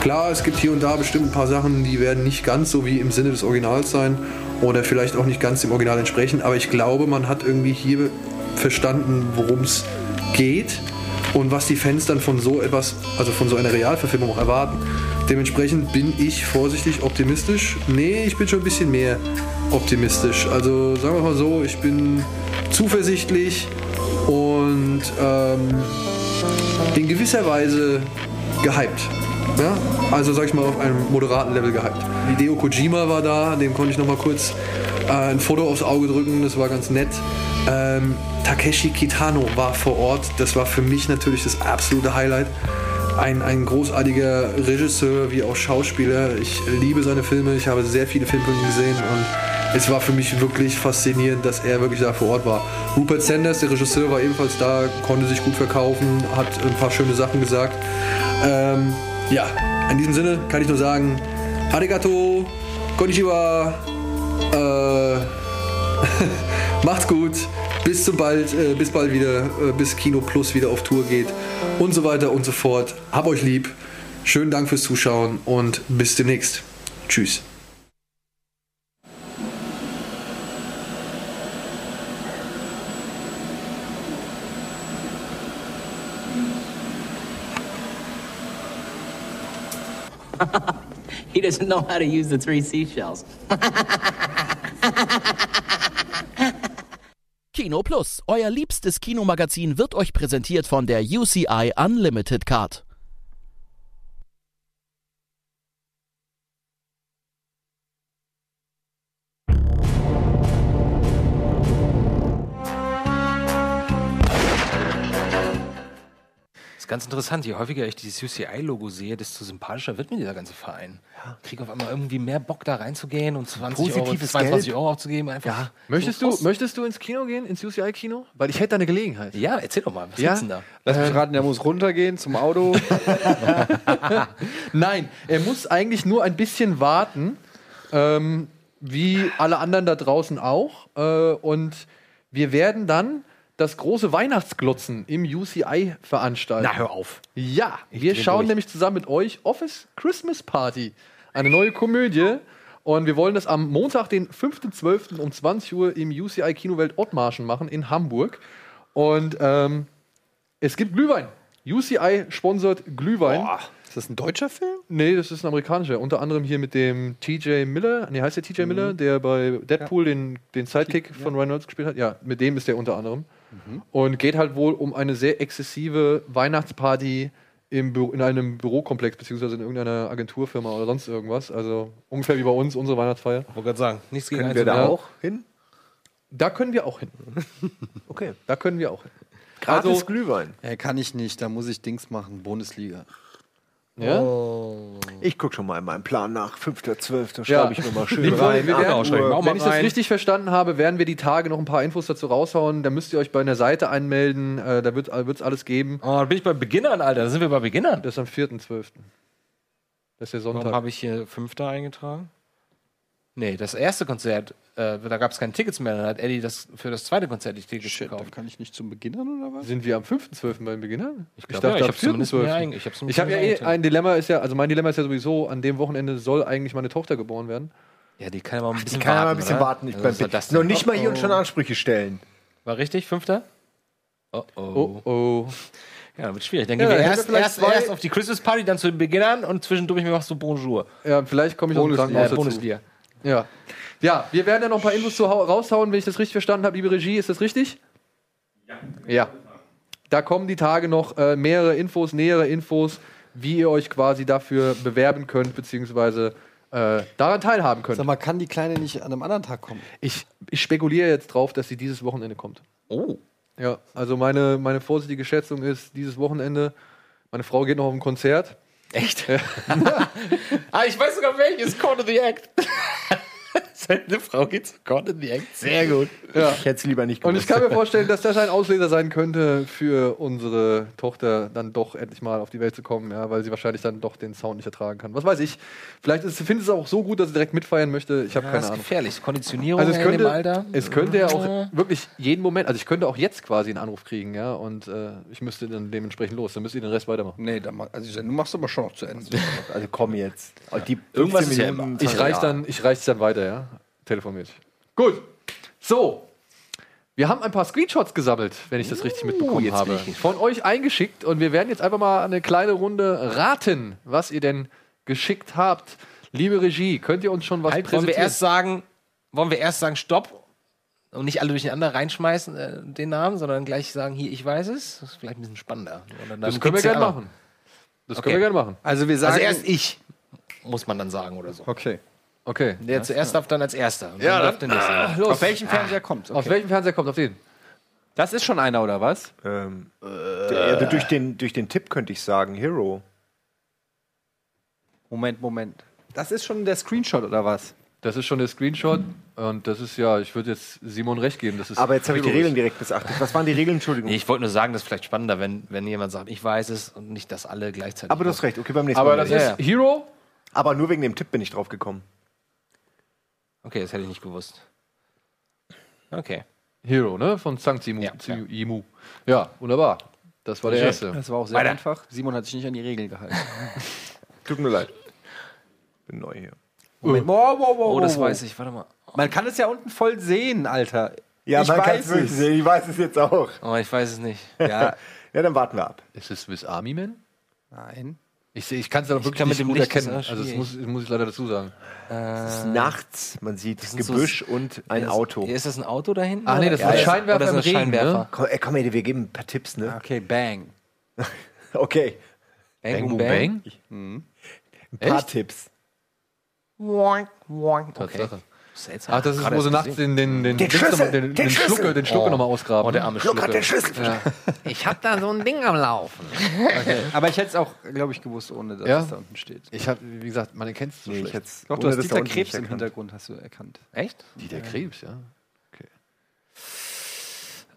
S1: Klar, es gibt hier und da bestimmt ein paar Sachen, die werden nicht ganz so wie im Sinne des Originals sein oder vielleicht auch nicht ganz dem Original entsprechen, aber ich glaube, man hat irgendwie hier verstanden, worum es geht und was die Fans dann von so etwas, also von so einer Realverfilmung auch erwarten. Dementsprechend bin ich vorsichtig optimistisch. Nee, ich bin schon ein bisschen mehr optimistisch. Also sagen wir mal so, ich bin zuversichtlich,
S15: und ähm, in gewisser Weise gehypt. Ja? Also sag ich mal auf einem moderaten Level gehypt. Hideo Kojima war da, dem konnte ich noch mal kurz äh, ein Foto aufs Auge drücken, das war ganz nett. Ähm, Takeshi Kitano war vor Ort, das war für mich natürlich das absolute Highlight. Ein, ein großartiger Regisseur wie auch Schauspieler. Ich liebe seine Filme, ich habe sehr viele Filme von ihm gesehen und es war für mich wirklich faszinierend, dass er wirklich da vor Ort war. Rupert Sanders, der Regisseur, war ebenfalls da, konnte sich gut verkaufen, hat ein paar schöne Sachen gesagt. Ähm, ja, in diesem Sinne kann ich nur sagen, Arigato, Konnichiwa, äh, macht's gut, bis zum bald, äh, bis bald wieder, äh, bis Kino Plus wieder auf Tour geht und so weiter und so fort. Hab euch lieb, schönen Dank fürs Zuschauen und bis demnächst. Tschüss.
S18: he doesn't know how to use the three seashells.
S3: Kino Plus, euer liebstes Kinomagazin wird euch präsentiert von der UCI Unlimited Card.
S4: ist ganz interessant. Je häufiger ich dieses UCI-Logo sehe, desto sympathischer wird mir dieser ganze Verein. Ja. Kriege auf einmal irgendwie mehr Bock, da reinzugehen und 20 Euro,
S1: Positives
S4: 22
S1: Geld.
S4: Euro aufzugeben. Einfach
S1: Ja. Möchtest, du, möchtest du ins Kino gehen, ins UCI-Kino? Weil ich hätte da eine Gelegenheit.
S4: Ja, erzähl doch mal, was
S1: ja?
S4: gibt's denn da?
S1: Lass mich
S8: raten, der muss runtergehen zum Auto.
S1: Nein, er muss eigentlich nur ein bisschen warten, ähm, wie alle anderen da draußen auch. Äh, und wir werden dann das große Weihnachtsglotzen im UCI veranstalten.
S4: Na, hör auf.
S1: Ja, wir
S4: dreh
S1: schauen
S4: durch.
S1: nämlich zusammen mit euch Office Christmas Party, eine neue Komödie. Und wir wollen das am Montag, den 5.12. um 20 Uhr im UCI Kinowelt Ottmarschen machen in Hamburg. Und ähm, es gibt Glühwein. UCI sponsert Glühwein.
S8: Ist das ein deutscher Film?
S1: Nee, das ist ein amerikanischer. Unter anderem hier mit dem TJ Miller. Nee, heißt der
S8: Mhm.
S1: TJ Miller, der bei Deadpool den, den Sidekick von Ryan Reynolds gespielt hat? Ja, mit dem ist der unter anderem.
S8: Mhm.
S1: Und geht halt wohl um eine sehr exzessive Weihnachtsparty im Büro, in einem Bürokomplex, beziehungsweise in irgendeiner Agenturfirma oder sonst irgendwas. Also ungefähr wie bei uns, unsere Weihnachtsfeier.
S4: Wollte gerade sagen, nichts gegen
S1: Können wir da
S4: Einzelne.
S1: auch
S8: hin?
S1: Da können wir auch hin.
S8: Okay.
S1: Da können wir auch hin.
S8: Gratis
S1: Also-
S8: Glühwein. Äh, kann ich nicht, da muss ich Dings machen, Bundesliga.
S1: Ja?
S8: Oh. Ich gucke schon mal in meinem Plan nach. 5.12. schreibe
S1: Ja.
S8: ich mir mal schön
S1: Wir wollen-
S8: rein.
S5: Ah,
S1: Wir werden,
S8: Acht Uhr.
S1: wenn ich das richtig verstanden habe, werden wir die Tage noch ein paar Infos dazu raushauen. Da müsst ihr euch bei einer Seite einmelden. Äh, da wird es alles geben.
S4: Oh, da bin ich bei Beginnern, Alter. Da sind wir bei Beginnern.
S1: Das ist am 4.12. Das ist der Sonntag.
S4: Warum habe ich hier Fünfter eingetragen? Nee, das erste Konzert, äh, da gab es keine Tickets mehr. Dann hat Eddie das für das zweite Konzert die Tickets gekauft.
S8: Kann ich nicht zum Beginnern oder was?
S1: Sind wir am 5.12. beim Beginnern? Ich
S4: glaub,
S1: dachte
S4: ja, ich
S1: am
S4: hab's zumindest
S1: 4.12..
S4: mir ein- ich hab's mir
S1: Ich habe ja eh
S4: eingetippt.
S1: ein Dilemma ist ja, also mein Dilemma ist ja sowieso, an dem Wochenende soll eigentlich meine Tochter geboren werden.
S4: Ja, die kann aber ein bisschen
S5: kann ja
S4: warten.
S5: mal ein bisschen
S4: oder?
S5: warten. Ich
S4: Also,
S5: bin-
S4: was war das
S5: noch
S4: denn?
S5: nicht mal hier und schon
S8: Ansprüche stellen.
S4: War richtig, Fünfter? Oh oh.
S1: oh.
S4: Ja, wird schwierig. Dann
S1: Ja,
S4: gehen wir
S1: dann
S4: erst,
S1: hätten wir
S4: erst,
S1: vielleicht zwei-
S4: erst auf die Christmas Party, dann zu den Beginnern und zwischendurch machst du Bonjour.
S1: Ja, vielleicht komme ich aus dem
S4: Bundesliga.
S1: Krankenhaus
S4: Äh,
S1: dazu.
S4: Bundesliga.
S1: Ja. Ja, wir werden ja noch ein paar Infos zu hau- raushauen, wenn ich das richtig verstanden habe, liebe Regie. Ist das richtig? Ja. Ja. Da kommen die Tage noch äh, mehrere Infos, nähere Infos, wie ihr euch quasi dafür bewerben könnt, beziehungsweise äh, daran teilhaben könnt.
S8: Sag mal, kann die Kleine nicht an einem anderen Tag kommen?
S1: Ich, ich spekuliere jetzt drauf, dass sie dieses Wochenende kommt.
S4: Oh.
S1: Ja, also meine, meine vorsichtige Schätzung ist, dieses Wochenende, meine Frau geht noch auf ein Konzert.
S4: Echt?
S1: Ja.
S4: Ah, ich weiß sogar welches. Corn in the Act. Seine Frau geht zu Corn in the Act. Sehr gut.
S1: Ja.
S5: Ich hätte es lieber nicht
S1: Und ich kann mir vorstellen, dass das ein Auslöser sein könnte, für unsere Tochter dann doch endlich mal auf die Welt zu kommen, ja, weil sie wahrscheinlich dann doch den Sound nicht ertragen kann. Was weiß ich. Vielleicht ist- findet sie es auch so gut, dass sie direkt mitfeiern möchte. Ich habe
S4: Ja,
S1: keine
S4: ist
S1: Ahnung.
S4: gefährlich. Konditionierung
S1: Also es
S4: in
S1: könnte,
S4: dem Alter.
S1: es könnte ja
S4: Ja.
S1: auch wirklich jeden Moment, also ich könnte auch jetzt quasi einen Anruf kriegen, ja, und äh, ich müsste dann dementsprechend los, dann müsst ihr den Rest weitermachen.
S8: Nee, dann mach, also du machst aber schon noch zu Ende.
S5: Also komm jetzt. Die
S8: Irgendwas
S5: 15
S8: ist ja
S5: Minuten-
S8: immer.
S1: Ich reiche dann, ich reich's dann weiter, ja? Telefoniert. Gut. So. Wir haben ein paar Screenshots gesammelt, wenn ich das richtig mitbekommen
S4: jetzt bin
S1: habe.
S4: ich gespannt.
S1: Von euch eingeschickt und wir werden jetzt einfach mal eine kleine Runde raten, was ihr denn geschickt habt. Liebe Regie, könnt ihr uns schon was
S4: Halt, wollen wir
S1: präsentieren?
S4: erst sagen, wollen wir erst sagen Stopp und nicht alle durcheinander reinschmeißen, äh, den Namen, sondern gleich sagen, hier, ich weiß es. Das ist vielleicht ein bisschen spannender. Und dann- dann
S1: können wir
S4: gibt's ja
S1: gerne
S4: auch-
S1: machen. Das können wir gerne machen.
S4: Also wir sagen. Also erst ich, muss man dann sagen oder so. Okay.
S1: Okay.
S4: Der zuerst darf dann als erster. und
S8: Ja,
S4: dann
S8: dann-
S4: darf der nächste.
S8: ah, los. Auf welchen Fernseher kommt's?
S1: Auf
S8: Okay.
S1: welchem Fernseher kommt? Auf den?
S8: Das ist schon einer, oder was?
S5: Ähm, ja, durch, den, durch den Tipp könnte ich sagen, Hero.
S8: Moment, Moment. Das ist schon der Screenshot, oder was?
S1: Das ist schon der Screenshot. Und das ist ja, ich würde jetzt Simon recht geben. Das ist
S5: Aber jetzt habe ich die
S1: Heroes.
S5: Regeln direkt missachtet. Was waren die Regeln? Entschuldigung.
S4: Nee, ich wollte nur sagen, das ist vielleicht spannender, wenn, wenn jemand sagt, ich weiß es und nicht, dass alle gleichzeitig.
S5: Aber du hast recht. Okay, beim nächsten
S4: Aber
S5: Mal.
S4: das
S5: Ja,
S4: ist
S5: ja.
S1: Hero?
S5: Aber nur wegen dem Tipp bin ich drauf gekommen.
S4: Okay, das hätte ich nicht gewusst. Okay.
S1: Hero, ne? Von Zhang Zimu. Ja, Zimu. ja wunderbar. Das war der
S8: Schön.
S1: erste.
S8: Das war auch sehr
S1: Weiter.
S8: einfach. Simon hat sich nicht an die Regeln gehalten.
S5: Tut mir leid. Bin neu hier.
S8: Moment. Wow, wow, wow,
S5: Oh, das
S8: wow, wow.
S5: weiß
S4: ich. Warte mal.
S8: Man kann es ja unten voll sehen, Alter.
S5: Ja,
S8: ich
S5: man kann
S8: weiß
S5: es wirklich sehen. Ich weiß es jetzt auch.
S4: Aber Oh, ich weiß es nicht.
S5: Ja. ja, dann warten wir ab.
S1: Ist es Swiss Army Man?
S8: Nein.
S1: Ich, seh- ich kann es aber wirklich
S5: kann mit
S1: nicht
S5: dem
S1: gut
S5: Licht ist
S1: erkennen.
S5: auch
S1: Also das
S5: schwierig.
S1: muss, das muss ich leider dazu sagen.
S5: Es ist nachts, man sieht
S1: sind so-
S5: Gebüsch und ein
S1: Ja, ist-
S5: Auto.
S4: Ist das ein Auto da hinten?
S1: Ah, nee, das war ein
S5: ja.
S1: Scheinwerfer
S5: Oder
S1: im
S5: sind das
S1: Regen,
S5: Scheinwerfer?
S1: ne?
S5: Komm, ey, komm, ey, wir geben ein paar Tipps, ne?
S8: Okay, bang.
S5: okay.
S4: Bang, boom,
S1: bang?
S5: Mhm. Ein paar
S1: Echt?
S5: Tipps.
S4: Woink, woink. Okay.
S1: Tatsache. Ach, das ist,
S4: Gerade
S1: wo sie
S4: erst
S1: nachts
S4: gesehen.
S1: den, den, den,
S4: Den
S1: Dings
S4: Schlüssel,
S1: nochmal- den,
S4: den
S1: den
S4: Schlüssel.
S1: Schlucke, den Schlucke
S4: Oh.
S1: nochmal ausgraben.
S4: Oh, der arme Schlucke. Schlucke hat den Schlüssel.
S1: Ja.
S4: Ich hab da so ein Ding am Laufen.
S8: Okay. Aber ich hätte es auch, glaube ich, gewusst, ohne dass
S1: Ja?
S8: es da unten steht.
S1: Ich habe, wie gesagt, man erkennt es so
S8: Nee, ich
S1: schlecht.
S8: hätt's- Doch, du hast Dieter Krebs im Hintergrund, hast du erkannt.
S4: Echt?
S1: Dieter Krebs, ja. Okay.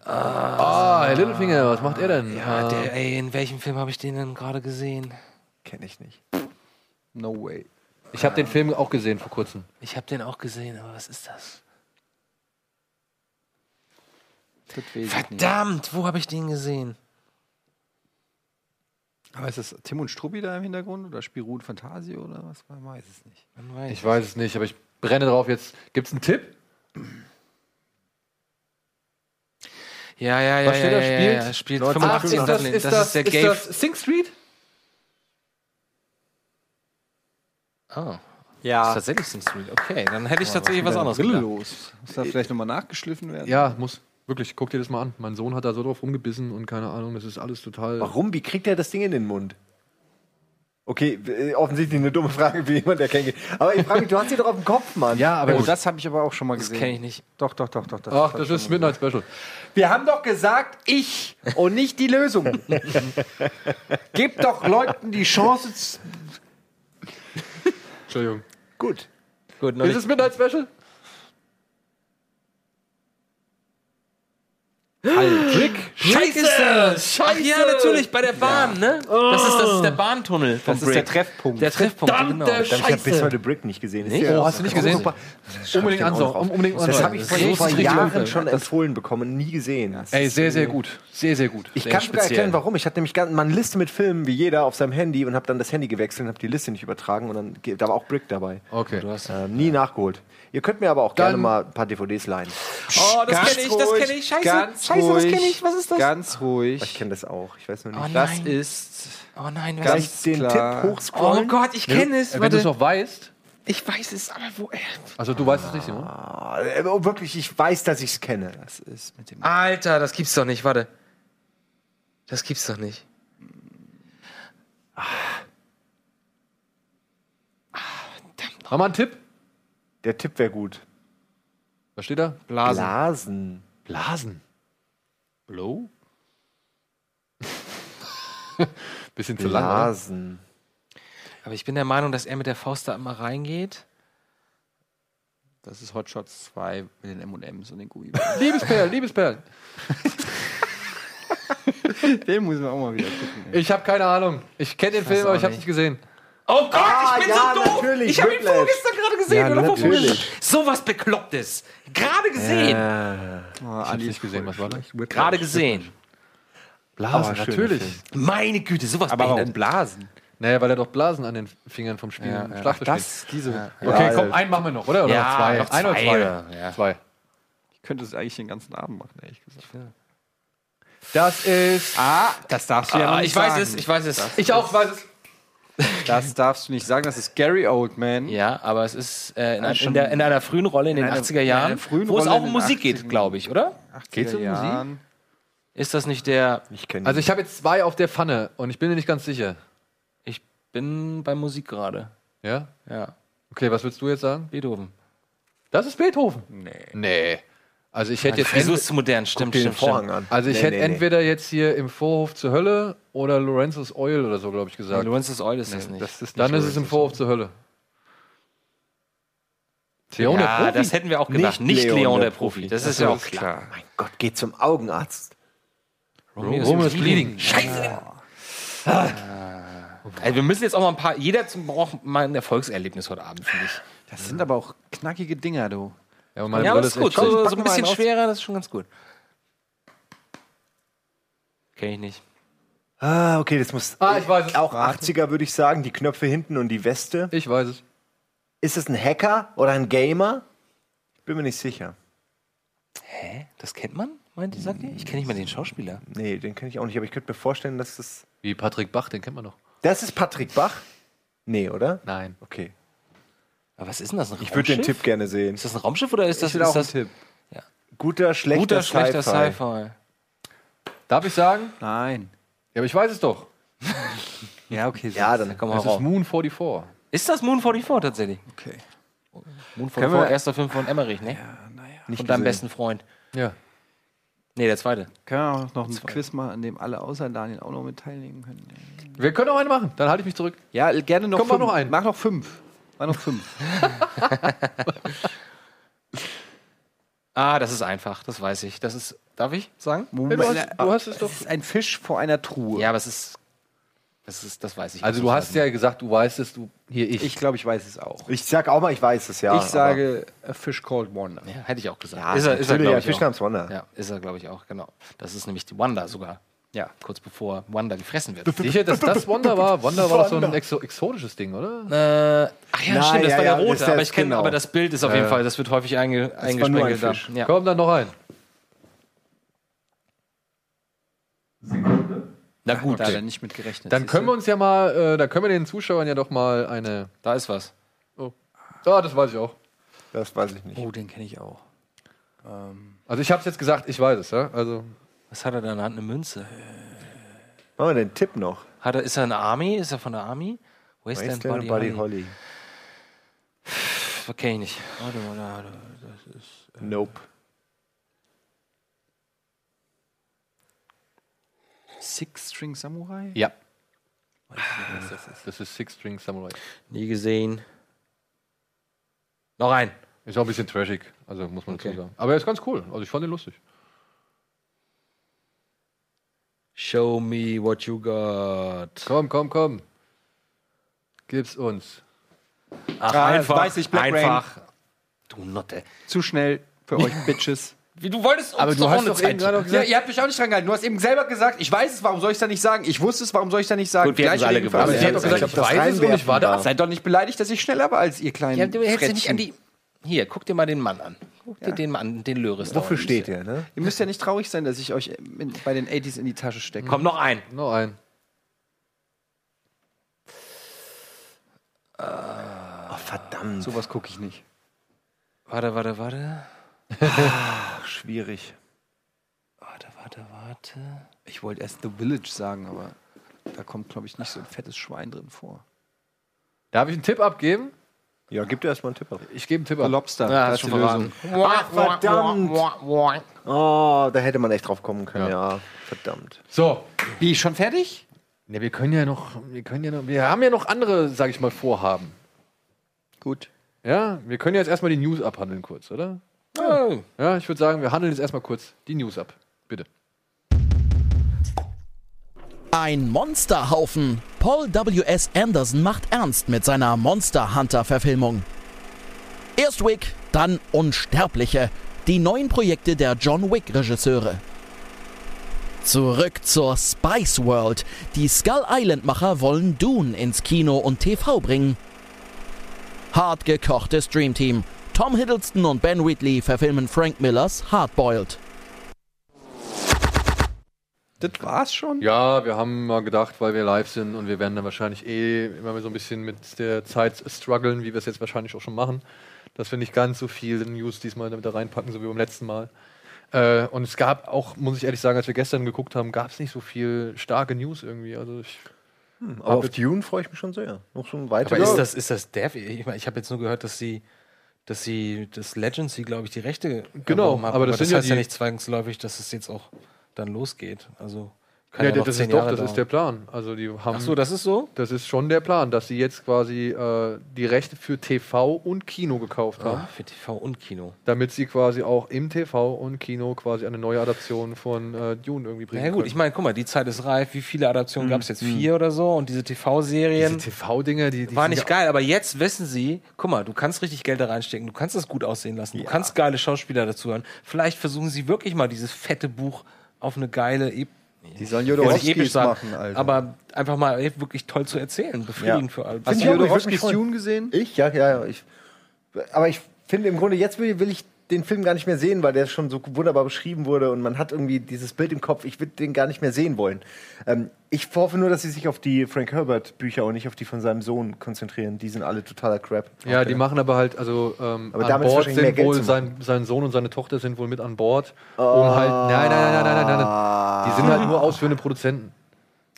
S1: Ah, Herr Littlefinger, was macht er denn?
S4: Ja,
S1: Ah,
S4: der, ey, in welchem Film habe ich den denn gerade gesehen?
S5: Kenne ich nicht.
S8: No way.
S1: ich habe den Film auch gesehen vor kurzem.
S4: Ich habe den auch gesehen, aber was ist das? Verdammt, wo habe ich den gesehen?
S8: Aber ist das Tim und Struppi da im Hintergrund oder Spirou und Fantasie oder was? Man weiß es nicht.
S4: Man weiß
S1: Ich weiß es nicht, aber ich brenne drauf jetzt. Gibt's einen Tipp?
S4: Ja, ja, ja.
S1: Was steht
S4: ja,
S1: da?
S4: ja,
S1: Spielt?
S4: Ja, ja, spielt
S1: 1985.
S4: 85
S1: Ach, ist das- ist
S4: das,
S1: das-
S4: ist der
S1: ist
S4: Gave.
S1: das Sing Street?
S4: Ah.
S8: Ja.
S4: Ist tatsächlich Sing Street. Okay, dann hätte ich tatsächlich was anderes
S8: Brille
S4: gedacht.
S8: los. Muss da vielleicht nochmal nachgeschliffen werden?
S1: Ja, muss. Wirklich, guck dir das mal an. Mein Sohn hat da so drauf rumgebissen und keine Ahnung, das ist alles total.
S5: Warum? Wie kriegt er das Ding in den Mund? Okay, äh, offensichtlich eine dumme Frage für jemand, der kennt. Aber ich frage mich, du hast sie doch auf dem Kopf, Mann.
S1: Ja, aber
S8: Oh,
S1: gut.
S8: das habe ich aber auch schon mal gesehen.
S4: kenn ich nicht.
S8: Doch, doch, doch, doch.
S1: Ach,
S8: hab
S1: das
S8: ich
S1: ist
S8: schon mal
S1: Midnight Special.
S8: gesehen. Wir haben doch gesagt, ich und nicht die Lösung. Gebt doch Leuten die Chance. zu-
S1: Entschuldigung.
S5: Gut.
S4: Gut,
S1: Ist es Midnight Special? Trick?
S4: Scheiße! Scheiße! Ach ja, natürlich, bei der Bahn, ne? Das ist, das ist der Bahntunnel. vom
S5: Das ist der
S4: Brick.
S5: Treffpunkt.
S4: Der Treffpunkt, genau.
S5: Verdammt, Ich habe bis heute Brick nicht gesehen. Ist
S4: Nicht?
S5: ja-
S4: Oh, hast du nicht
S5: Das
S4: gesehen?
S5: hab ich
S1: Unbedingt
S5: den auch noch
S1: ansaugen,
S5: raus.
S1: unbedingt
S5: Das
S1: ansaugen.
S5: habe ich
S1: Das
S5: vor
S1: ist richtig,
S5: vor
S1: richtig
S5: Jahren
S1: unfair.
S5: schon empfohlen bekommen, nie gesehen.
S1: Ey, sehr, sehr gut. Sehr, sehr gut.
S5: Ich
S1: sehr
S5: kann sogar erklären, warum. Ich hatte nämlich gar- meine Liste mit Filmen, wie jeder, auf seinem Handy und habe dann das Handy gewechselt und habe die Liste nicht übertragen und dann ge- da war auch Brick dabei.
S1: Okay.
S5: Ähm, nie nachgeholt. Ihr könnt mir aber auch gerne
S1: Oh, Dann-
S5: mal ein paar DVDs leihen.
S4: Oh, das
S8: Ganz
S4: kenne ich, das
S8: ruhig,
S4: kenne ich. Scheiße,
S8: ganz
S4: scheiße, das
S8: ruhig,
S4: kenne ich. Was ist das? Ah.
S8: Ganz ruhig.
S5: Ich kenne das auch. Ich weiß nur
S4: Oh
S5: nicht.
S4: nein.
S8: Das ist.
S4: oh nein, was
S5: Gleich
S4: ist
S5: den
S8: klar.
S5: Tipp hochscrollen.
S4: Oh Gott, ich kenne es.
S1: Wenn
S4: Warte.
S1: du es noch weißt.
S4: Ich weiß es, aber wo.
S1: Also, du weißt es nicht, Simon.
S5: Ah, äh, oh, wirklich, ich weiß, dass ich es kenne.
S8: Das ist mit dem.
S4: Alter, das gibt's doch nicht, warte. Das gibt's doch nicht.
S1: Haben wir einen Tipp?
S5: Der Tipp wäre gut.
S1: Was steht da?
S8: Blasen.
S5: Blasen.
S1: Blasen. Blow? Bisschen zu lang. Oder?
S5: Blasen.
S4: Aber ich bin der Meinung, dass er mit der Faust da immer reingeht.
S8: Das ist Hot Shots 2 mit den MMs und den Gummi.
S1: Liebesperlen, Liebesperlen.
S8: den muss man auch mal wieder gucken. ey.
S1: Ich habe keine Ahnung. Ich kenne den Film, aber ich habe nicht
S8: Ah,
S1: gesehen.
S4: Oh Gott, ich bin
S5: Ah, ja,
S4: so doof!
S5: natürlich,
S4: ich habe ihn
S5: Whiplash.
S4: vorgestern gerade gesehen
S5: Ja,
S4: oder vorgestern.
S5: natürlich.
S4: So was Beklopptes. Gerade gesehen.
S8: Oh,
S1: Ich habe
S8: Ali
S1: nicht
S8: ist
S1: gesehen, was war das?
S4: Gerade gesehen.
S1: Blasen,
S5: schöner
S1: natürlich.
S4: Meine Güte, sowas
S8: Aber warum
S4: behindert.
S8: Blasen?
S1: Naja, weil er doch Blasen an den Fingern vom Spiel
S8: Ja,
S1: im
S8: ja.
S1: Schlacht
S8: Ach, das, diese. also-
S1: Okay,
S5: Ja,
S1: komm, einen machen wir noch, oder? Oder
S4: Ja,
S1: noch zwei?
S4: noch
S1: Ein oder
S4: zwei,
S1: zwei?
S4: ja.
S1: Zwei.
S8: Ich könnte es eigentlich den ganzen Abend machen, ehrlich gesagt.
S1: Das ist.
S8: Ah, das darfst du ja noch
S4: Ah,
S8: nicht
S4: ich weiß
S8: sagen.
S4: es, ich weiß es.
S1: Ich auch weiß es.
S8: Das darfst du nicht sagen, das ist Gary Oldman.
S4: Ja, aber es ist äh, in,
S8: Ah,
S4: ein,
S8: schon-
S4: in, der, in einer frühen Rolle in den
S8: In einer-
S4: 80er
S8: in einer
S4: Jahren,
S8: frühen
S4: wo es
S8: Rolle
S4: auch um
S8: in den
S4: Musik geht, glaube ich, oder?
S1: Geht's um Musik?
S8: Jahren.
S4: Ist das nicht der.
S1: Also ich habe jetzt zwei auf der Pfanne und ich bin mir nicht ganz sicher.
S4: Ich bin bei Musik gerade.
S1: Ja?
S4: Ja.
S1: Okay, was willst du jetzt sagen?
S4: Beethoven.
S1: Das ist Beethoven? Nee. Nee. Also ich hätte jetzt...
S4: Wieso
S1: ent-
S4: ist zu modern? Stimmt,
S1: dir
S4: stimmt,
S1: den
S4: stimmt.
S1: Vorhang an. Also ich hätte entweder jetzt hier im Vorhof zur Hölle oder Lorenzo's Oil oder so, glaube ich, gesagt.
S4: Nee, Lorenzo's Oil ist das nicht.
S1: Dann ist es im Vorhof zur Hölle. Leon der
S4: ja,
S1: Profi?
S4: das hätten wir auch gedacht. Nicht, Leon, der Profi. Das ist ja auch klar.
S5: Mein Gott, geht zum Augenarzt.
S4: Romeo
S1: Romeo
S4: is
S1: is bleeding.
S4: Scheiße! Ah. Ey, wir müssen jetzt auch mal ein paar. Jeder zum- braucht mal ein Erfolgserlebnis heute Abend, finde ich.
S8: Das sind aber auch knackige Dinger, du.
S1: Ja, aber meine
S4: ja, aber
S1: Brille ist
S4: das ist gut.
S1: echt schlecht.
S4: So, so
S8: Packen
S4: ein
S8: wir
S4: bisschen
S8: einen aus.
S4: schwerer, das ist schon ganz gut. Kenn ich nicht.
S19: Ah, okay, das muss
S1: Ah, ich weiß es.
S19: auch 80er, würde ich sagen. Die Knöpfe hinten und die Weste.
S1: Ich weiß es.
S19: Ist es ein Hacker oder ein Gamer? Ich bin mir nicht sicher.
S4: Hä? Das kennt man? Meint ihr, sagt ihr? Ich kenne nicht mal den Schauspieler.
S19: Nee, den kenne ich auch nicht, aber ich könnte mir vorstellen, dass das.
S1: Wie Patrick Bach, den kennt man doch.
S19: Das ist Patrick Bach? Nee, oder?
S1: Nein.
S19: Okay.
S4: Aber was ist denn das? Ein
S19: Ich würde den
S4: Raumschiff?
S19: Tipp gerne sehen.
S4: Ist das ein Raumschiff oder ist das, ist das
S8: Tipp.
S19: Guter, schlechter,
S4: guter, schlechter
S19: Sci-Fi.
S4: Sci-Fi?
S1: Darf ich sagen?
S8: Nein.
S1: Ja, aber ich weiß es doch.
S8: Ja, okay.
S19: Ja, dann
S4: Komm mal
S1: Es
S4: raus.
S1: ist Moon 44.
S4: Ist das Moon 44 tatsächlich?
S8: Okay.
S4: Moon
S8: Können
S4: 44,
S8: wir-
S4: erster Film von Emmerich, ne?
S8: Nicht
S4: Von deinem
S8: gesehen.
S4: besten Freund.
S1: Ja.
S4: Nee, der zweite.
S8: Können wir auch noch ein Quiz machen, an dem alle außer Daniel auch noch mit teilnehmen können?
S1: Wir können auch einen machen. Dann halte ich mich zurück.
S8: Ja, gerne noch
S1: Komm, mach
S8: fünf.
S1: noch einen.
S8: Mach noch fünf. Mach noch fünf.
S4: Ah, das ist einfach, das weiß ich. Das ist, darf ich sagen?
S1: Moment. du hast- du hast es doch-
S8: ist ein Fisch vor einer Truhe.
S4: Ja, aber es ist, das ist, halt das weiß ich.
S1: Also du hast ja gesagt, du weißt es, du hier ich.
S8: Ich glaube, ich weiß es auch.
S19: Ich sag auch mal, ich weiß es ja.
S8: ich sage A Fish Called Wonder.
S4: Ja, hätte ich auch gesagt.
S19: aber- natürlich,
S4: glaub
S19: ja,
S4: ich,
S19: Fisch
S4: auch.
S19: namens Wonder.
S4: Ja, ist er, glaube ich, auch, genau. Das ist nämlich die Wanda sogar. Ja, kurz bevor Wanda gefressen wird.
S1: Sicher, dass das Wonder war? Wonder war doch so ein exo exotisches Ding, oder?
S4: Äh, ach ja,
S19: Nein,
S4: stimmt, das
S19: ja,
S4: war
S19: ja,
S4: der
S19: ist
S4: rote,
S19: der-
S4: aber ich kenne,
S19: genau.
S4: aber das Bild ist auf jeden
S1: Äh,
S4: Fall, das wird häufig einge,
S19: nur ein
S4: eingesprengelt. da.
S19: Fisch.
S4: Ja.
S1: Komm dann noch rein.
S4: Na gut,
S8: Da hat er nicht mit gerechnet.
S1: Dann können wir uns ja mal, äh, da können wir den Zuschauern ja doch mal eine.
S4: da ist was.
S1: Ah, das weiß ich auch.
S19: Das weiß ich nicht.
S8: Oh, den kenne ich auch.
S1: Also ich habe es jetzt gesagt, ich weiß es, ja. Also
S4: Was hat er da in der Hand? Eine Münze.
S19: Machen wir den Tipp noch.
S4: Hat er, ist er eine Army? Ist er von der Army? Wasteland
S19: Wasteland und Buddy Holly.
S4: Das kenne ich nicht.
S19: Nope.
S8: Six String Samurai?
S1: ja. Das ist Six String Samurai.
S4: Nie gesehen. Noch ein.
S1: Ist auch ein bisschen trashig, also muss man
S4: Okay.
S1: dazu sagen. Aber er ist ganz cool. Also ich fand ihn lustig.
S4: Show me what you got.
S1: Komm, komm, komm. Gib's uns.
S4: Ach,
S8: Ah, das weiß ich, Black
S4: einfach. Du Notte.
S8: Zu schnell für euch Bitches.
S4: Wie, du wolltest uns
S1: Aber du
S4: doch
S1: hast
S4: auch eine
S1: doch
S4: Zeit
S1: eben gerade
S4: geben.
S1: auch
S8: Ja,
S1: gesagt,
S8: ihr habt mich auch nicht dran gehalten. Du hast eben selber gesagt, ich weiß es, warum soll ich da nicht sagen? Ich wusste es, warum soll ich da nicht sagen?
S4: Gut, wir hätten's alle
S8: jedenfalls.
S4: gewusst.
S1: sie hat doch gesagt, ich
S19: das
S1: weiß es und ich war da.
S19: reinwerfen
S8: Seid doch nicht beleidigt, dass ich schneller war als ihr kleinen
S4: Ja, du hättest ja
S8: Frettchen.
S4: nicht an die. Hier, guck dir mal den Mann an. Guck dir den Mann an, den Löris.
S19: Wofür
S4: da.
S19: steht der, ne?
S8: Ihr müsst ja nicht traurig sein, dass ich euch in, bei den 80s in die Tasche stecke.
S4: Komm, noch ein.
S1: Noch ein.
S19: Oh, verdammt.
S8: Sowas gucke ich nicht.
S4: Warte, warte, warte.
S8: Ach, schwierig.
S4: Warte, warte, warte.
S8: Ich wollte erst The Village sagen, aber da kommt, glaube ich, nicht so ein fettes Schwein drin vor.
S1: Darf ich einen Tipp abgeben?
S19: Ja, gib dir erstmal einen Tipp ab.
S1: Ich gebe einen Tipp
S8: The
S1: ab.
S8: Lobster,
S4: Ja,
S8: da
S4: hast
S8: ist die
S4: schon
S8: Lösung.
S4: verraten.
S19: Ach, verdammt. Oh, da hätte man echt drauf kommen können, ja. Verdammt.
S1: So.
S8: Wie, schon fertig?
S1: Ja, wir können ja noch, wir können ja noch, wir haben ja noch andere, sag ich mal, Vorhaben.
S8: Gut.
S1: Ja, wir können jetzt erstmal die News abhandeln kurz, oder?
S4: Oh.
S1: Ja, ich würde sagen, wir handeln jetzt erstmal kurz die News ab. Bitte.
S3: Ein Monsterhaufen. Paul W.S. Anderson macht ernst mit seiner Monster Hunter Verfilmung. Erst Wick, dann Unsterbliche. Die neuen Projekte der John Wick Regisseure. Zurück zur Spice World. Die Skull Island Macher wollen Dune ins Kino und TV bringen. Hart gekochtes Dream Team. Tom Hiddleston und Ben Whitley verfilmen Frank Millers Hardboiled.
S1: Das war's schon? Ja, wir haben mal gedacht, weil wir live sind und wir werden dann wahrscheinlich eh immer so ein bisschen mit der Zeit strugglen, wie wir es jetzt wahrscheinlich auch schon machen, dass wir nicht ganz so viel News diesmal damit da reinpacken, so wie beim letzten Mal. Äh, und es gab auch, muss ich ehrlich sagen, als wir gestern geguckt haben, gab es nicht so viel starke News irgendwie. Also ich
S19: Hm, aber auf Dune freue ich mich schon sehr. Noch so ein weiterer.
S4: Aber
S1: Genau.
S4: ist das, ist das Dev? Ich, meine, ich habe jetzt nur gehört, dass sie, dass sie, das Legacy, glaube ich, die Rechte
S1: Genau,
S4: erworben haben.
S1: aber das sind ja
S4: heißt ja
S1: die-
S4: nicht zwangsläufig, dass es jetzt auch dann losgeht. Also
S1: Ja,
S4: ja noch
S1: das
S4: zehn
S1: ist doch,
S4: Jahre
S1: das ist der
S4: dauern.
S1: Plan. Also die haben,
S4: Ach so, das ist so?
S1: Das ist schon der Plan, dass sie jetzt quasi äh, die Rechte für TV und Kino gekauft haben.
S4: Ah, für TV und Kino.
S1: Damit sie quasi auch im TV und Kino quasi eine neue Adaption von äh, Dune irgendwie bringen.
S4: Ja gut, ich meine, guck mal, die Zeit ist reif. Wie viele Adaptionen gab es jetzt? Vier oder so? Und diese TV-Serien.
S1: Mhm. Diese TV-Dinger, die, die
S4: War
S1: sind
S4: nicht
S1: ja-
S4: geil, aber jetzt wissen sie, guck mal, du kannst richtig Geld da reinstecken, du kannst das gut aussehen lassen, du kannst geile Schauspieler dazu hören. Vielleicht versuchen sie wirklich mal dieses fette Buch auf eine geile e
S19: Die sollen
S4: Ich wollte nicht
S19: Jodorowskis
S4: episch sagen,
S19: machen, Alter.
S4: Aber einfach mal ey, wirklich toll zu erzählen, befriedigend für alle.
S19: Hast du Jodorowskis Dune gesehen?
S5: Ich, ja, ja, ja. Ich, aber ich finde im Grunde, jetzt will, will ich den Film gar nicht mehr sehen, weil der schon so wunderbar beschrieben wurde und man hat irgendwie dieses Bild im Kopf, ich will den gar nicht mehr sehen wollen. Ähm, ich hoffe nur, dass sie sich auf die Frank Herbert Bücher und nicht auf die von seinem Sohn konzentrieren. Die sind alle totaler Crap.
S1: Ja, die machen aber halt, also ähm,
S5: Aber
S1: an
S5: damit ist
S1: Bord
S5: wahrscheinlich mehr
S1: sind
S5: Geld
S1: wohl
S5: zu
S1: sein, sein Sohn und seine Tochter sind wohl mit an Bord. Um halt, nein, nein, nein, nein, nein, nein, nein.
S5: Ah.
S1: Die sind halt nur ausführende Produzenten.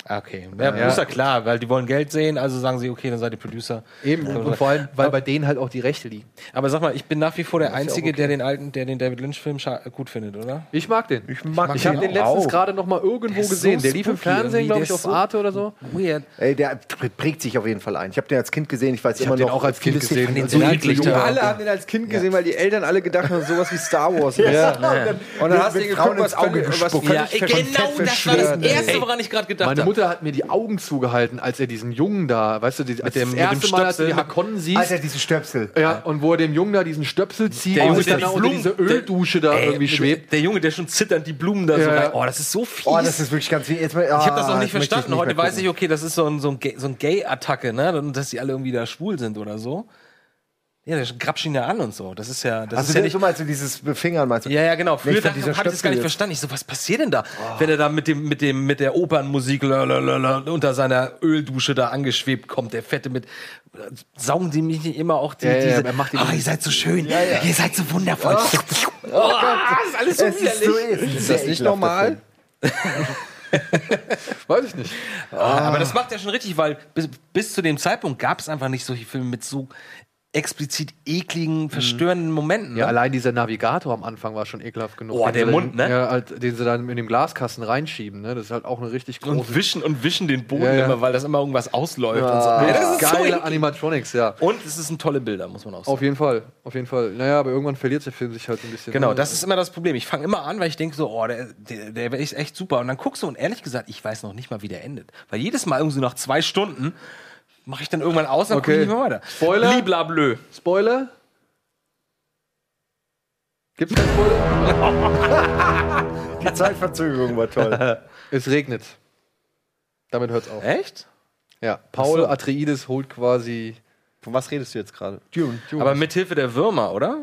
S4: Okay, ja,
S1: Ja.
S4: ist ja klar, weil die wollen Geld sehen, also sagen sie, okay, dann seid ihr Producer.
S1: Eben, und, und vor allem, weil bei denen halt auch die Rechte liegen.
S4: Aber sag mal, ich bin nach wie vor der
S1: Das ist ja auch
S4: Einzige,
S1: okay.
S4: der den alten, der den David Lynch-Film scha- gut findet, oder?
S1: Ich mag den.
S4: Ich
S1: mag Ich hab den letztens gerade noch mal irgendwo gesehen. Der lief im Fernsehen, glaube ich, auf Arte oder so.
S4: Weird.
S5: Ey, der prägt sich auf jeden Fall ein. Ich habe den als Kind gesehen, ich weiß
S1: Ich
S5: immer
S1: hab den
S5: noch.
S1: auch als Kind
S5: vieles
S1: gesehen.
S5: von den
S1: So
S5: Sachen.
S1: eklig,
S5: Die
S1: der war.
S5: alle
S8: Alle haben den als Kind gesehen, weil die Eltern alle gedacht haben, sowas wie Star Wars. ist.
S1: Ja.
S8: Und dann, und dann
S1: Mit-
S8: hast du
S1: mit
S8: geguckt,
S1: Frauen
S8: was
S1: ins Auge
S8: völlig- was
S1: gespuckt.
S8: völlig
S1: Ja,
S8: ver-
S1: genau
S8: ver-
S1: das war das
S8: verschwört ist.
S1: Erste,
S13: woran ich gerade gedacht
S1: Meine Mutter hat mir die Augen zugehalten, als er diesen Jungen da, weißt du, die, als
S13: dem-
S1: das
S13: mit
S1: erste
S13: dem
S1: Mal, als du die
S13: Stöpsel.
S1: Hakonnen siehst.
S13: Als er
S5: diesen Stöpsel.
S1: Ja, und wo er dem Jungen da diesen Stöpsel zieht
S4: Der
S1: und
S4: Junge,
S1: sich dann
S4: der
S1: da unter diese
S4: Blumen-
S1: Öldusche da
S4: Ey,
S1: irgendwie
S4: der-
S1: schwebt.
S4: Der Junge, der schon zittert, die Blumen da so
S1: Ja.
S4: rein. Oh, das ist so fies.
S5: Oh, das ist wirklich ganz viel. Jetzt mal-
S4: ich habe
S5: ah,
S4: das noch nicht
S5: möchte ich
S4: verstanden.
S5: nicht
S4: Heute
S5: mehr
S4: weiß
S5: gucken.
S4: ich, okay, das ist so ein, so ein, Gay, so ein Gay-Attacke, ne? Und dass die alle irgendwie da schwul sind oder so. Ja, der grapscht ihn ja an und so. Das ist ja, das
S5: Also,
S4: ist ja
S5: du-
S4: nicht.
S5: du meinst du dieses Befingern, meinst du?
S4: Ja, ja, genau.
S5: Nee,
S4: Früher
S5: ich
S4: habe
S5: fand
S4: ich
S5: dieser
S4: das gar nicht
S5: Stöpsel jetzt-
S4: verstanden. Ich so, was passiert denn da? Wenn er da mit dem, mit dem, mit der Opernmusik lalalala, unter seiner Öldusche da angeschwebt kommt, der Fette mit, saugen die mich nicht immer auch die,
S13: Ja, ja,
S4: diese,
S13: er macht die-
S4: oh, ihr seid so schön,
S13: Ja, ja.
S4: ihr seid so wundervoll.
S13: Oh Gott.
S4: ist alles so
S13: Es ist
S4: widerlich.
S13: so eklig.
S4: ist das
S13: Sehr
S4: nicht
S13: ekelhaft,
S4: normal?
S1: Weiß ich nicht. Ah.
S4: Aber das macht er schon richtig, weil bis, bis zu dem Zeitpunkt gab es einfach nicht solche Filme mit so explizit ekligen, verstörenden Momenten.
S1: Mhm. Ja,
S4: ne?
S1: allein dieser Navigator am Anfang war schon ekelhaft genug.
S4: Oh,
S1: Den
S4: der
S1: sie-
S4: Mund, ne?
S1: Ja, halt, den sie dann in den Glaskasten reinschieben, ne? Das ist halt auch eine richtig große.
S4: und wischen und wischen den Boden
S1: Ja, ja.
S4: immer, weil das immer irgendwas ausläuft.
S1: Ja,
S4: und so.
S1: ja,
S4: das ist
S1: geile
S4: so eklig.
S1: Animatronics, ja.
S4: Und es sind tolle Bilder, muss man auch sagen.
S1: Auf jeden Fall, auf jeden Fall. Naja, aber irgendwann verliert der Film sich halt ein bisschen.
S4: Genau,
S1: ne?
S4: das ist immer das Problem. Ich fange immer an, weil ich denke so, oh, der, der, der ist echt super. Und dann guckst du und ehrlich gesagt, ich weiß noch nicht mal, wie der endet. Weil jedes Mal irgendwie so nach zwei Stunden mache ich dann irgendwann aus und
S1: Okay.
S4: gucke ich nicht mehr weiter.
S1: Spoiler?
S4: Blibla blö.
S1: Spoiler? Gibt's keinen Spoiler?
S19: Die Zeitverzögerung war toll.
S1: es regnet. Damit hört's auf.
S4: Echt?
S1: Ja, Paul
S4: Ach so.
S1: Atreides holt quasi.
S19: Von was redest du jetzt gerade?
S1: Dune. Dune.
S4: Aber mithilfe der Würmer, oder?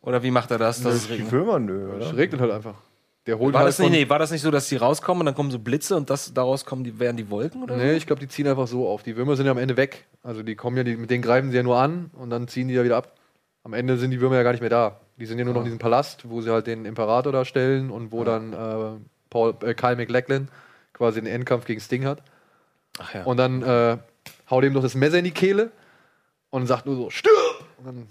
S4: Oder wie macht er das? dass es regnet?
S19: Firma, nö, oder?
S1: es regnet halt einfach. Der holt
S4: War
S1: halt
S4: das, nicht, nee, war das nicht so, dass die rauskommen und dann kommen so Blitze und das, daraus kommen die, werden die Wolken? Oder?
S1: Nee, ich glaube, die ziehen einfach so auf. Die Würmer sind ja am Ende weg. Also die kommen ja, die, mit denen greifen sie ja nur an und dann ziehen die ja wieder ab. Am Ende sind die Würmer ja gar nicht mehr da. Die sind ja nur noch in diesem Palast, wo sie halt den Imperator da stellen und wo dann äh, Paul, äh, Kyle McLachlan quasi den Endkampf gegen Sting hat.
S4: Ach ja.
S1: Und dann äh, haut ihm doch das Messer in die Kehle und sagt nur so, stirb! Und dann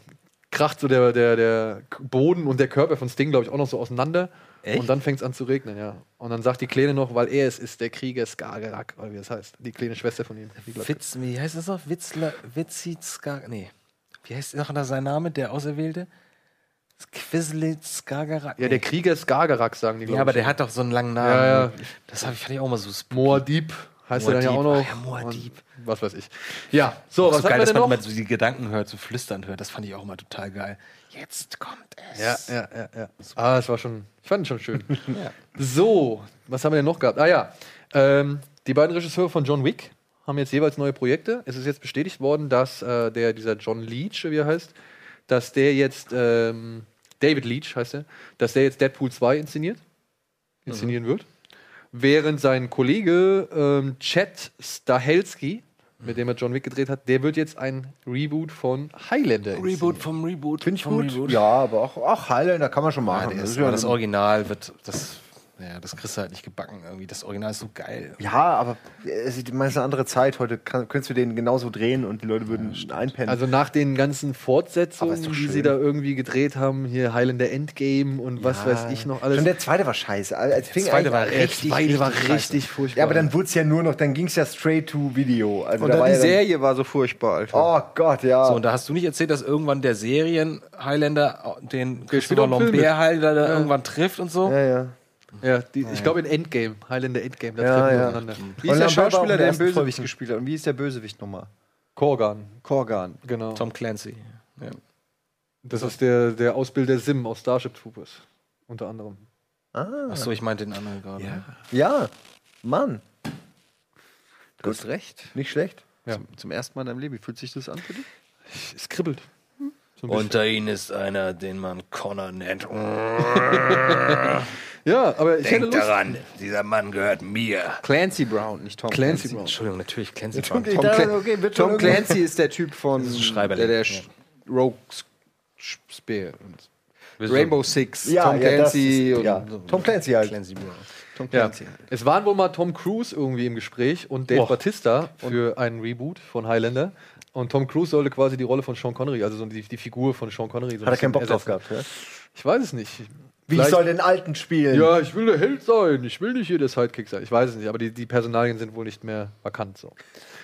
S1: kracht so der, der, der Boden und der Körper von Sting, glaube ich, auch noch so auseinander. Und dann fängt es an zu regnen, ja. Und dann sagt die Kleine noch, weil er es ist, der Krieger Skagerrak, oder wie das heißt. Die kleine Schwester von ihm. die Glatze.
S4: Witz, wie heißt das noch? Witzler, Witzitskar. Nee. Wie heißt noch sein Name, der Auserwählte? Quislitskagarak.
S1: Ja, der Krieger Skagerrak, sagen die,
S4: Ja,
S1: glaub
S4: aber
S1: ich.
S4: der hat doch so einen langen Namen.
S1: Ja, ja.
S4: Das hab ich, fand ich auch mal so spooky.
S1: Moadib heißt er dann ja auch noch.
S4: Moadib. Ah, ja, Moadib.
S1: Und was weiß ich. Ja, so, was
S4: so geil,
S1: haben wir
S4: dass
S1: denn
S4: man
S1: noch?
S4: immer so die Gedanken hört, so flüstern hört. Das fand ich auch mal total geil. Jetzt kommt
S1: Ja,
S4: es.
S1: ja, ja, ja. Ah, es war schon, ich fand ihn schon schön. So, was haben wir denn noch gehabt? Ah ja, ähm, die beiden Regisseure von John Wick haben jetzt jeweils neue Projekte. Es ist jetzt bestätigt worden, dass äh, der, dieser John Leach, wie er heißt, dass der jetzt, ähm, David Leach heißt er, dass der jetzt Deadpool 2 inszeniert, inszenieren wird. Während sein Kollege ähm, Chad Stahelski, mit dem er John Wick gedreht hat, der wird jetzt ein Reboot von Highlander. inszenieren.
S4: Reboot vom Reboot.
S1: Finde ich
S4: vom
S1: gut.
S4: Reboot.
S5: Ja, aber auch, auch Highlander kann man schon machen.
S4: Ja,
S5: Das ist
S4: das,
S5: ja
S4: aber das
S5: ein-
S4: Original wird das. Ja, das kriegst du halt nicht gebacken irgendwie. Das Original ist so geil.
S5: Ja, aber es ist eine andere Zeit. Heute kann, könntest du den genauso drehen und die Leute würden einpennen.
S1: Also nach den ganzen
S5: Aber
S1: Fortsetzungen,
S5: ist doch
S1: die
S5: schön.
S1: sie da irgendwie gedreht haben, hier Highlander Endgame und was
S5: Ja.
S1: weiß ich noch alles.
S5: Schon der zweite war scheiße. Also, es fing
S1: zweite
S5: eigentlich
S1: war-
S5: an,
S1: der zweite war
S5: scheiße.
S1: richtig furchtbar.
S5: Ja, aber dann wurde es ja nur noch, dann ging es ja straight to Video. Also
S8: Und
S5: da
S8: dann
S5: war
S8: die
S5: ja dann,
S8: Serie war so furchtbar, Alter.
S5: Oh Gott, ja.
S4: So, und da hast du nicht erzählt, dass irgendwann der Serien Highlander den
S1: wieder
S4: Christopher
S1: einen Film mit.
S4: Lambert Highlander irgendwann trifft und so.
S5: ja, ja.
S1: ja, die, ich glaube in Endgame, Highlander Endgame, da
S5: Ja,
S1: treffen
S5: ja.
S1: wir aufeinander.
S8: Wie ist der
S5: Lambert war auch
S8: Schauspieler,
S5: in
S8: der den
S5: ersten
S8: Bösewicht
S5: Folge.
S8: gespielt hat? Und wie ist der Bösewicht nochmal?
S1: Korgan,
S8: Korgan.
S1: genau.
S4: Tom Clancy. Ja.
S1: Das ist der, der Ausbilder Sim aus Starship Troopers, unter anderem.
S5: Ah,
S4: Achso, ich meinte den anderen gerade.
S5: ja, Mann,
S8: Du hast recht.
S5: nicht schlecht.
S8: Zum, zum ersten Mal in deinem Leben. Wie fühlt sich das an für dich?
S1: Es kribbelt. So ein bisschen.
S4: Unter ihnen ist einer, den man Connor nennt.
S1: ja, aber ich hätte
S4: Denkt
S1: Lust.
S4: daran, dieser Mann gehört mir.
S8: Clancy Brown, nicht Tom
S1: Clancy Brown.
S4: Entschuldigung, natürlich Clancy
S8: Tom,
S4: Brown.
S8: Tom,
S5: dachte,
S8: Clan-
S5: okay, wird schon
S8: Tom
S5: irgendwie-
S8: Clancy ist der Typ von
S4: Das ist ein Schreiberling,
S8: der, der
S4: ja.
S8: Sch- Rogue Sch- Sch- Spear und
S4: Wir sind-
S8: Rainbow Six,
S5: Ja,
S8: Tom
S5: ja, das
S8: Clancy
S5: ist-
S8: und
S5: ja. Tom Clancy halt.
S4: Clancy Brown.
S8: Tom
S1: Ja.
S8: Clancy. halt.
S1: Es waren wohl mal Tom Cruise irgendwie im Gespräch und Dave Batista für einen Reboot von Highlander. Und Tom Cruise sollte quasi die Rolle von Sean Connery, also so die, die Figur von Sean Connery. So ein
S5: Hat er keinen
S1: bisschen
S5: Bock drauf
S1: ersetzen.
S5: gehabt. Ja?
S1: Ich weiß es nicht.
S5: Wie
S1: Vielleicht-
S5: soll den Alten spielen?
S1: Ja, ich will der Held sein. Ich will nicht hier der Sidekick sein. Ich weiß es nicht, aber die, die Personalien sind wohl nicht mehr vakant. So.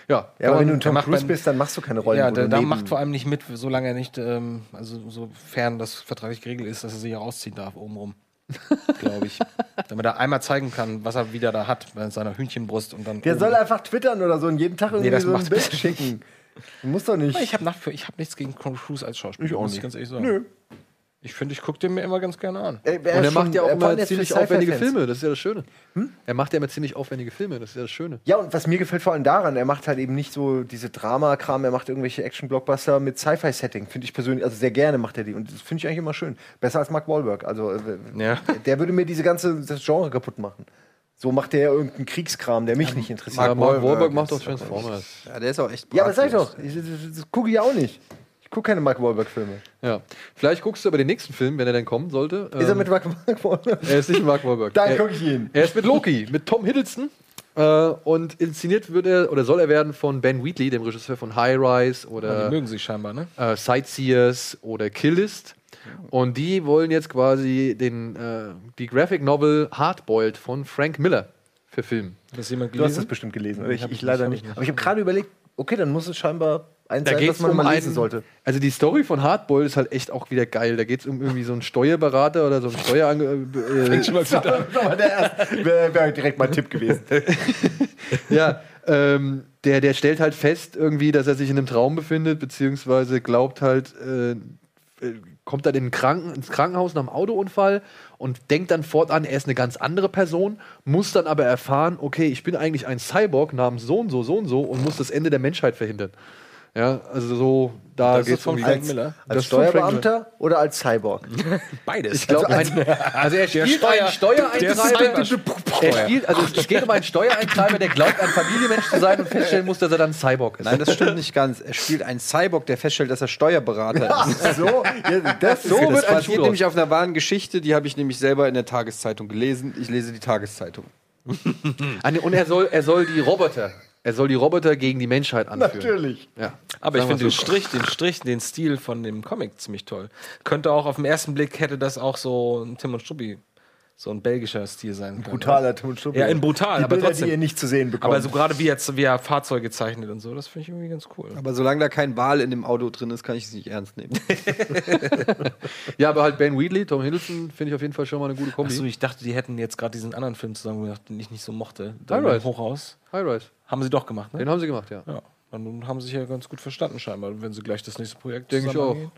S1: Ja,
S5: Ja, aber wenn du ein
S4: Der
S5: Tom
S4: macht
S5: Cruise
S4: beim-
S5: bist, dann machst du keine Rollen.
S4: Ja,
S5: wo
S4: der,
S5: du
S4: der
S5: neben-
S4: macht vor allem nicht mit, solange er nicht, ähm, also sofern das vertraglich geregelt ist, dass er sich rausziehen darf obenrum. Glaube ich. Damit er einmal zeigen kann, was er wieder da hat, bei seiner Hühnchenbrust und dann.
S5: der
S4: oben.
S5: soll einfach twittern oder so und jeden Tag irgendwie
S4: das
S5: so ein
S4: macht-
S5: Bild schicken. Du musst doch nicht.
S4: ich habe nach, ich hab nichts gegen Tom Cruise als Schauspieler,
S5: Ich auch
S4: muss ich
S5: nicht.
S4: ganz ehrlich sagen. Ich finde, ich gucke den mir immer ganz gerne an.
S5: Ey, wer
S1: Und er
S5: ist
S1: macht
S5: schon-
S1: ja auch
S5: äh, vor allem
S1: immer
S5: jetzt für
S1: ziemlich
S5: Sci-Fi-Fans. Hm?
S1: aufwendige Filme, das ist ja das Schöne. Er macht ja immer ziemlich aufwendige Filme, das ist ja das Schöne.
S5: Ja, und was mir gefällt vor allem daran, er macht halt eben nicht so diese Drama-Kram, er macht irgendwelche Action-Blockbuster mit Sci-Fi-Setting. Finde ich persönlich, also sehr gerne macht er die. Und das finde ich eigentlich immer schön. Besser als Mark Wahlberg. Also, äh,
S4: Ja.
S5: der würde mir diese ganze das Genre kaputt machen. So macht er irgendeinen Kriegskram, der mich nicht interessiert.
S1: Ja, Mark Wahlberg
S8: Wahlberg
S1: macht
S8: ist
S1: doch Transformers.
S8: Ja, der ist auch echt
S5: ja, aber sag ich
S8: bratlos.
S5: doch, ich, das, das gucke ich ja auch nicht. Ich gucke keine Mark Wahlberg-Filme.
S1: Ja. Vielleicht guckst du aber den nächsten Film, wenn er denn kommen sollte.
S5: Ist er
S1: Ähm, äh,
S5: mit Mark, Mark Wahlberg?
S1: er ist nicht Mark Wahlberg.
S5: Dann
S1: Er-
S5: gucke ich ihn.
S1: Er ist mit Loki, mit Tom Hiddleston. Äh, und inszeniert wird er oder soll er werden von Ben Wheatley, dem Regisseur von High Rise
S4: Die
S1: oder
S4: mögen sich scheinbar, ne?
S1: äh, Sightseers oder Killist. Und die wollen jetzt quasi den, äh, die Graphic Novel Hardboiled von Frank Miller verfilmen.
S4: Dass jemand
S5: Du hast das
S4: gelesen?
S5: bestimmt gelesen, oder? Ich,
S4: hab
S5: ich
S4: ich
S5: leider
S4: nicht,
S5: nicht. Aber ich habe gerade überlegt, okay, dann muss es scheinbar ein
S1: Da
S5: sein,
S1: geht's
S5: was man
S1: um
S5: mal
S1: einen,
S5: lesen sollte.
S1: Also die Story von Hardboiled ist halt echt auch wieder geil. Da geht es um irgendwie so einen Steuerberater oder so einen Steuerange. Äh,
S5: Nochmal der erste. Wäre wär halt direkt mein Tipp gewesen.
S1: ja, ähm, der, der stellt halt fest irgendwie, dass er sich in einem Traum befindet, beziehungsweise glaubt halt, äh, äh, kommt dann in den Kranken, ins Krankenhaus nach einem Autounfall und denkt dann fortan, er ist eine ganz andere Person, muss dann aber erfahren, okay, ich bin eigentlich ein Cyborg namens so und so, so und so und muss das Ende der Menschheit verhindern. Ja, also so, da
S4: Das ist
S1: geht's
S4: von
S1: um die.
S4: Frank
S1: Als,
S4: Miller.
S5: Als
S1: ist von Frank
S5: Steuerbeamter oder als Cyborg?
S4: Beides.
S1: ich glaube, also, also er spielt
S4: Steuer-
S1: einen Steuereintreiber.
S4: der Cyber-
S1: Er spielt, also es geht um einen Steuereintreiber, der glaubt, ein Familienmensch zu sein und feststellen muss, dass er dann Cyborg ist.
S8: Nein, das stimmt nicht ganz. Er spielt einen Cyborg, der feststellt, dass er Steuerberater ist.
S5: so, ja, das
S8: So
S1: wird
S8: wird
S1: ein Schuh
S8: das passiert
S1: draus.
S8: nämlich auf einer wahren Geschichte, die habe ich nämlich selber in der Tageszeitung gelesen. Ich lese die Tageszeitung.
S1: Ah, nee, Und er soll, er soll die Roboter. Er soll die Roboter gegen die Menschheit anführen.
S5: natürlich.
S1: Ja.
S4: Aber ich
S1: Sagen
S4: finde
S1: wir
S4: den Strich, den Strich, den Stil von dem Comic ziemlich toll. Könnte auch auf den ersten Blick hätte das auch so ein Tim und Struppi, so ein belgischer Stil sein. können.
S5: Brutaler Tim und Struppi.
S4: Ja, in brutal,
S5: die
S4: aber
S5: Bilder,
S4: trotzdem.
S5: die ihr nicht zu sehen bekommt.
S4: Aber so gerade wie jetzt, wie er Fahrzeuge zeichnet und so, das finde ich irgendwie ganz cool.
S8: Aber solange da kein Wal in dem Auto drin ist, kann ich es nicht ernst nehmen.
S1: Ja, aber halt Ben Wheatley, Tom Hiddleston finde ich auf jeden Fall schon mal eine gute Kombi.
S4: Achso, ich dachte, die hätten jetzt gerade diesen anderen Film zusammengemacht, den ich nicht so mochte. Da
S1: Alright.
S4: mit dem Hochhaus.
S1: High Rise.
S4: Haben sie doch gemacht,
S1: Den
S4: ne?
S1: haben sie gemacht, ja.
S4: Ja. Und nun haben sie sich ja ganz gut verstanden scheinbar, wenn sie gleich das nächste Projekt
S1: Denke ich
S4: zusammen
S1: auch.
S4: angehen.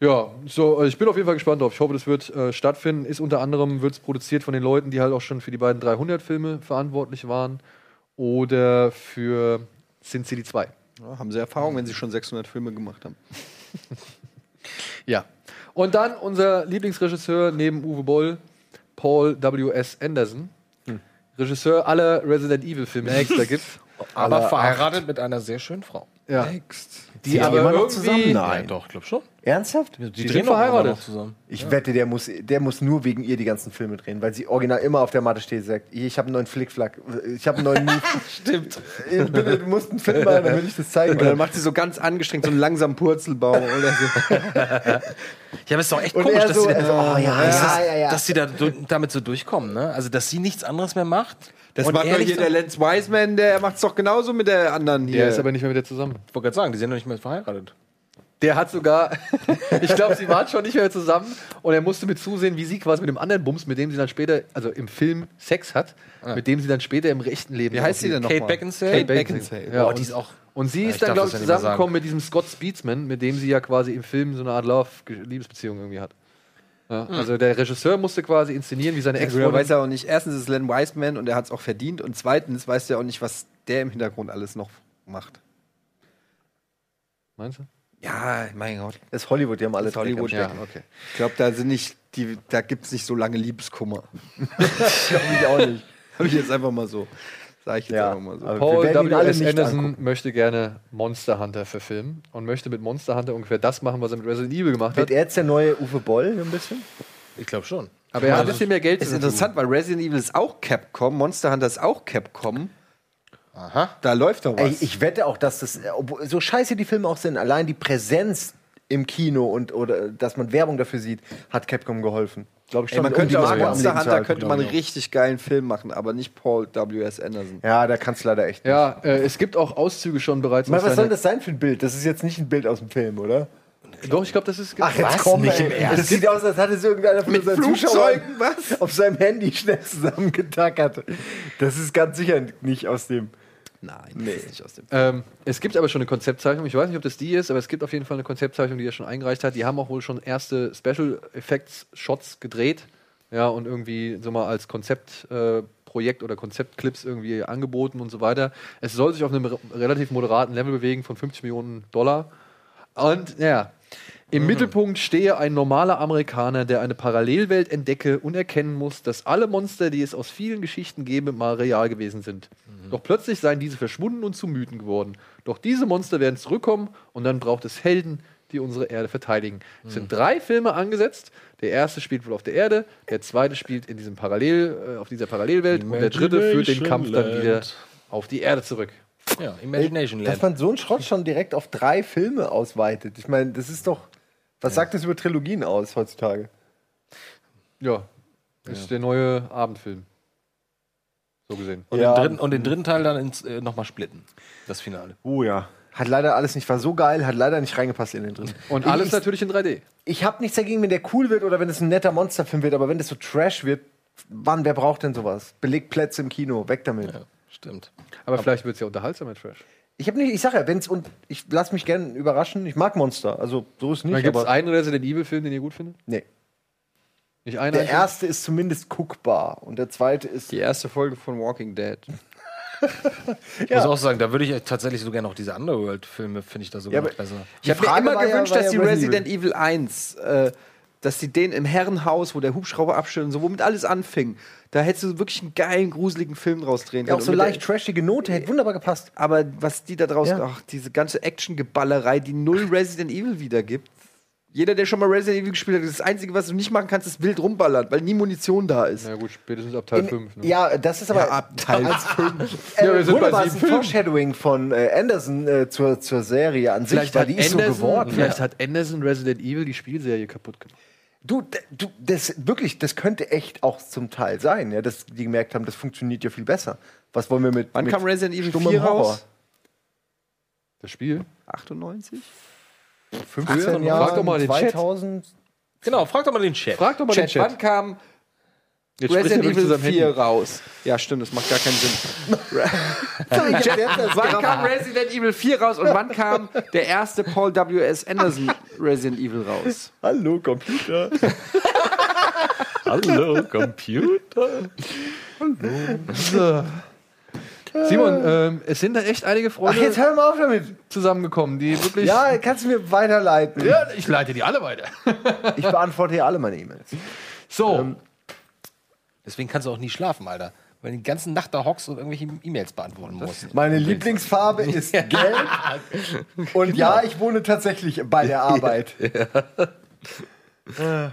S1: Ja, so, äh, ich bin auf jeden Fall gespannt drauf. Ich hoffe, das wird äh, stattfinden. Ist unter anderem wird's produziert von den Leuten, die halt auch schon für die beiden 300-Filme verantwortlich waren oder für Sin City 2.
S8: Ja, haben sie Erfahrung, wenn sie schon 600 Filme gemacht haben.
S1: Ja. Und dann
S4: Hm.
S1: unser Lieblingsregisseur neben Uwe Boll, Paul W.S. Anderson. Regisseur aller Resident Evil Filme, die es da gibt.
S4: Aber verheiratet mit einer sehr schönen Frau.
S1: Ja.
S4: Die,
S1: Die aber
S4: aber
S1: irgendwie-
S4: zusammen?
S1: Ja,
S4: doch, glaub schon.
S5: Ernsthaft?
S4: Die,
S1: sind
S4: drehen doch
S1: verheiratet.
S4: immer noch zusammen.
S5: Ich wette, der muss, der muss nur wegen ihr die ganzen Filme drehen, weil sie original immer auf der Matte steht und sagt, ich habe einen neuen Flickflack, ich habe einen neuen Move.
S8: Stimmt.
S5: Äh, Bitte, du musst einen Film machen, damit ich das zeigen
S8: Und dann
S5: kann.
S8: macht sie so ganz angestrengt so einen langsamen Purzelbaum. Oder so.
S4: Ja, aber ist doch echt
S5: Und
S4: komisch,
S5: er
S4: dass,
S5: so,
S4: sie da,
S5: äh,
S8: Ah,
S5: oh, ja,
S4: dass,
S5: ja,
S4: das-
S5: ja, ja.
S4: dass sie da, du- damit so durchkommen. Ne? Also, dass sie nichts anderes mehr macht.
S8: Das
S4: Und
S8: macht doch
S4: ehrlich
S8: hier
S4: sein-
S8: der Lance Wiseman, der macht's doch genauso mit der anderen hier.
S1: Der ist aber nicht mehr mit ihr zusammen.
S4: Ich wollte gerade sagen, die sind noch nicht mehr verheiratet.
S1: Der hat sogar, ich glaube, sie waren schon nicht mehr zusammen und er musste mit zusehen, wie sie quasi mit dem anderen Bums, mit dem sie dann später, also im Film Sex hat, mit dem sie dann später im echten Leben.
S8: Wie heißt sie denn noch?
S4: Kate
S8: mal?
S4: Beckinsale?
S8: Kate Beckinsale.
S1: Ja,
S4: Boah,
S1: und,
S4: die ist auch-
S1: und sie
S4: Ja,
S1: ist
S4: ich
S1: dann,
S4: darf
S1: glaube
S4: das
S1: ich,
S4: ja nicht mehr
S1: zusammengekommen mit diesem Scott Speedsman, mit dem sie ja quasi im Film so eine Art Love-Liebesbeziehung irgendwie hat. Ja, Also der Regisseur musste quasi inszenieren, wie seine
S8: Ja, gut, er weiß
S1: Ex-Freundin.
S8: ja auch nicht. Erstens ist es Len Wiseman und er hat's auch verdient. Und zweitens weiß er auch nicht, was der im Hintergrund alles noch macht.
S1: Meinst du?
S8: Ja, mein Gott.
S5: Das ist Hollywood, die haben alle
S8: Das ist Hollywood.
S5: Dreck
S8: Ja,
S5: am Stecken.
S8: okay. Ich glaube, da sind nicht die, da gibt's nicht so lange Liebeskummer.
S5: Glaub ich auch nicht.
S8: Habe ich jetzt einfach mal so. Sag ich jetzt
S5: Ja,
S8: einfach mal so.
S5: aber wir
S1: Paul
S5: werden ihn alle
S1: W.S.
S5: nicht
S1: Anderson
S5: angucken.
S1: möchte gerne Monster Hunter verfilmen und möchte mit Monster Hunter ungefähr das machen, was er mit Resident Evil gemacht hat.
S5: Wird er jetzt der neue Uwe Boll ein bisschen?
S4: Ich glaube schon.
S1: Aber er hat ein
S8: Also,
S1: bisschen mehr Geld.
S8: Ist
S1: zur
S8: interessant, weil Resident Evil ist auch Capcom, Monster Hunter ist auch Capcom.
S4: Aha.
S8: Da läuft doch was.
S5: Ey, ich wette auch, dass das, äh, obwohl- so scheiße die Filme auch sind, allein die Präsenz im Kino und oder dass man Werbung dafür sieht, hat Capcom geholfen. Glaube ich um
S8: Ey, man könnte
S5: die
S8: aus
S5: Marke am
S8: Monster
S5: Leben zu
S8: Hunter
S5: halten.
S8: könnte man einen richtig geilen Film machen, aber nicht Paul W.S. Anderson.
S5: Ja, da kannst du leider echt.
S1: Ja, äh, es gibt auch Auszüge schon bereits.
S5: Mal,
S1: aus
S5: was
S1: seiner-
S5: soll das sein für ein Bild? Das ist jetzt nicht ein Bild aus dem Film, oder?
S1: Doch, ich glaube, das ist.
S5: Ach, jetzt komm, nicht im Ernst. Das sieht aus, als hätte es irgendeiner von
S8: Mit
S5: unseren Zuschauern
S8: Flugzeugen, was?
S5: auf seinem Handy schnell zusammengetackert. Das ist ganz sicher nicht aus dem.
S8: Nein, das ist nicht aus dem
S1: Ähm, es gibt aber schon eine Konzeptzeichnung. Ich weiß nicht, ob das die ist, aber es gibt auf jeden Fall eine Konzeptzeichnung, die er schon eingereicht hat. Die haben auch wohl schon erste Special Effects Shots gedreht. Ja, und irgendwie so mal als Konzeptprojekt äh, Projekt oder Konzeptclips irgendwie angeboten und so weiter. Es soll sich auf einem re relativ moderaten Level bewegen von 50 Millionen Dollar. Und ja, im Mittelpunkt stehe ein normaler Amerikaner, der eine Parallelwelt entdecke und erkennen muss, dass alle Monster, die es aus vielen Geschichten gäbe, mal real gewesen sind.
S4: Mhm.
S1: Doch plötzlich seien diese verschwunden und zu Mythen geworden. Doch diese Monster werden zurückkommen und dann braucht es Helden, die unsere Erde verteidigen. Es
S4: Mhm.
S1: sind drei Filme angesetzt. Der erste spielt wohl auf der Erde, der zweite spielt in diesem Parallel, äh, auf dieser Parallelwelt und der dritte führt den
S4: Imagination
S1: Kampf dann wieder
S4: Land.
S1: auf die Erde zurück.
S4: Ja, Imagination
S5: Dass
S4: Land.
S5: man so einen Schrott schon direkt auf drei Filme ausweitet. Ich meine, das ist doch. Was sagt das über Trilogien aus heutzutage?
S1: Ja, ist der neue Abendfilm. So gesehen.
S4: Und,
S5: Ja.
S4: den dritten, und den dritten Teil dann ins, äh, nochmal splitten. Das Finale.
S5: Oh ja. Hat leider alles nicht, war so geil, hat leider nicht reingepasst in den drin.
S1: Und alles
S5: ich,
S1: natürlich in 3D.
S5: Ich habe nichts dagegen, wenn der cool wird oder wenn es ein netter Monsterfilm wird, aber wenn das so Trash wird, wann, wer braucht denn sowas? Belegt Plätze im Kino, weg damit.
S4: Ja, stimmt.
S1: Aber vielleicht wird es ja unterhaltsamer Trash.
S5: Ich habe nicht, ich sag ja, wenn's und ich lass mich gerne überraschen, ich mag Monster, also so ist
S1: Dann
S5: nicht,
S1: gibt es
S5: aber
S1: einen Resident Evil Film, den ihr gut findet?
S5: nee.
S1: Nicht einen
S5: Der
S1: einzigen?
S5: erste ist zumindest guckbar und der zweite ist
S8: Die erste Folge von Walking Dead.
S4: Ich muss auch sagen, da würde ich tatsächlich so gerne auch diese Underworld-Filme, finde ich da sogar
S5: Ja,
S4: noch
S5: aber-
S4: besser.
S8: Ich habe mir
S5: Frage
S8: immer
S5: war ja-
S8: gewünscht,
S5: war
S8: dass die
S5: ja
S8: Resident Evil 1, äh, dass die den im Herrenhaus, wo der Hubschrauber abschüttet und so, womit alles anfing, da hättest du wirklich einen geilen, gruseligen Film rausdrehen
S5: ja,
S8: können.
S5: auch so
S8: Und mit
S5: leicht trashige Note, hätte wunderbar gepasst.
S8: Der, aber was die da draußen,
S5: Ja.
S8: ach, diese ganze Action-Geballerei, die null Resident Evil wiedergibt. Jeder, der schon mal Resident Evil gespielt hat, das Einzige, was du nicht machen kannst, ist wild rumballern, weil nie Munition da ist.
S1: Na gut, spätestens ab Teil 5. Ne?
S5: Ja, das ist aber
S8: Ja, ab Teil
S5: als-
S8: 5.
S5: Äh,
S1: Ja, wir sind bei
S5: wunderbar,
S1: sieben
S5: es ist ein
S1: Filmen.
S5: Foreshadowing von äh, Anderson äh, zur, zur Serie an sich, weil die ist so geworden.
S1: vielleicht hat Anderson Resident Evil die Spielserie kaputt gemacht.
S5: Du, d- du, das wirklich, das könnte echt auch zum Teil sein, ja, dass die gemerkt haben, das funktioniert ja viel besser. Was wollen wir mit?
S8: Wann
S5: mit
S8: kam Resident Evil
S5: stummem
S8: 4
S5: Horror?
S8: raus?
S1: Das Spiel?
S8: 98?
S5: 15
S1: Frag
S5: Jahre,
S1: doch mal den Chat.
S5: 2000.
S4: Genau, frag doch mal den Chef.
S1: Frag doch mal
S8: Chat,
S1: den
S8: wann
S1: Chat.
S8: kam
S1: Jetzt spricht er
S8: Resident
S1: wirklich zu
S8: Evil
S1: seinem
S8: 4
S1: Handy.
S8: raus? Ja, stimmt, das macht gar keinen Sinn. Wann kam Resident Evil 4 raus und wann kam der erste Paul W.S. Anderson Resident Evil raus?
S5: Hallo Computer.
S4: Hallo, Computer.
S1: Simon, ähm, es sind da echt einige
S5: Ach,
S1: Freunde
S5: jetzt hör mal auf damit.
S1: zusammengekommen, die wirklich.
S5: Ja, kannst du mir weiterleiten?
S1: Ja, ich leite die alle weiter.
S5: Ich beantworte hier alle meine E-Mails.
S8: ähm,
S1: So,
S4: Deswegen kannst du auch nie schlafen, Alter. weil die ganze Nacht da hockst und irgendwelche E-Mails beantworten musst.
S19: Meine Lieblingsfarbe ist gelb. Und ja,
S8: Genau.
S19: ich wohne tatsächlich bei der Arbeit.
S8: Na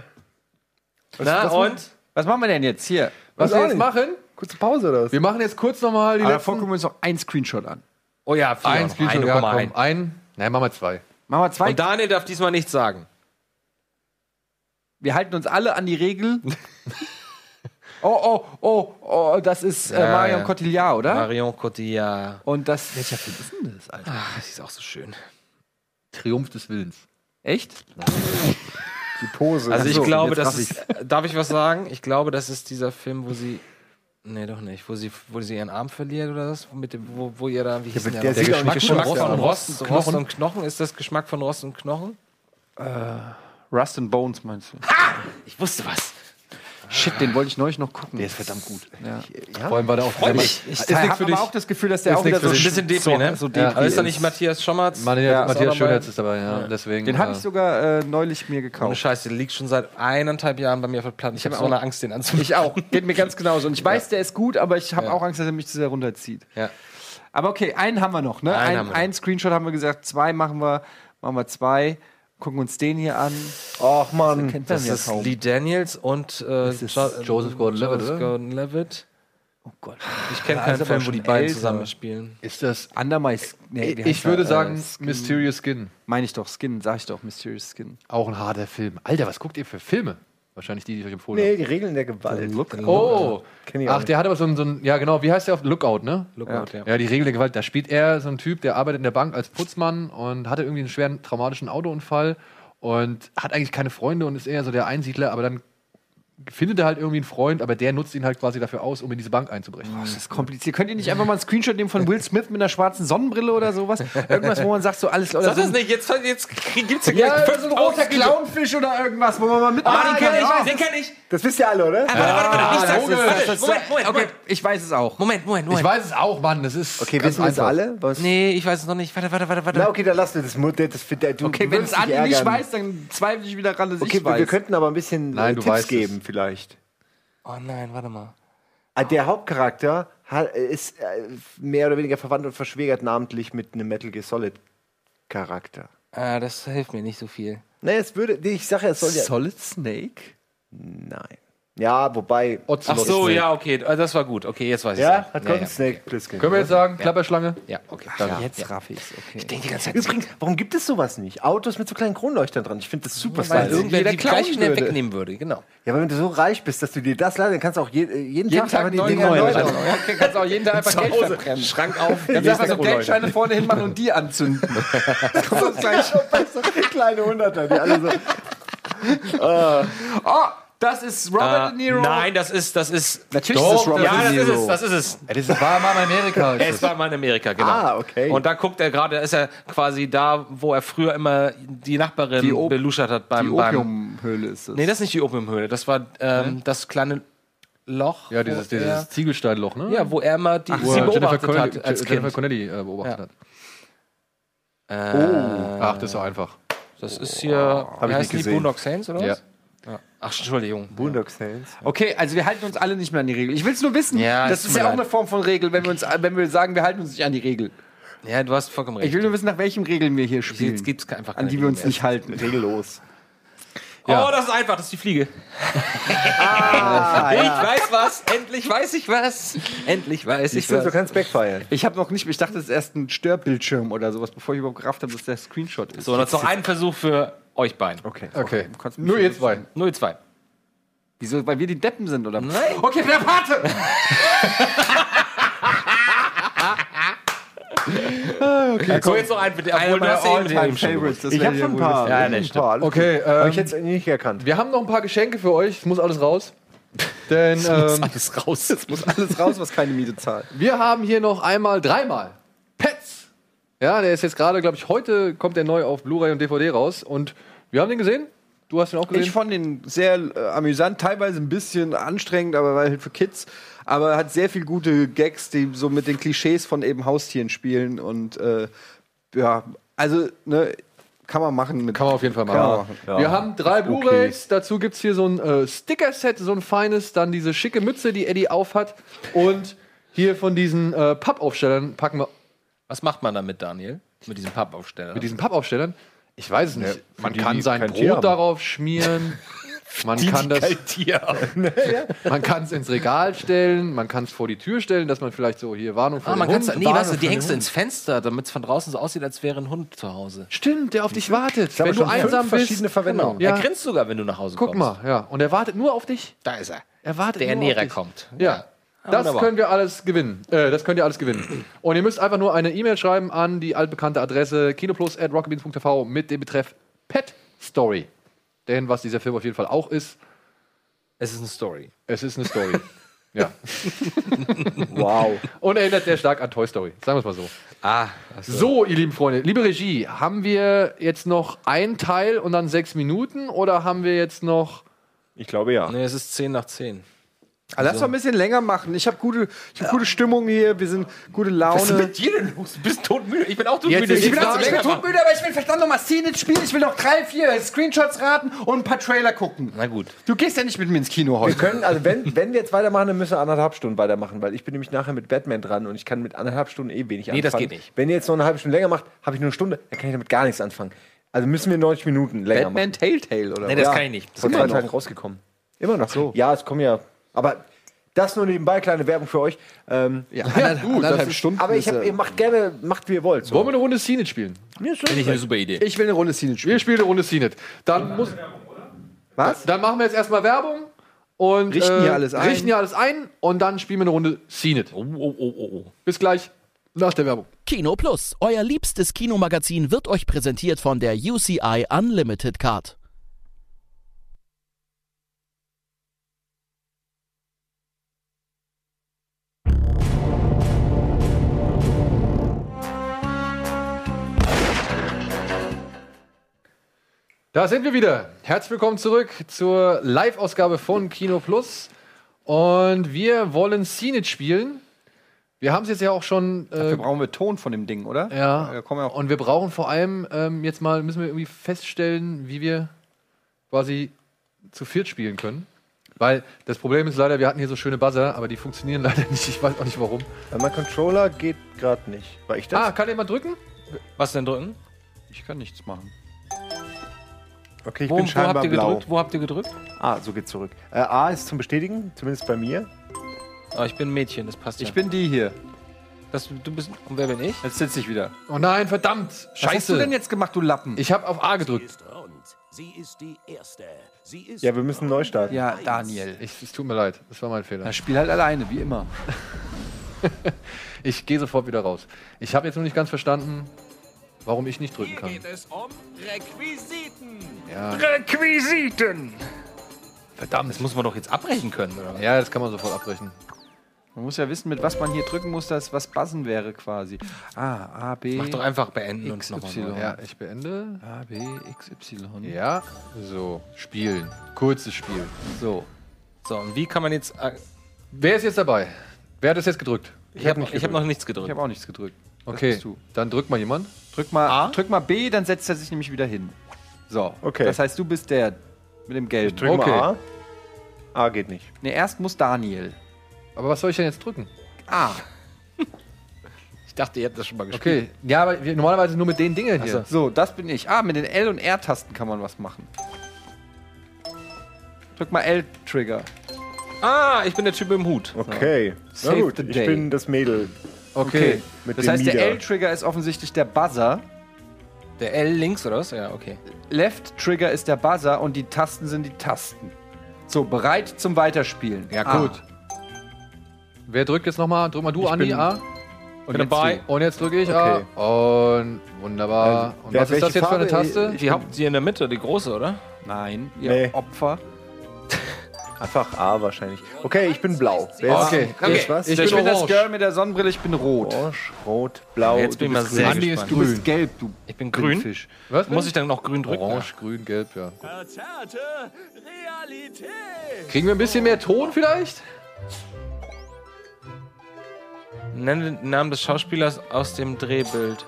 S4: Na Ah, und?
S8: Was machen wir denn jetzt hier?
S1: Was
S8: Weiß
S1: wir
S8: auch
S1: jetzt
S8: nicht.
S1: machen,
S19: Kurze Pause oder was?
S1: wir machen jetzt kurz nochmal die
S8: Aber davor
S1: letzten...
S8: gucken wir uns noch ein Screenshot an.
S4: Oh ja, vier.
S1: Ein
S4: Noch
S1: Screenshot,
S4: eine,
S1: ja,
S4: guck mal,
S1: komm.
S4: ein.
S1: Ein. Nein, machen wir zwei.
S8: Machen wir zwei.
S4: Und Daniel darf diesmal nichts sagen.
S8: wir halten uns alle an die Regel. oh, oh, oh, oh, das ist äh,
S4: Ja,
S8: Marion
S4: ja.
S8: Cotillard, oder?
S4: Marion
S1: Oh,
S4: Cotillard.
S8: Und das.
S4: Welcher
S8: Film ist denn das, Alter?
S4: Ah, sie ist auch so schön.
S1: Triumph des Willens.
S8: Echt?
S19: Die Pose.
S4: Also ich
S8: so,
S4: glaube,
S8: jetzt
S4: das
S8: mach
S4: ist. äh, Darf ich was sagen? Ich glaube, das ist dieser Film, wo sie. Nee, doch nicht. Wo sie, wo sie ihren Arm verliert oder das? Mit dem, wo, wo ihr da. Wie hieß
S19: aber
S4: denn
S19: der
S4: der
S19: sieht auch
S4: Geschmack,
S19: nicht
S4: von
S19: geschmackvoll
S4: Rost und,
S19: aus.
S4: Rost, Rost,
S19: Knochen.
S4: und Knochen? Ist das Geschmack von Rost und Knochen?
S8: Rust and Bones meinst du?
S4: Ich wusste was.
S8: Shit, den wollte ich neulich noch gucken.
S19: Der ist verdammt gut.
S8: Ja.
S1: Vor allem war da auch
S4: Freu
S1: Mann,
S4: mich. Ich
S8: Ich
S1: nix
S8: habe
S1: für
S8: aber
S1: dich.
S8: auch das Gefühl, dass der
S1: Ist
S8: auch
S1: nix
S8: wieder so
S1: für dich.
S4: Ein bisschen Depri, ne?
S8: So
S1: Ja,
S8: Depri
S4: Aber ist da
S8: ist.
S4: nicht Matthias Schommerz?
S1: Matthias,
S4: auch dabei?
S1: Matthias Schönherz ist dabei, ja. Deswegen,
S8: Den habe
S1: äh,
S8: ich sogar äh, neulich mir gekauft.
S4: Ohne Oh, Scheiße, der liegt schon seit eineinhalb Jahren bei mir auf der Platte. Ich habe so
S8: auch-
S4: eine Angst, den anzunehmen.
S8: Ich auch. Geht mir ganz genauso. Und ich weiß, der ist gut, aber ich habe
S4: Ja.
S8: auch Angst, dass er mich zu sehr runterzieht.
S4: Ja.
S8: Aber okay, einen haben wir noch. Ne?
S4: Einen
S8: Ein,
S4: haben wir noch.
S8: einen Screenshot haben wir gesagt, zwei machen wir, machen wir zwei. Gucken uns den hier an.
S19: Ach man.
S8: Kennt
S4: Das ist Lee Daniels und äh, Jo-
S1: Joseph Gordon-Levitt,
S4: Joseph
S1: oder?
S4: Gordon-Levitt.
S8: Oh Gott.
S4: Ich kenne
S8: Ja,
S4: keinen
S8: ist aber
S4: Film, wo
S8: schon
S4: die beiden
S8: älter.
S4: zusammen spielen.
S1: Ist das.
S8: Andermals. Nee, wie
S1: Ich
S8: heißt er?
S1: würde
S8: Äh,
S1: sagen,
S8: Skin-
S1: Mysterious Skin.
S8: Meine ich doch, Skin, sag ich doch, Mysterious Skin.
S1: Auch ein harter Film. Alter, was guckt ihr für Filme? Wahrscheinlich die, die ich euch empfohlen
S19: Nee, die Regeln der Gewalt.
S1: habe. Oh!
S19: Kenn ich auch
S1: Ach,
S19: nicht.
S1: der hat aber so einen, so einen. Ja, genau, wie heißt der auf Lookout, ne?
S4: Lookout, ja.
S1: Ja, die Regel der Gewalt. Da spielt er so einen Typ, der arbeitet in der Bank als Putzmann und hatte irgendwie einen schweren traumatischen Autounfall und hat eigentlich keine Freunde und ist eher so der Einsiedler, aber dann findet er halt irgendwie einen Freund, aber der nutzt ihn halt quasi dafür aus, um in diese Bank einzubrechen.
S8: Das ist kompliziert. Könnt ihr nicht einfach mal einen Screenshot nehmen von Will Smith mit einer schwarzen Sonnenbrille oder sowas? Irgendwas, wo man sagt, so alles. Oder
S4: Sag
S8: so
S4: das
S8: ein-
S4: nicht, jetzt, jetzt gibt's hier
S8: ja,
S4: gleich
S8: so ein roter
S4: 5000 Videos.
S8: Clownfisch oder irgendwas, wo man mal mitmachen
S4: Ah, den kenn ich,
S8: kann.
S4: den kenn ich.
S19: Das wisst ihr alle, oder?
S4: Ah, Warte, warte, warte, ich sag's
S8: Logisch.
S4: jetzt.
S8: Das ist
S4: Warte,
S8: so-
S4: Moment, Moment,
S8: Okay,
S4: Moment,
S8: ich weiß es auch.
S4: Moment, Moment,
S1: Ich
S4: Moment.
S1: weiß es auch, Mann, das ist.
S19: Okay,
S1: ganz
S19: wissen wir es
S1: einfach.
S19: alle? Was?
S4: Nee, ich weiß es noch nicht. Warte, warte, warte, warte.
S19: Na, okay, dann lass dir das. Mut- das der, du,
S8: Okay,
S19: du
S8: wenn es
S19: wirst dich
S8: Andi nicht
S19: ärgern.
S8: weiß, dann zweifle ich wieder dran, dass
S19: Okay,
S8: ich
S19: wir, wir
S8: weiß.
S19: könnten aber ein bisschen
S1: Nein,
S19: äh,
S1: du
S19: Tipps
S1: weißt es.
S19: geben, vielleicht.
S4: Oh nein, warte mal.
S19: Ah, Der Hauptcharakter ha- ist äh, mehr oder weniger verwandt und verschwägert namentlich mit einem Metal Gear Solid Charakter.
S4: Ah, das hilft mir nicht so viel.
S19: Naja, es würde, nee, ich sage ja, es soll ja.
S8: Solid Snake?
S19: Nein. Ja, wobei.
S4: Ach so, ja, okay, Äh, das war gut. Okay, jetzt weiß ich
S19: Ja, hat
S4: ja, ja.
S19: Golden Snake Plissken.
S1: Können wir jetzt sagen, Klapperschlange?
S4: ja, okay.
S8: Ja, jetzt raff ich's, okay.
S4: denke die ganze Zeit.
S19: Übrigens, warum gibt es sowas nicht? Autos mit so kleinen Kronleuchtern dran. Ich finde das super
S4: weil
S19: stylisch.
S4: irgendwer
S8: jeder
S4: die
S8: klauen
S4: gleich schnell
S8: würde.
S4: wegnehmen würde, genau.
S19: Ja, aber wenn du so reich bist, dass du dir das leisten, dann kannst du auch je, äh, jeden, jeden Tag, einfach die Dinge
S8: Leute.
S19: erläutern.
S8: Du kannst auch jeden Tag einfach Geld verbrennen. Schrank auf. Also- Dann einfach so Geldscheine vorne hinmachen und die anzünden. Das kommt uns gleich.
S4: Also,
S19: Kleine Hunderter, die alle so.
S8: Oh, das ist Robert
S1: Äh,
S8: De Niro.
S4: Äh, Nein, das ist, das ist.
S8: Natürlich
S1: Doch,
S8: ist es Robert
S4: Ja, das
S8: De
S4: ist
S8: Niro.
S4: es, das ist es.
S1: Ja, das war mal in Amerika. ist
S4: Es war mal in Amerika, genau.
S19: Ah, okay.
S4: Und da guckt er gerade, da ist er quasi da, wo er früher immer die Nachbarin
S8: Die Op-
S4: beluschert hat beim.
S8: Die
S4: beim
S8: Opiumhöhle ist es.
S4: nee, das ist nicht die Opiumhöhle, das war ähm, das kleine Loch.
S1: Ja, dieses,
S4: wo
S1: dieses Ziegelsteinloch, ne?
S4: Er, ja, wo er mal die
S1: wo
S4: sie
S1: er Jennifer,
S4: beobachtet
S1: Connelly,
S4: hat als
S1: Jennifer
S4: Kind.
S1: Connelly äh, beobachtet
S4: Ja.
S1: hat. Ach, das ist doch einfach.
S4: Äh, Das ist hier. Wie
S19: ich
S4: heißen
S19: nicht
S4: die
S19: gesehen.
S4: Boondock Saints oder
S1: Ja.
S4: was? Ja. Ach, Entschuldigung.
S19: Boondock Saints.
S8: Okay, also wir halten uns alle nicht mehr an die Regel. Ich will es nur wissen.
S4: Ja, es
S8: das
S4: tut
S8: ist
S4: mir
S8: ja auch
S4: leid.
S8: eine Form von Regel, wenn wir, uns, wenn wir sagen, wir halten uns nicht an die Regel.
S4: Ja, du hast vollkommen recht.
S8: Ich will nur wissen, nach welchen Regeln wir hier spielen.
S4: Jetzt gibt's einfach
S8: an
S4: keine
S8: die wir uns
S4: Regeln
S8: nicht halten. Regellos.
S4: Oh, das ist einfach, das ist die Fliege.
S8: Ah,
S4: ich weiß was, endlich weiß ich was. Endlich weiß ich
S19: So
S4: was.
S19: kannst backfire.
S8: Ich habe noch nicht, ich dachte, das ist erst ein Störbildschirm oder sowas, bevor ich überhaupt gerafft habe, dass der Screenshot ist.
S4: So, und jetzt noch einen Versuch für euch beiden.
S8: Okay.
S1: Okay.
S8: Kannst du mich
S1: Nur jetzt beiden.
S4: 0-2.
S8: Wieso? Weil wir die Deppen sind, oder?
S4: Nein.
S8: Okay, der Pate! Ah,
S4: So, Äh, jetzt noch einen für dich. Obwohl, du hast ja eben den schon gewusst.
S8: Das
S19: Ich
S8: wär
S19: habe
S8: ja
S19: schon ein
S8: wohl
S19: paar. ich
S8: gewesen.
S4: Ja, ne.
S19: hab
S4: nee,
S19: ein
S4: stimmt.
S19: paar, alles gut.
S1: Okay,
S19: Hab ich
S1: ähm,
S19: jetzt nicht erkannt.
S1: wir haben noch ein paar Geschenke für euch. Es muss alles raus. Denn ähm,
S8: Alles raus. Jetzt muss alles raus, was keine Miete zahlt.
S1: wir haben hier noch einmal, dreimal Pets. Ja, der ist jetzt gerade, glaube ich, heute kommt der neu auf Blu-ray und DVD raus. Und wir haben den gesehen. Du hast den auch gesehen.
S8: Ich fand ihn sehr äh, amüsant, teilweise ein bisschen anstrengend, aber weil halt für Kids. Aber er hat sehr viel gute Gags, die so mit den Klischees von eben Haustieren spielen und äh, ja, also ne, Kann man machen. Mit
S1: Kann man auf jeden Fall machen.
S8: Kann man machen.
S1: Wir
S8: Ja.
S1: haben drei Blu-Rays, dazu gibt es hier so ein äh, Sticker-Set, so ein feines, dann diese schicke Mütze, die Eddie aufhat und hier von diesen äh, Pappaufstellern packen wir
S4: Was macht man damit, Daniel? Mit diesem Pappaufsteller?
S1: mit diesen Pappaufstellern. Ich weiß es nicht. man
S4: die,
S1: kann
S4: die
S1: sein
S4: kein
S1: Brot
S4: Tier haben.
S1: darauf schmieren. Man
S4: Die, die
S1: kann das,
S4: kein Tier haben.
S1: man kann es ins Regal stellen, man kann es vor die Tür stellen, dass man vielleicht so hier Warnung vor
S4: Ah, man
S1: dem
S4: kann's,
S1: Hund.
S4: nee,
S1: Warnung
S4: weißt du,
S1: vor
S4: die
S1: dem
S4: hängst du
S1: Hund.
S4: ins Fenster, damit es von draußen so aussieht, als wäre ein Hund zu Hause.
S1: Stimmt, der auf
S4: Mhm.
S1: dich wartet, wenn du
S4: schon fünf
S1: einsam bist. Genau.
S4: verschiedene Verwendungen.
S1: Ja.
S4: Er grinst sogar, wenn du nach Hause
S1: Guck
S4: kommst.
S1: mal, ja. Und er wartet nur auf dich.
S4: Da ist er.
S1: Er wartet
S4: Der
S1: nur auf
S4: näher
S1: dich.
S4: kommt.
S1: Ja. Das
S4: wunderbar.
S1: können wir alles gewinnen. Äh, das könnt ihr alles gewinnen. Und ihr müsst einfach nur eine E-Mail schreiben an die altbekannte Adresse kinoplus.rockbeans.tv mit dem Betreff Pet Story. Denn was dieser Film auf jeden Fall auch ist,
S4: Es ist eine Story.
S1: es ist eine Story. ja. wow. Und erinnert sehr stark an Toy Story. Sagen wir es mal so.
S4: Ah,
S8: also
S1: So, ihr lieben Freunde, liebe Regie, haben wir jetzt noch einen Teil und dann sechs Minuten oder haben wir jetzt noch.
S8: Ich glaube ja.
S4: Nee, es ist 10 nach 10.
S8: Also lass doch ein bisschen länger machen. Ich habe gute, ich hab gute Stimmung hier, wir sind gute Laune.
S4: Was ist mit dir denn los? Du bist todmüde. Ich bin auch
S1: Jetzt
S4: todmüde.
S1: ist die
S4: will auch
S1: Frage-
S4: länger machen.
S8: todmüde, aber ich will verdammt nochmal Szenen spielen. Ich will noch drei, vier Screenshots raten und ein paar Trailer gucken.
S4: Na gut.
S8: Du gehst ja nicht mit mir ins Kino
S5: Wir
S8: heute.
S5: können, also wenn, wenn wir jetzt weitermachen, dann müssen wir anderthalb Stunden weitermachen, weil ich bin nämlich nachher mit Batman dran und ich kann mit anderthalb Stunden eh wenig anfangen.
S4: Nee, das geht nicht.
S5: Wenn ihr jetzt noch eine halbe Stunde länger macht, habe ich nur eine Stunde, dann kann ich damit gar nichts anfangen. Also müssen wir 90 Minuten länger machen.
S8: Batman Telltale oder
S4: Nee,
S8: was?
S4: das kann ich nicht. Das
S5: Vor
S4: kann
S5: zwei
S4: ich
S5: Tagen
S4: nicht.
S5: rausgekommen. Immer noch so. Ja, es kommen ja. Aber das nur nebenbei, kleine Werbung für euch. Ähm,
S8: Ja, anderthalb, anderthalb
S5: ist-
S8: Stunden.
S5: aber ich
S8: ist,
S5: hab,
S8: äh,
S5: ihr macht gerne, macht wie ihr wollt. So.
S1: Wollen wir eine Runde Scene spielen?
S4: Finde ich eine super Idee.
S8: ich will eine Runde Szenen spielen.
S1: Wir spielen eine Runde Seenet. Dann muss.
S8: Was?
S1: Dann machen wir jetzt erstmal Werbung und äh,
S8: Richten hier alles ein.
S1: Richten hier alles ein und dann spielen wir eine Runde Seenet.
S4: Oh, oh, oh, oh, oh.
S1: Bis gleich nach der Werbung.
S3: Kino Plus, euer liebstes Kinomagazin, wird euch präsentiert von der UCI Unlimited Card.
S1: Da sind wir wieder. Herzlich willkommen zurück zur Live-Ausgabe von Kino Plus. Und wir wollen Seenet spielen. Wir haben es jetzt ja auch schon. Äh,
S8: Dafür brauchen wir Ton von dem Ding, oder?
S1: ja.
S8: Da kommen wir auch
S1: Und wir brauchen vor allem ähm, jetzt mal, müssen wir irgendwie feststellen, wie wir quasi zu viert spielen können. Weil das Problem ist leider, wir hatten hier so schöne Buzzer, aber die funktionieren leider nicht. Ich weiß auch nicht warum.
S5: Weil mein Controller geht gerade nicht. War ich das?
S1: Ah, kann jemand drücken?
S4: Was denn drücken?
S8: Ich kann nichts machen.
S5: okay, ich
S4: Wo,
S5: bin
S4: wo habt
S5: scheinbar
S4: ihr
S5: blau.
S4: gedrückt? Wo habt ihr gedrückt?
S5: Ah, so geht zurück. Äh, A ist zum Bestätigen, zumindest bei mir.
S4: Ah, ich bin ein Mädchen, das passt ja.
S8: Ich bin die hier.
S4: das, du bist. Und wer bin ich?
S8: Jetzt sitze ich wieder.
S1: Oh nein, verdammt! Scheiße!
S8: Was hast du denn jetzt gemacht, du Lappen?
S1: Ich habe auf A gedrückt.
S5: Ja, wir müssen neu starten.
S8: ja, Daniel.
S1: Ich, es tut mir leid, das war mein Fehler.
S8: Das Spiel halt alleine, wie immer.
S1: Ich gehe sofort wieder raus. Ich habe jetzt noch nicht ganz verstanden, warum ich nicht drücken kann.
S9: es um Requisiten.
S1: Ja,
S9: Requisiten.
S4: Verdammt, das muss man doch jetzt abbrechen können, oder?
S1: ja, das kann man sofort abbrechen.
S8: Man muss ja wissen, mit was man hier drücken muss, dass was buzzen wäre quasi. A, A, B,
S4: Mach doch einfach beenden und nochmal.
S8: XY.
S4: neu.
S1: Ja, ich beende.
S8: A, B, X, Y.
S1: Ja, so, spielen. Kurzes Spiel.
S8: So.
S4: So, und wie kann man jetzt. äh,
S1: Wer ist jetzt dabei? Wer hat es jetzt gedrückt?
S4: Ich habe hab noch nichts gedrückt.
S8: Ich habe auch nichts gedrückt. Das
S1: Okay,
S8: bist du.
S1: dann drückt mal jemand.
S8: Drück mal,
S4: A?
S8: drück mal B, dann setzt er sich nämlich wieder hin. So.
S5: Okay.
S8: Das heißt, du bist der mit dem Gelben.
S5: Drück
S1: Okay.
S5: mal A. A geht nicht.
S8: Ne, erst muss Daniel.
S1: Aber was soll ich denn jetzt drücken?
S8: A.
S4: Ich dachte, ihr habt das schon mal gespielt.
S1: Okay, ja, aber wir, normalerweise nur mit den Dingen hier.
S8: So, das bin ich. Ah, mit den L und R-Tasten kann man was machen. Drück mal L-Trigger.
S4: Ah, ich bin der Typ mit dem Hut.
S5: Okay.
S8: Save
S5: Na gut,
S8: the
S5: ich
S8: day.
S5: bin das Mädel
S1: Okay.
S5: mit
S8: Das
S5: dem
S8: heißt, der
S5: Mieder.
S8: L-Trigger ist offensichtlich der Buzzer.
S4: Der L links, oder was? Ja, okay.
S8: Left-Trigger ist der Buzzer und die Tasten sind die Tasten. So, bereit zum Weiterspielen.
S4: Ja,
S8: Ah.
S4: gut.
S1: Wer drückt jetzt nochmal? Drück mal du,
S8: Ich
S1: Andi,
S8: bin-
S1: A.
S8: Und
S4: Bin
S8: jetzt
S4: dabei.
S8: du.
S1: Und jetzt drücke ich
S5: Okay. Also,
S1: A. Und wunderbar. Und
S5: wer
S1: was
S5: hat
S1: ist das
S5: welche
S1: jetzt für eine
S5: Farbe?
S1: Taste?
S4: Die Haupt, die in der Mitte, die große, oder?
S8: Nein, ihr
S5: Nee.
S8: Opfer.
S5: Einfach A wahrscheinlich. Okay, ich bin blau. Wer ist-
S1: Ah, Okay,
S5: wer
S1: okay.
S5: ist was?
S1: Ich
S8: Ich
S1: bin
S8: bin das
S1: orange.
S8: Girl mit der Sonnenbrille, ich bin rot.
S5: Orange, rot, blau.
S4: Jetzt bin
S5: du
S4: ich mal
S5: bist
S4: sehr
S5: grün.
S1: Andi ist
S8: Du
S1: grün.
S8: bist gelb, du
S4: Ich bin grün.
S8: Fisch.
S1: Was
S4: Muss ich dann noch grün drücken?
S1: Orange, grün, gelb, ja.
S9: Verzerrte Realität.
S1: Kriegen wir ein bisschen mehr Ton vielleicht?
S4: Nenne den Namen des Schauspielers aus dem Drehbild.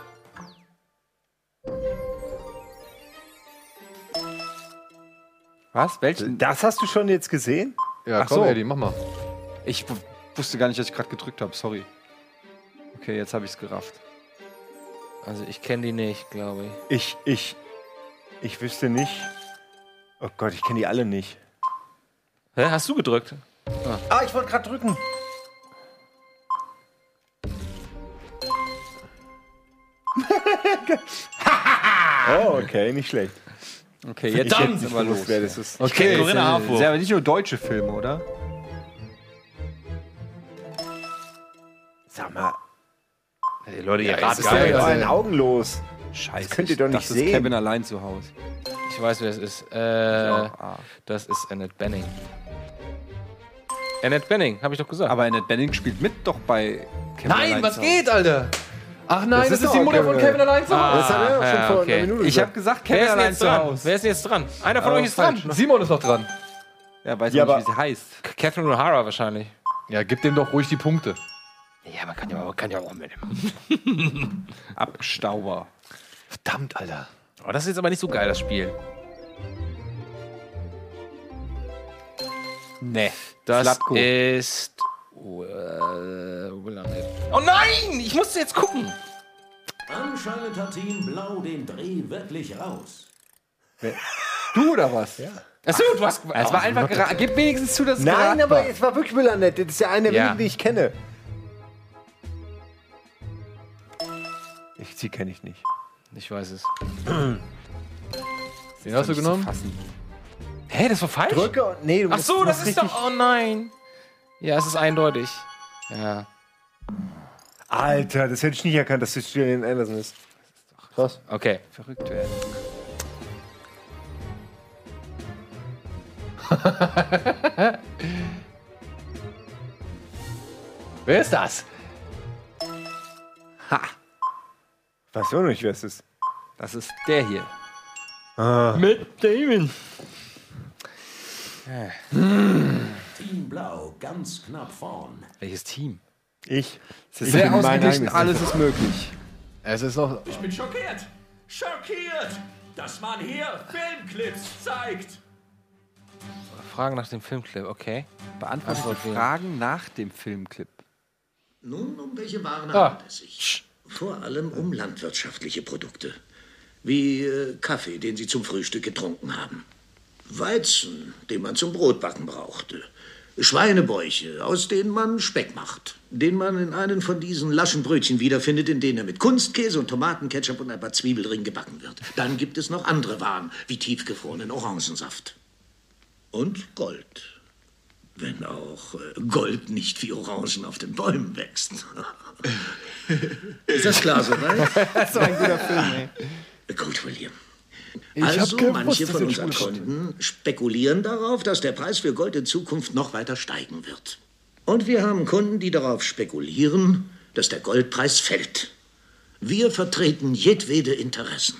S8: Was? Welchen?
S19: Das hast du schon jetzt gesehen?
S1: Ja,
S8: Ach
S1: komm,
S8: so.
S1: Eddie, mach mal.
S8: Ich w- wusste gar nicht, dass ich gerade gedrückt habe, sorry. Okay, jetzt habe ich es gerafft.
S4: Also ich kenne die nicht, glaube
S19: Ich,
S4: ich.
S19: ich, ich wüsste nicht. Oh Gott, ich kenne die alle nicht.
S4: Hä, hast du gedrückt?
S5: Ah, ich wollte gerade drücken.
S19: Oh, okay, nicht schlecht.
S8: Okay,
S19: Ich
S8: jetzt
S19: hätte
S8: geht's
S19: nicht
S8: aber
S19: gewusst,
S8: los.
S19: wer das ist.
S8: Okay,
S19: Ich
S8: Corinna
S19: kenne-
S8: Harfuhr. Sind aber nicht nur deutsche Filme, oder?
S19: Sag mal,
S8: Hey, Leute,
S19: ja, was ist denn mit
S4: also
S19: euren Augen los?
S8: Scheiße.
S19: könnt ihr doch nicht
S8: das
S19: sehen.
S8: ist Kevin allein zu Hause.
S4: Ich weiß, wer das ist.
S8: Ja,
S4: Äh,
S8: ah.
S4: das ist Annette Benning. Annette Benning, habe ich doch gesagt.
S8: Aber Annette Benning spielt mit doch bei Kevin
S1: Nein,
S8: allein
S1: was
S8: zu
S1: geht, Alter? Ach nein, das, ist,
S8: doch
S1: die Mutter von
S8: Kevin.
S1: Kevin allein zu Hause.
S4: Ah, ja, okay.
S8: Hause. Ich habe gesagt,
S4: Wer
S8: Kevin
S4: ist denn
S8: allein
S4: jetzt
S8: zu
S4: dran?
S8: Hause.
S4: Wer ist denn jetzt dran? Einer von
S8: Aber
S4: euch ist
S8: falsch. ne?
S4: dran.
S1: Simon ist noch dran.
S8: Ja, weiß
S19: Ja,
S8: auch nicht,
S19: aber-
S8: wie sie heißt.
S4: Catherine O'Hara wahrscheinlich.
S1: Ja, gib dem doch ruhig die Punkte.
S4: Ja, man kann ja, man kann ja auch mitnehmen.
S8: Abstauber.
S1: Verdammt, Alter.
S4: Oh, das ist jetzt aber nicht so geil, das Spiel.
S8: Nee.
S4: Das
S8: Slapko.
S4: ist. Oh, äh, oh nein! Ich musste jetzt gucken!
S7: Anscheinend hat Team Blau den Dreh wirklich raus.
S8: Du oder was? Ja.
S4: Achso, du hast.
S8: Es war einfach geraten. Gib wenigstens zu, dass es
S5: Nein,
S8: geraten
S5: aber
S8: war.
S5: es war wirklich Willanette. Das ist ja eine der
S4: Ja.
S5: wenigen, die ich kenne.
S19: Ich, sie kenne ich nicht.
S4: Ich weiß es.
S1: Den hast du genommen?
S4: Hä, das war falsch?
S5: Drücke und. Nee, du
S4: Ach
S5: musst-
S4: so,
S5: musst
S4: das ist
S5: richtig-
S4: doch. Oh nein. Ja, es ist eindeutig. Ja.
S19: Alter, das hätte ich nicht erkannt, dass das Julian Anderson ist. Krass.
S4: Okay.
S8: Verrückt werden.
S1: Wer ist das?
S19: Weiß ich auch noch nicht, wer es ist.
S8: Das ist der hier.
S4: Mit Damon.
S7: Team Blau ganz knapp vorn.
S4: Welches Team?
S19: Ich. Das ist
S8: Sehr
S19: mein
S8: ausgeglichen,
S19: eigenes-
S8: alles ist möglich.
S1: Es ist noch.
S7: Ich bin schockiert. Schockiert, dass man hier Filmclips zeigt.
S4: Fragen nach dem Filmclip, okay.
S8: Beantwortet die Fragen nach dem Filmclip.
S7: Nun, um welche Waren
S4: Ah.
S7: handelt es sich? Vor allem um landwirtschaftliche Produkte. Wie äh, Kaffee, den Sie zum Frühstück getrunken haben. Weizen, den man zum Brotbacken brauchte. Schweinebäuche, aus denen man Speck macht. Den man in einem von diesen laschen Brötchen wiederfindet, in denen er mit Kunstkäse und Tomatenketchup und ein paar Zwiebelringen gebacken wird. Dann gibt es noch andere Waren, wie tiefgefrorenen Orangensaft. Und Gold. Wenn auch äh, Gold nicht wie Orangen auf den Bäumen wächst. Ist das klar soweit?
S8: Das ist ein guter Film, ey.
S7: Gut, William.
S1: hab
S7: also,
S1: gewusst,
S7: manche
S1: dass
S7: von
S1: ihr
S7: unseren
S1: schwul seid.
S7: Kunden spekulieren darauf, dass der Preis für Gold in Zukunft noch weiter steigen wird. Und wir haben Kunden, die darauf spekulieren, dass der Goldpreis fällt. Wir vertreten jedwede Interessen.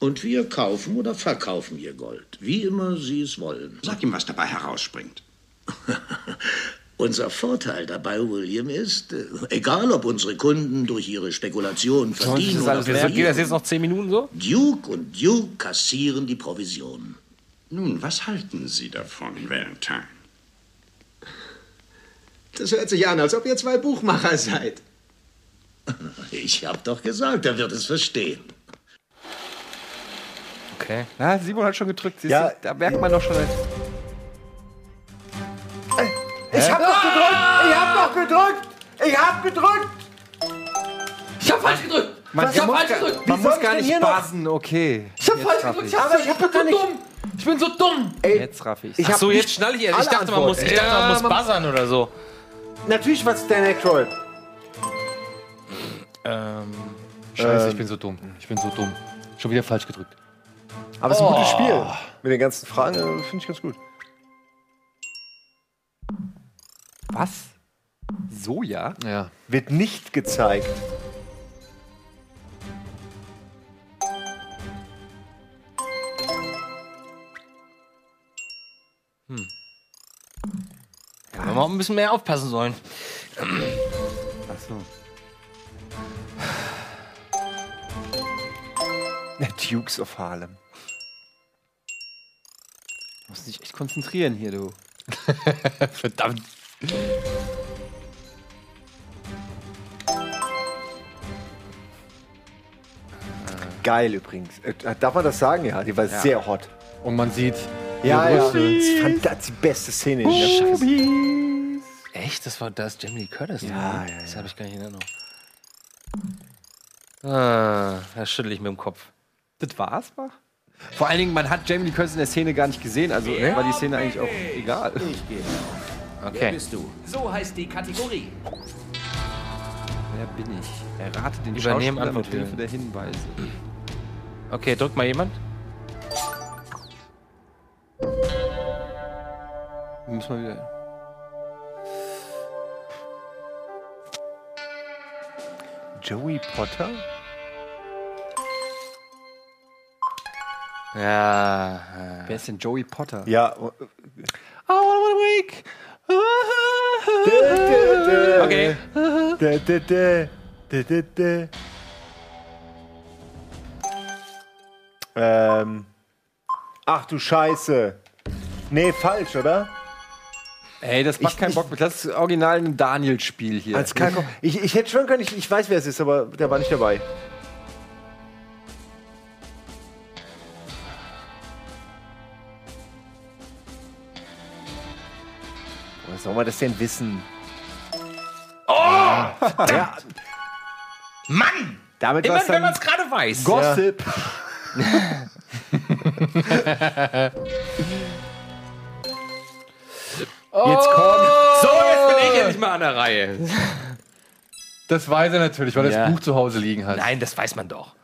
S7: Und wir kaufen oder verkaufen ihr Gold, wie immer Sie es wollen.
S20: Sag ihm, was dabei herausspringt.
S7: Unser Vorteil dabei, William, ist, äh, egal ob unsere Kunden durch ihre Spekulationen verdienen
S4: das
S7: oder
S4: alles lernen? Geht das jetzt
S7: verlieren,
S4: noch 10 Minuten so?
S7: Duke und Duke kassieren die Provisionen.
S20: Nun, was halten Sie davon, Valentine? Das hört sich an, als ob ihr zwei Buchmacher seid.
S7: Ich hab doch gesagt, er wird es verstehen.
S4: Okay.
S8: Na, Simon hat schon gedrückt. siehst
S19: Ja.
S8: du? da merkt man doch schon.
S5: Ich hab doch gedrückt! Ich hab doch gedrückt! Ich hab gedrückt!
S1: Ich hab falsch gedrückt!
S8: Man,
S1: ich hab
S8: muss,
S1: falsch
S8: gar,
S1: gedrückt!
S8: man
S5: Wie soll
S8: muss
S5: ich
S8: gar
S5: denn
S8: nicht
S5: hier noch-
S8: basen, okay.
S1: Ich hab falsch
S8: raff
S1: gedrückt! Ich,
S8: ich's.
S1: hab's-
S5: Aber ich
S1: ich
S5: hab
S1: bin
S5: doch gar
S1: so
S5: nicht-
S1: dumm! Ich bin so dumm!
S8: Jetzt raff ich's.
S5: Ich hab
S4: Achso,
S5: nicht
S4: jetzt schnall ich. Ich
S5: alle
S4: dachte, man muss, ich dachte, man muss buzzern oder so.
S5: Natürlich war es Dan Aykroyd.
S4: Ähm,
S1: Scheiße, ich bin so dumm. Ich bin so dumm. Schon wieder falsch gedrückt.
S19: Aber es ist ein gutes Spiel. Mit den ganzen Fragen äh, finde ich ganz gut.
S8: Was? Soja?
S1: Ja.
S19: Wird nicht gezeigt.
S4: kann man mal ein bisschen mehr aufpassen sollen.
S8: Achso.
S19: Dukes of Harlem.
S8: Muss
S5: musst dich echt konzentrieren hier, du.
S1: Verdammt.
S8: Geil übrigens. Äh, darf man das sagen? Ja, die war
S1: Ja.
S8: sehr hot.
S1: Und man sieht.
S8: Ja,
S1: ihre
S8: ja.
S1: Brüste.
S8: Das ist fand- das ist die beste Szene in der Scheiße.
S4: Echt? Das war das Jamie Lee Curtis? ne?
S8: Ja, ja,
S4: Das
S8: ja.
S4: habe ich gar nicht in Erinnerung. Ah, da schüttel ich mir im Kopf.
S5: Das war's, war? Vor allen Dingen, man hat Jamie Lee Curtis in der Szene gar nicht gesehen, also war die Szene eigentlich auch egal.
S21: Ich gehe.
S5: Okay.
S21: Wer bist du? So heißt die Kategorie.
S5: Wer bin ich? Errate den
S4: Übernehmen
S5: Schauspieler mit
S4: Antwort
S5: Hilfe
S4: wählen.
S5: der Hinweise.
S4: Okay, drückt mal jemand.
S5: Wir müssen mal wieder.
S8: Joey Potter?
S4: Ja.
S5: Wer ist denn Joey Potter?
S8: Ja.
S5: I wanna wake.
S4: Okay.
S8: Da, da, da. Da, da, da. Ähm. Ach du Scheiße. Nee, falsch, oder?
S5: Ey, das macht keinen Bock mit. Das ist original ein Daniel-Spiel hier.
S8: Als kein ich, ich hätte schon können, ich, ich weiß, wer es ist, aber der war nicht dabei. Woher soll man das denn wissen? Oh! Ja,
S7: Mann!
S8: damit war
S7: Immer
S8: es
S7: wenn
S8: dann
S7: man es gerade weiß.
S8: Gossip.
S1: Jetzt kommt.
S7: So, jetzt bin ich endlich mal an der Reihe.
S1: Das weiß er natürlich, weil er
S4: Ja.
S1: das Buch zu Hause liegen hat.
S4: Nein, das weiß man doch.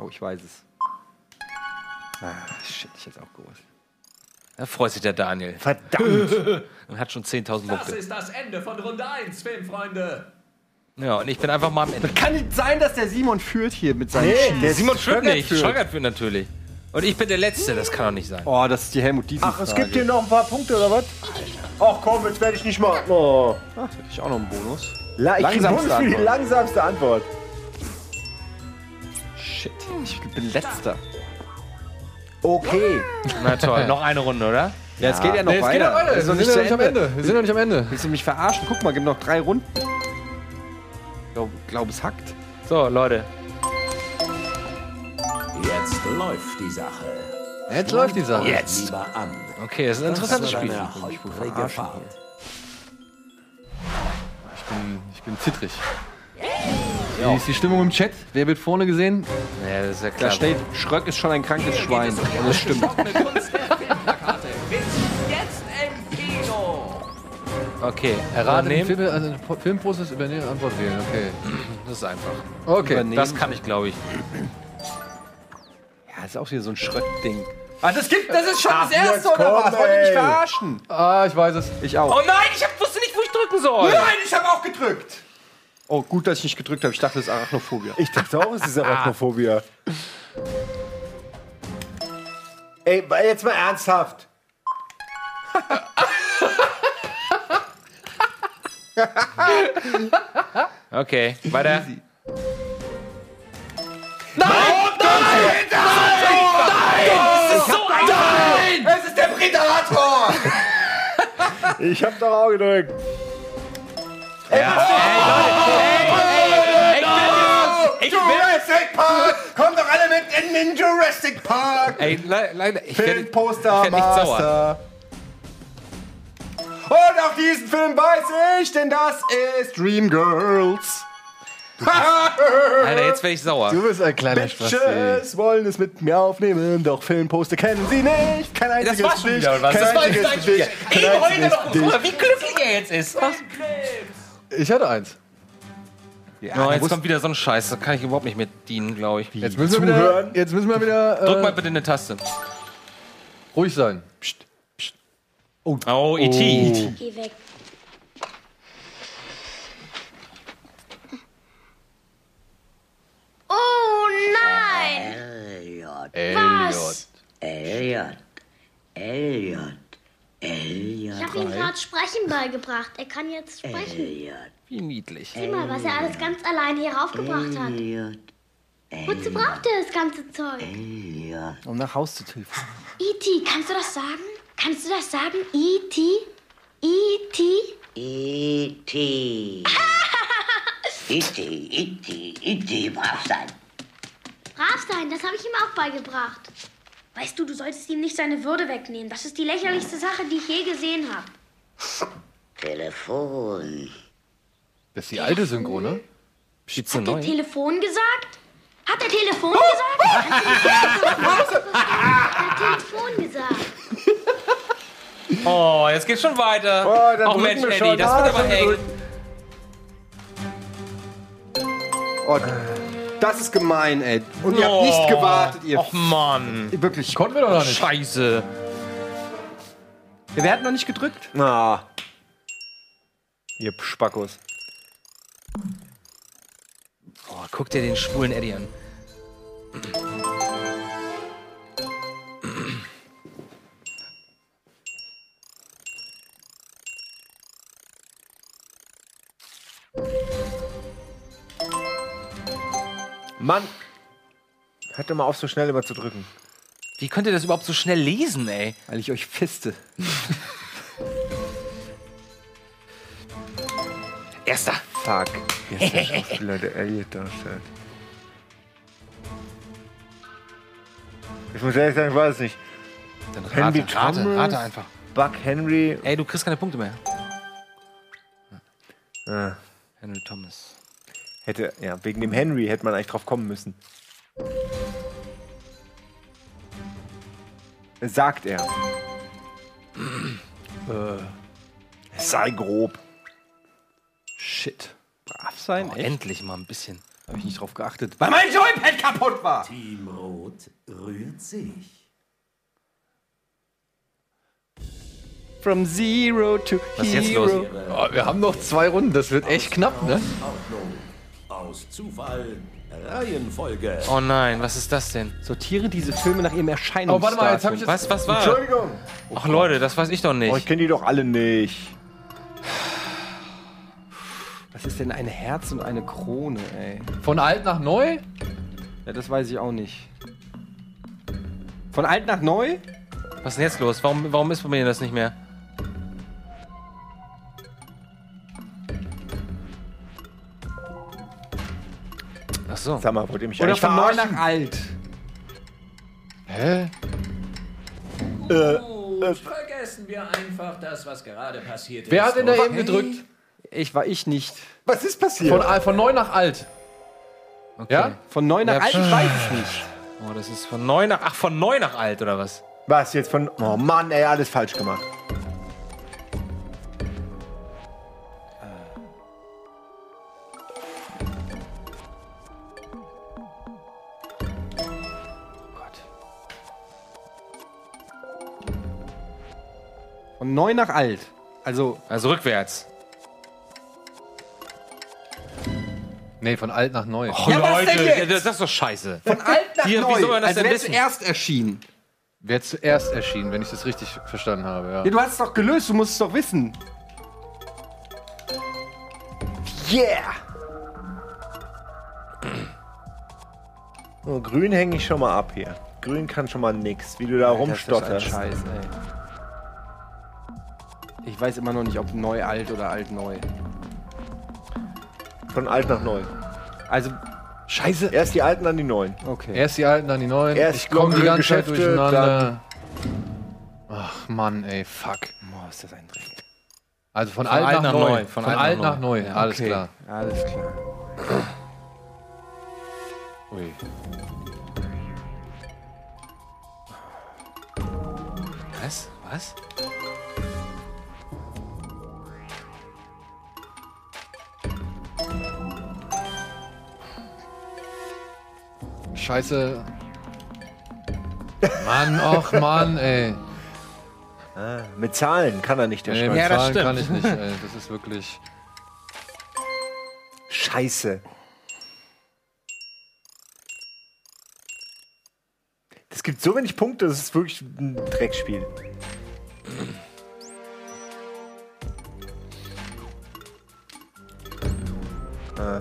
S5: Oh, ich weiß es. Ah, shit, ich hätte auch gewusst.
S4: Da freut sich der Daniel.
S8: Verdammt.
S4: Und hat schon 10.000
S7: Das
S4: Punkte.
S7: ist das Ende von Runde 1, Filmfreunde.
S4: Ja, und ich bin einfach mal am Ende.
S5: Kann nicht sein, dass der Simon führt hier mit seinen
S4: Nee,
S5: der
S4: Simon führt
S5: Schröckert
S4: nicht.
S5: führt.
S4: Schröckert führt natürlich. Und ich bin der Letzte, das kann doch nicht sein.
S5: Oh, das ist die Helmut Diesen
S8: Ach, es gibt hier noch ein paar Punkte, oder was? Ach komm, jetzt werde ich nicht mal. Oh.
S5: Ach, da Ah, hätte ich auch noch einen Bonus.
S8: La ich krieg einen Bonus
S5: Langsamste
S8: für die
S5: Antwort.
S8: langsamste Antwort.
S5: Shit, ich bin letzter.
S8: Okay.
S4: Na toll, noch eine Runde, oder?
S5: Ja, es geht ja noch
S1: Nee, es
S5: weiter.
S1: geht noch weiter.
S5: Wir
S1: Wir sind
S5: sind noch nicht
S1: noch
S5: zu
S1: nicht
S5: Ende.
S1: am Ende. Wir sind noch nicht am Ende.
S5: Willst du mich verarschen? Guck mal, gibt noch drei Runden. Ich glaub, glaub, es hackt.
S4: So, Leute.
S7: Jetzt läuft die Sache.
S1: Jetzt läuft die Sache.
S7: Jetzt. Lieber an.
S4: Okay, das ist ein interessantes
S7: Das war
S4: Spiel.
S7: eine holprige Fahrt.
S1: Ich bin, ich bin zittrig. Wie ist die Stimmung im Chat? Wer wird vorne gesehen?
S4: Naja, das ist ja klar.
S5: Da steht, Schröck ist schon ein krankes Schwein. Und das stimmt.
S7: Jetzt im Kino.
S4: Okay,
S1: Erraten den Film,
S4: übernehmen.
S1: also Po- Filmprozess übernehmen, Antwort wählen. Okay.
S4: Das ist einfach.
S1: Okay.
S5: Übernehmen.
S4: Das kann ich, glaube ich.
S5: Ja, ist auch wieder so ein Schröck-Ding.
S4: Ah, das gibt, das ist schon das erste,
S5: was? Wollt ihr mich verarschen?
S1: Ah, ich weiß es.
S5: Ich auch.
S4: Oh nein, ich hab, wusste nicht, wo ich drücken soll.
S5: ich habe auch gedrückt. Oh, gut, dass ich nicht gedrückt habe. Ich dachte, das ist Arachnophobia.
S8: Ich dachte auch, es ist Arachnophobia. Ey, weil jetzt mal ernsthaft.
S4: Okay, weiter.
S5: Es ist der Predator!
S8: Ich hab doch auch gedrückt.
S4: Ich werde,
S8: Jurassic Park! Kommt doch alle mit in den Jurassic Park!
S4: ey, le leider, ich werde,
S8: Filmposter,
S4: ich werd nicht
S8: Master.
S4: sauer.
S8: Und auf diesen Film weiß ich, denn das ist Dreamgirls.
S4: Alter, jetzt werde ich sauer.
S1: Du bist ein kleiner Spaß.
S8: Bitches wollen es mit mir aufnehmen, doch Filmposter kennen sie nicht. Kein einziges
S4: war's schon wieder, oder was?
S8: Kein
S4: Das war
S8: einziges
S4: dein
S8: Gesicht, kein
S4: Ey, heute
S8: einziges um
S4: noch,
S8: Gesicht.
S4: guck mal, wie glücklich er jetzt ist.
S1: Ich hatte eins.
S4: Ja, jetzt kommt wieder so ein Scheiß, da kann ich überhaupt nicht mit dienen, glaube ich.
S1: Jetzt müssen wir wieder,
S8: Zuhören.
S1: jetzt müssen wir wieder äh,
S4: Drück mal bitte eine Taste.
S1: ruhig sein.
S4: Oh, E.T.
S12: Geh weg. Oh nein!
S21: Elliot.
S12: Was?
S21: Elliot. Elliot.
S12: Ich habe ihm gerade Sprechen beigebracht. Er kann jetzt sprechen.
S4: Wie niedlich.
S12: Sieh mal, was er alles ganz alleine hier raufgebracht hat. Wozu braucht er das ganze Zeug?
S22: Um nach Haus zu tüfteln.
S12: E.T., kannst du das sagen? Kannst du das sagen? E E.T.? E.T.?
S7: E Iti. Iti, Iti, Iti, brav E sein.
S12: Brav sein, das habe ich ihm auch beigebracht. Weißt du, du solltest ihm nicht seine Würde wegnehmen. Das ist die lächerlichste Sache, die ich je gesehen habe.
S7: Telefon.
S1: Das ist die alte Synchro, ne?
S4: Schießt eine
S12: Hat
S4: neue.
S12: er Telefon gesagt? Hat er Telefon gesagt? Hat er Telefon gesagt?
S4: Oh, jetzt geht's schon weiter.
S8: Oh, dann
S4: Ach
S8: drücken
S4: Mensch,
S8: wir
S4: Eddie,
S8: schon.
S4: das
S8: Ah,
S4: wird aber
S8: schon
S4: eng.
S8: Oh, das ist gemein, ey. Und ihr habt
S4: Oh.
S8: nicht gewartet, ihr.
S4: Och Mann.
S8: Wirklich.
S1: Konnten wir doch noch nicht.
S4: Scheiße.
S8: Ja, Wer hat noch nicht gedrückt? Na. Ihr Spackos.
S4: Oh, guck dir den schwulen Eddie an.
S8: Mann.
S5: Hört doch mal auf, so schnell immer zu drücken.
S4: Wie könnt ihr das überhaupt so schnell lesen, ey?
S8: Weil ich euch fiste.
S4: Erster.
S5: Fuck. Jetzt ist der Schauspieler, der Elliot darstellt. Ich muss ehrlich sagen, ich weiß es nicht.
S4: Dann rate,
S5: Henry
S4: rate,
S5: Thomas,
S4: rate einfach.
S5: Buck Henry.
S4: Ey, du kriegst keine Punkte mehr.
S5: Ah,
S4: Henry Thomas.
S5: hätte, ja, wegen dem Henry hätte man eigentlich drauf kommen müssen. Sagt er. Es sei grob.
S8: Shit. Brav sein,
S4: Oh,
S8: echt?
S4: endlich mal ein bisschen.
S8: Hab ich nicht drauf geachtet. Weil mein Joypad kaputt war!
S23: Team Rot rührt sich.
S8: From zero to
S4: Was ist jetzt los?
S8: hero.
S1: Oh, wir haben noch zwei Runden, das wird echt knapp, ne?
S24: Ordnung. Aus Zufall. Reihenfolge.
S4: Oh nein, was ist das denn?
S8: Sortiere diese Filme nach ihrem Erscheinungsdatum.
S1: Oh, warte mal, jetzt hab ich jetzt.
S4: Was, was war?
S5: Entschuldigung.
S4: Ach Leute, das weiß ich doch
S5: Oh, ich
S4: nicht.
S5: kenne die doch alle nicht.
S8: Was ist denn ein Herz und eine Krone, ey?
S1: Von alt nach neu?
S8: Ja, das weiß ich auch nicht. Von alt nach neu?
S4: Was ist denn jetzt los? Warum, warum ist bei mir das nicht mehr? Ach so.
S5: Sag mal, wollt ihr mich
S8: Oder
S5: eigentlich
S8: von neu
S5: verarschen?
S8: nach alt?
S1: Hä?
S24: Gut, vergessen wir einfach das, was gerade passiert
S1: Wer hat
S24: ist.
S1: denn da eben gedrückt?
S8: Ich war ich nicht.
S5: Was ist passiert?
S1: Von, al- von neu nach alt.
S4: Okay.
S1: Ja?
S8: Von neu nach
S4: Ja,
S8: alt? Ich weiß es nicht.
S4: Oh, das ist von neu nach. Ach, von neu nach alt oder was?
S5: Was jetzt von. Oh Mann, ey, alles falsch gemacht.
S8: Von neu nach alt. Also,
S4: Also rückwärts.
S1: Nee, von alt nach neu.
S4: Oh,
S8: Ja, was denn jetzt?
S4: ja, das, das ist doch scheiße.
S8: von alt nach
S4: Hier, wie
S8: neu.
S4: soll man das
S8: also
S4: denn
S8: wer
S4: wissen?
S8: zuerst erschienen.
S1: Wer zuerst erschien, wenn ich das richtig verstanden habe, ja.
S8: Ja, du hast es doch gelöst, du musst es doch wissen.
S5: Yeah! So, Oh, grün hänge ich schon mal ab hier. Grün kann schon mal nix, wie du da
S8: Das
S5: rumstotterst.
S8: ist ein Scheiß, ey. Ich weiß immer noch nicht, ob neu alt oder alt neu.
S5: Von alt nach neu.
S8: Also,
S1: Scheiße.
S5: Erst die alten, dann die neuen.
S8: okay.
S1: Erst die alten, dann die neuen.
S5: Erst
S1: ich komme die
S5: lockere
S1: ganze Zeit
S5: Geschäfte,
S1: durcheinander. Ach Mann, ey, fuck.
S8: Boah, ist das ein Dreck.
S1: Also von, alt, nach, neu. Von, alt nach neu, alles
S8: Okay,
S1: klar.
S8: Alles klar.
S1: Ui.
S4: Was? Was?
S1: Scheiße. Mann, och Mann, ey.
S5: Mit Zahlen kann er nicht, der
S1: Nee,
S5: Scheiß.
S1: mit
S4: Ja, das
S1: Zahlen
S4: stimmt.
S1: kann ich nicht, ey. Das ist wirklich.
S5: Scheiße. Es gibt so wenig Punkte, das ist wirklich ein Dreckspiel. Äh.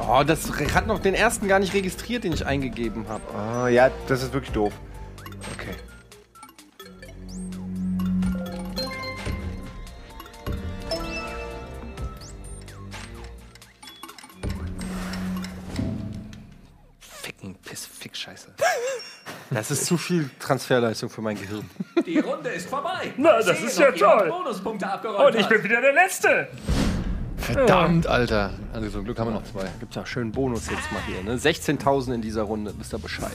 S8: Oh, das hat noch den ersten gar nicht registriert, den ich eingegeben habe.
S4: Oh
S5: Ah, ja, das ist wirklich doof. Okay.
S25: Ficken, Piss, Fick, Scheiße.
S8: Das ist zu viel Transferleistung für mein Gehirn.
S26: Die Runde ist vorbei.
S6: Na, das
S26: Ich
S6: ist
S26: sehe
S6: ja
S26: noch jemand
S6: toll.
S26: Bonuspunkte abgeräumt
S6: Und ich
S26: hat.
S6: bin wieder der Letzte.
S1: Verdammt, Alter. Also zum Glück haben wir noch zwei.
S8: Gibt's ja schönen Bonus jetzt mal hier, ne? 16.000 in dieser Runde, wisst ihr Bescheid.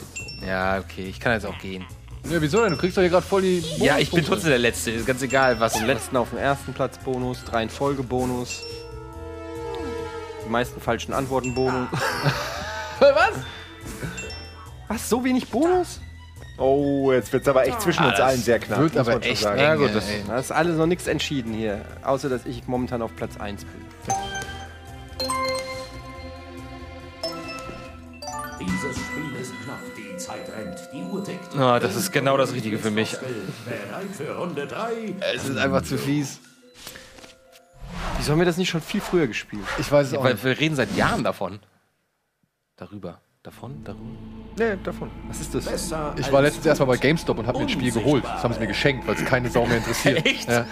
S4: Ja, okay, ich kann jetzt auch gehen.
S1: Ja, wieso denn? Du kriegst doch hier gerade voll die.
S8: Oh,
S4: Ja, ich bin
S1: Bonuspunkte.
S4: trotzdem der Letzte. Ist ganz egal, was.
S8: Vom letzten auf den ersten Platz Bonus, drei in Folge Bonus. Die meisten falschen Antworten Bonus.
S5: Ah.
S1: Was?
S8: Was, so wenig Bonus?
S5: Oh, jetzt wird's aber echt zwischen
S8: Ah,
S5: uns
S8: das
S5: allen sehr knapp.
S1: wird
S5: muss
S1: aber
S5: man schon
S1: echt
S5: sagen.
S1: eng,
S5: Ja, gut,
S1: ey.
S5: das
S8: Da ist alles noch nichts entschieden hier. Außer, dass ich momentan auf Platz 1 bin.
S27: Dieses Spiel ist knapp, die Zeit rennt, die Uhr tickt.
S4: Ah, das ist genau das Richtige für mich.
S27: Bereit für Runde 3?
S1: Es ist einfach zu fies.
S8: Wieso haben wir das nicht schon viel früher gespielt?
S1: Ich weiß es
S4: Ja,
S1: auch
S4: weil
S1: nicht.
S4: wir reden seit Jahren davon. Darüber. Davon? Darüber?
S8: Nee, davon. Was ist das?
S1: Ich war letztens erstmal bei GameStop und habe mir ein Spiel geholt. Das haben sie mir geschenkt, weil es keine Sau mehr interessiert.
S4: Echt?
S1: Ja.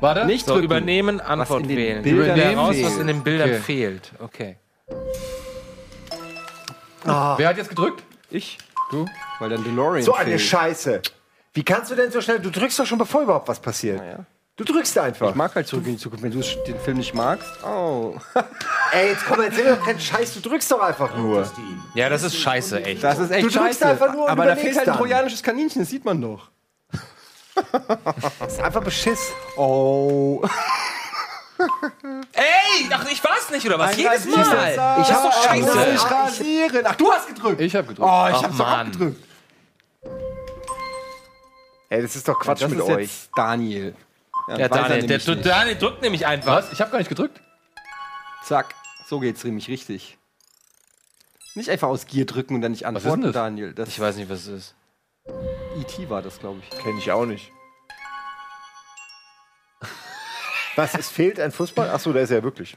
S1: Warte.
S8: Nicht
S4: So,
S8: drücken.
S4: übernehmen, Antwort
S8: in den
S4: wählen.
S8: Bildern
S4: Übernehmen raus,
S8: fehlt.
S4: was in den Bildern
S1: Okay.
S4: fehlt. Okay.
S1: Wer hat jetzt gedrückt?
S8: Ich?
S1: Du?
S8: Weil dann DeLorean
S5: So eine
S8: fehlt.
S5: Scheiße. Wie kannst du denn so schnell? Du drückst doch schon, bevor überhaupt was passiert.
S8: ja.
S5: Du drückst einfach.
S8: Ich mag halt zurück in die Zukunft. Wenn du den Film nicht magst, oh.
S5: Ey, jetzt komm, erzähl doch keinen Scheiß. Du drückst doch einfach nur.
S4: Ja, das ist scheiße, echt.
S8: Das ist echt
S5: Du drückst einfach nur und
S8: Aber da
S5: überlegst
S8: fehlt halt ein
S5: dann.
S8: trojanisches Kaninchen, das sieht man doch.
S5: Das ist einfach Beschiss.
S8: Oh.
S4: Ey, ach, ich war's nicht, oder was? Jedes Mal.
S5: Ich habe
S4: doch scheiße.
S5: Ich rasieren. Ach, du hast gedrückt.
S1: Ich habe gedrückt.
S5: Oh, ich
S4: Ach,
S5: hab's doch
S4: Mann.
S5: abgedrückt. Ey, das ist doch Quatsch
S8: das
S5: mit
S8: ist
S5: euch.
S8: jetzt Daniel.
S4: Ja,
S8: das weiß er
S4: Daniel, der,
S8: nämlich
S4: der,
S8: nicht.
S4: Daniel drückt nämlich einfach.
S1: Was? Ich habe gar nicht gedrückt.
S8: Zack, so geht's nämlich richtig. Nicht einfach aus Gier drücken und dann nicht
S1: ist denn
S8: antworten,
S1: das?
S8: Daniel. Das
S4: Ich weiß nicht, was es ist.
S8: E.T. war das, glaube ich.
S5: Kenn ich auch nicht. Was, es fehlt ein Fußball? Achso, da ist er ja wirklich.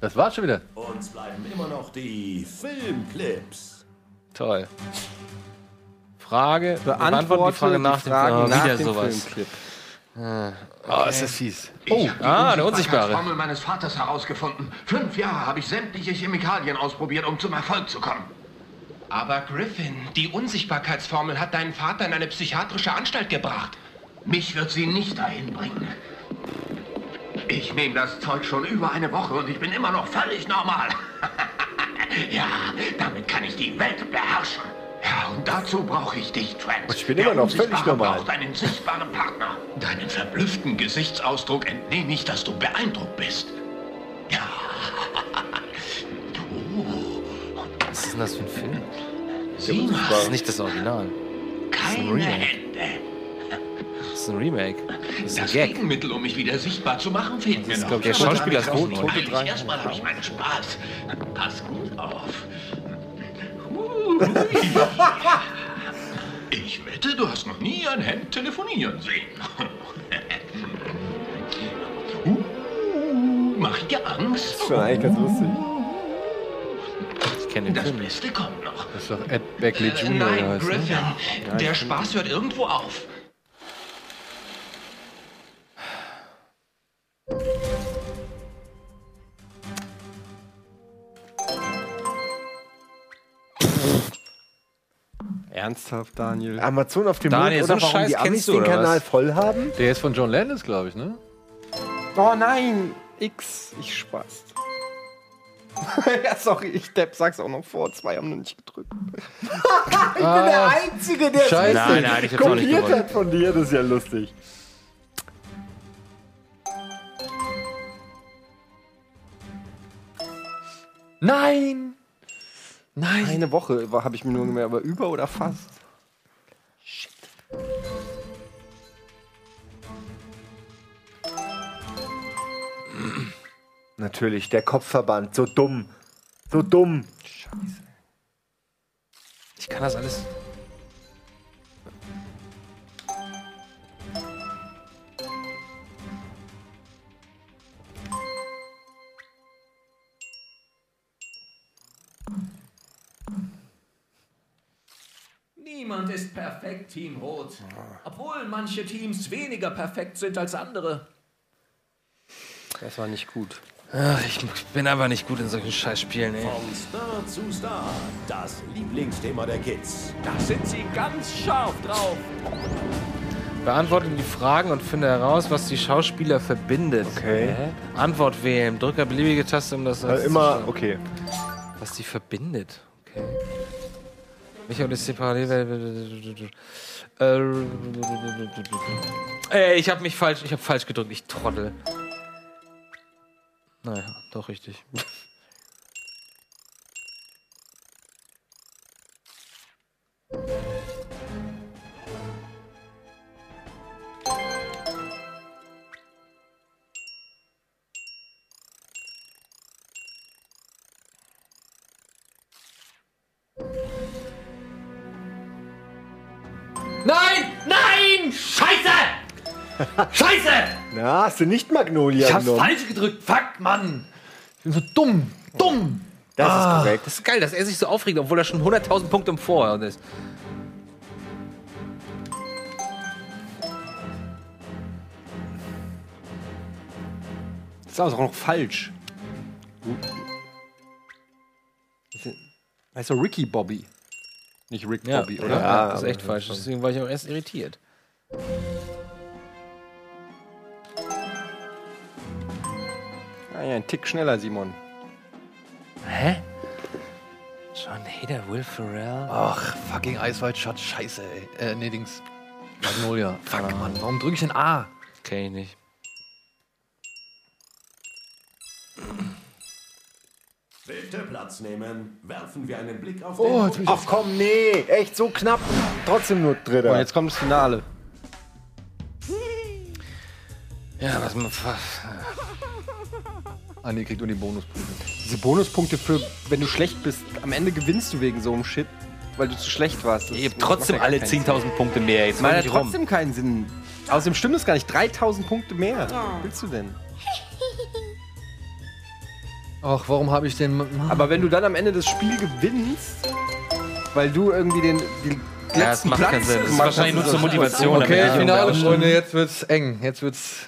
S1: Das war's schon wieder.
S27: Uns bleiben immer noch die Filmclips.
S4: Toll. Frage, beantworten
S8: Beantworte
S4: die Frage nach
S8: die Fragen
S4: dem,
S8: nach
S4: Ah, wieder
S8: dem
S4: sowas.
S8: Filmclip.
S1: Oh, ist das fies.
S7: Oh,
S4: Ah, eine unsichtbare.
S7: Formel meines Vaters herausgefunden. Fünf Jahre habe ich sämtliche Chemikalien ausprobiert, um zum Erfolg zu kommen.
S28: Aber Griffin, die Unsichtbarkeitsformel hat deinen Vater in eine psychiatrische Anstalt gebracht.
S7: Mich wird sie nicht dahin bringen. Ich nehme das Zeug schon über eine Woche und ich bin immer noch völlig normal. ja, damit kann ich die Welt beherrschen. Ja, und dazu brauche ich dich, Trent.
S5: Ich bin immer noch völlig
S7: Unsichtbare
S5: normal.
S7: braucht einen sichtbaren Partner. Deinen verblüfften Gesichtsausdruck entnehme ich, dass du beeindruckt bist. Ja. oh,
S4: Was ist denn das für ein Film?
S7: sieh
S4: Das ist
S7: mal,
S4: nicht das Original.
S7: keine Hände.
S4: Das ist ein Remake. Das ist ein
S7: Das
S4: Gag.
S7: Gegenmittel, um mich wieder sichtbar zu machen, fehlt mir
S4: ist,
S7: noch.
S4: glaub ich, der Schauspieler ist tot, oder?
S7: Heilig, Erstmal habe ich meinen Spaß. Pass gut auf. Ich wette, du hast noch nie ein Hemd telefonieren sehen. Uh, Mach dir Angst.
S5: Schon eigentlich ganz lustig.
S4: Ich kenne den
S7: Das
S4: Film.
S7: Beste kommt noch.
S1: Das ist doch Ed Beckley
S28: Äh,
S1: Jr. oder
S28: nein,
S1: was, ne?
S28: Griffin. Der Spaß hört irgendwo auf.
S8: Ernsthaft, Daniel?
S5: Amazon auf dem
S4: Daniel,
S5: Mond
S4: so
S5: oder
S4: einen
S5: warum
S4: Scheiß
S5: die Amis
S4: kennst du,
S5: den
S4: oder was?
S5: Kanal voll haben?
S1: Der ist von John Landis, glaube ich, ne?
S8: Oh nein! X, ich spaß. ja, sorry, ich Depp sag's auch noch vor. Zwei haben noch nicht gedrückt.
S5: Ich bin der Einzige, der
S1: Scheiße.
S4: Nein, nein, ich hab's auch nicht
S5: kopiert
S4: gewollt.
S5: hat von dir. Das ist ja lustig.
S1: Nein! Nein!
S8: Eine Woche habe ich mir nur gemerkt, aber über oder fast?
S5: Natürlich, der Kopfverband. So dumm. So dumm.
S4: Ich kann das alles.
S6: Niemand ist perfekt, Team Rot. Obwohl manche Teams weniger perfekt sind als andere.
S4: Das war nicht gut. Ach, ich bin einfach nicht gut in solchen Scheißspielen, ey.
S6: Vom Star zu Star, das Lieblingsthema der Kids. Da sind sie ganz scharf drauf.
S4: Beantworte die Fragen und finde heraus, was die Schauspieler verbindet.
S5: Okay.
S4: Hä? Antwort wählen. Drücke beliebige Taste, um das
S5: Äh, immer, okay.
S4: Was die verbindet. Okay. Michael ist die Parallelwelt. Äh, ich habe mich falsch, ich habe falsch gedrückt, ich Trottel. Naja, doch richtig.
S7: Nein! Nein! Scheiße! Scheiße!
S5: Na, hast du nicht Magnolia
S7: Ich hab's falsch gedrückt. Fuck, Mann!
S5: Ich bin so dumm, dumm. Das ist korrekt.
S4: Das ist geil, dass er sich so aufregt, obwohl er schon 100.000 Punkte im Vorhand ist.
S8: Das ist auch noch falsch. Heißt doch Ricky Bobby. Nicht Rick
S4: Ja,
S8: Bobby,
S4: ja,
S8: oder?
S4: ja, das ist echt falsch. Deswegen war ich auch erst irritiert.
S8: Ah, ja, ein Tick schneller, Simon.
S4: Hä? John Hader, Will Ferrell.
S1: Ach, fucking Eiswald-Shot, scheiße, ey. Äh, nee, Dings. Magnolia. Fuck, Mann, warum drücke ich denn A?
S4: Ah. Kenn ich nicht.
S6: Bitte Platz nehmen. Werfen wir einen Blick auf
S5: Oh, jetzt
S6: den
S5: bin ich
S6: Boden.
S5: Ach komm, nee, echt so knapp. Trotzdem nur Dritter.
S8: Und jetzt kommt das Finale.
S4: Ja, was man.
S1: Ah, nee, kriegt nur die Bonuspunkte.
S8: Diese Bonuspunkte für, wenn du schlecht bist, am Ende gewinnst du wegen so einem Shit, weil du zu schlecht warst. Das
S29: Ihr habt
S8: macht
S29: trotzdem
S8: ja gar
S29: alle
S8: keinen
S29: 10.000 Punkte mehr. Jetzt
S8: Sinn. Macht
S29: mal
S8: ja
S29: nicht rum.
S8: trotzdem keinen Sinn. Außerdem stimmt es gar nicht. 3000 Punkte mehr. Was willst du denn?
S1: Ach, warum habe ich den.
S8: Aber wenn du dann am Ende das Spiel gewinnst, weil du irgendwie den, den letzten
S1: Ja, das macht
S8: Platz
S1: keinen Sinn. Das ist
S8: gemacht
S1: wahrscheinlich
S8: hast,
S1: nur zur
S8: das-
S1: Motivation, damit
S8: Okay,
S1: die
S8: Finale,
S1: Jungs da
S8: Freunde.
S1: jetzt wird's eng. Jetzt wird's.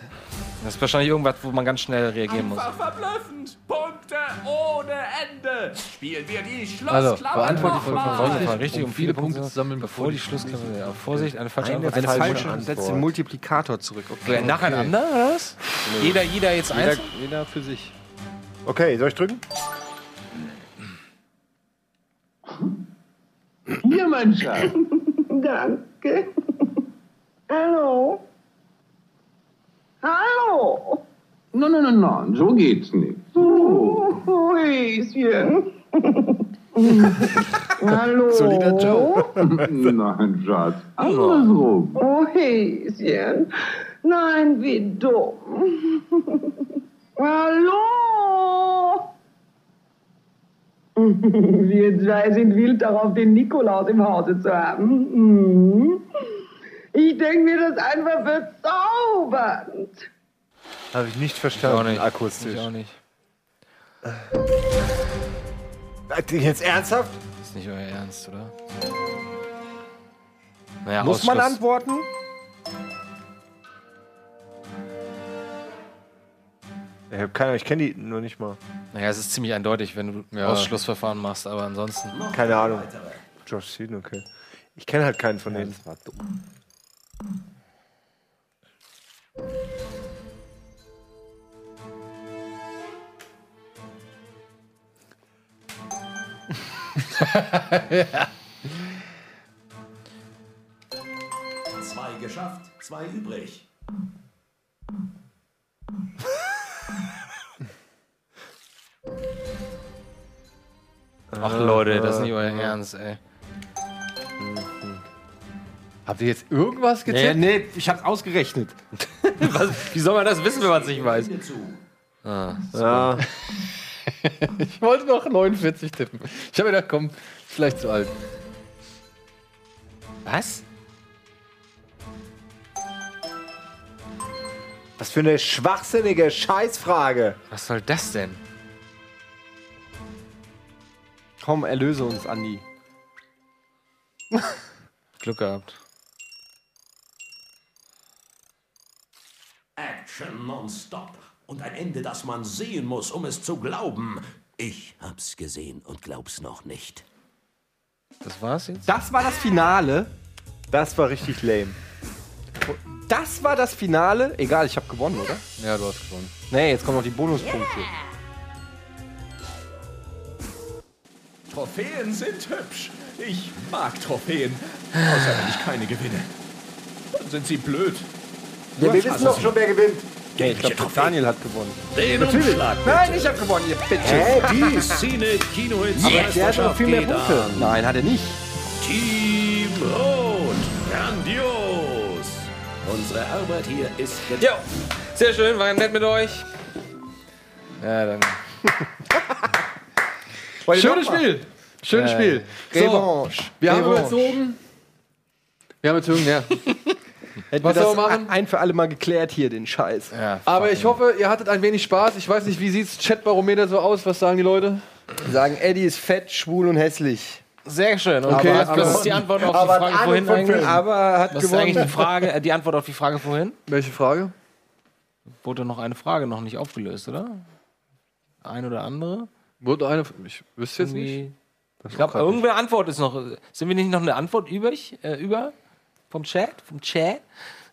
S4: Das ist wahrscheinlich irgendwas, wo man ganz schnell reagieren muss.
S6: Einfach verblüffend. Punkte ohne Ende. Spielen wir die
S4: Also,
S6: Schlossklappe
S4: beantworte die Folge von
S6: nochmal.
S4: Vorsicht, richtig, um viele Punkte zu sammeln, bevor die Schlussklappe. Ja, Vorsicht, eine falsche
S8: Eine,
S4: Antwort.
S8: eine falsche und setzt den Multiplikator zurück.
S4: Okay. Nacheinander, oder was? Jeder, jeder jetzt
S8: Jeder,
S4: eins?
S8: jeder für sich.
S5: Okay, soll ich drücken?
S7: Hier, mein Schatz.
S12: Danke. Hallo. Hallo.
S7: Nein, nein, nein, nein, so geht's nicht.
S12: Oh, Häuschen. Hallo.
S7: Solider Joe. nein, Schatz. Andersrum.
S12: Oh, Häschen. Nein, wie dumm. Hallo. Wir zwei sind wild darauf, den Nikolaus im Hause zu haben. Mhm. Ich denke mir das einfach bezaubernd.
S5: Habe ich nicht verstanden.
S4: Ich auch nicht.
S5: Akustisch.
S4: Ich auch nicht.
S5: Äh, Jetzt ernsthaft?
S4: Ist nicht euer Ernst, oder? Naja,
S8: Muss man
S4: Ausschluss.
S8: antworten?
S5: Ich habe keine Ahnung, ich kenne die nur nicht mal.
S4: Naja, es ist ziemlich eindeutig, wenn du
S5: Ja.
S4: Ausschlussverfahren machst, aber ansonsten.
S5: Keine Ahnung. Josh Seaton, okay. Ich kenne halt keinen von denen. Das war dumm.
S6: Zwei geschafft, zwei übrig.
S4: Ach Leute, das ist nicht euer Ernst, ey.
S1: Habt ihr jetzt irgendwas
S8: Nee,
S1: getippt?
S8: nee, ich hab's ausgerechnet.
S4: Was, wie soll man das wissen, wenn man es nicht weiß? Ah,
S8: Ja.
S1: Ich wollte noch 49 tippen. Ich habe mir gedacht, komm, vielleicht zu alt.
S4: Was?
S5: Was für eine schwachsinnige Scheißfrage.
S4: Was soll das denn?
S8: Komm, erlöse uns, Andi.
S4: Glück gehabt.
S14: Action nonstop. Und ein Ende, das man sehen muss, um es zu glauben. Ich hab's gesehen und glaub's noch nicht.
S4: Das war's jetzt?
S8: Das war das Finale. Das war richtig lame. Das war das Finale. Egal, ich habe gewonnen, oder?
S1: Ja, du hast gewonnen.
S8: Nee, jetzt kommen noch die Bonuspunkte.
S14: Trophäen sind hübsch. Ich mag Trophäen. Außer wenn ich keine gewinne. Dann sind sie blöd.
S19: Ja, wir wissen doch schon, wer gewinnt.
S8: Nee, ich glaube, Daniel hat gewonnen.
S14: Den
S8: Natürlich.
S14: Umschlag, bitte.
S8: Nein, ich habe gewonnen, ihr Bitches.
S14: Hä? Die Szene Kino
S8: Aber der hat noch viel mehr Punkte. Nein, hat er nicht.
S14: Team Rot. Grandios. Unsere Arbeit hier ist getan.
S4: Jo, sehr schön, war nett mit euch. Ja, dann.
S1: Schönes Spiel. Schönes Spiel.
S8: Revanche.
S1: Wir haben
S8: Revanche.
S1: überzogen. Wir haben überzogen, ja.
S8: Hätten
S1: Was
S8: wir das
S1: sollen wir machen?
S8: ein für alle Mal geklärt hier, den Scheiß.
S1: Aber ich hoffe, ihr hattet ein wenig Spaß. Ich weiß nicht, wie sieht's Chatbarometer so aus? Was sagen die Leute?
S8: Sagen, Eddie ist fett, schwul und hässlich.
S4: Sehr schön. Und
S1: Okay,
S4: das
S1: aber-
S4: ist die Antwort auf
S8: aber
S4: die Frage
S8: alle
S4: vorhin
S8: von
S4: eigentlich.
S8: fünf. Aber hat
S4: Was ist
S8: gewonnen.
S4: eigentlich die Frage, äh, die Antwort auf die Frage vorhin?
S1: Welche Frage?
S4: Wurde noch eine Frage noch nicht aufgelöst, oder? Ein oder andere?
S1: Wurde eine. Ich wüsste jetzt nicht.
S4: Irgendwie- Ich glaube, irgendeine Antwort ist noch. Sind wir nicht noch eine Antwort übrig? Äh, über? Vom Chat? Vom Chat?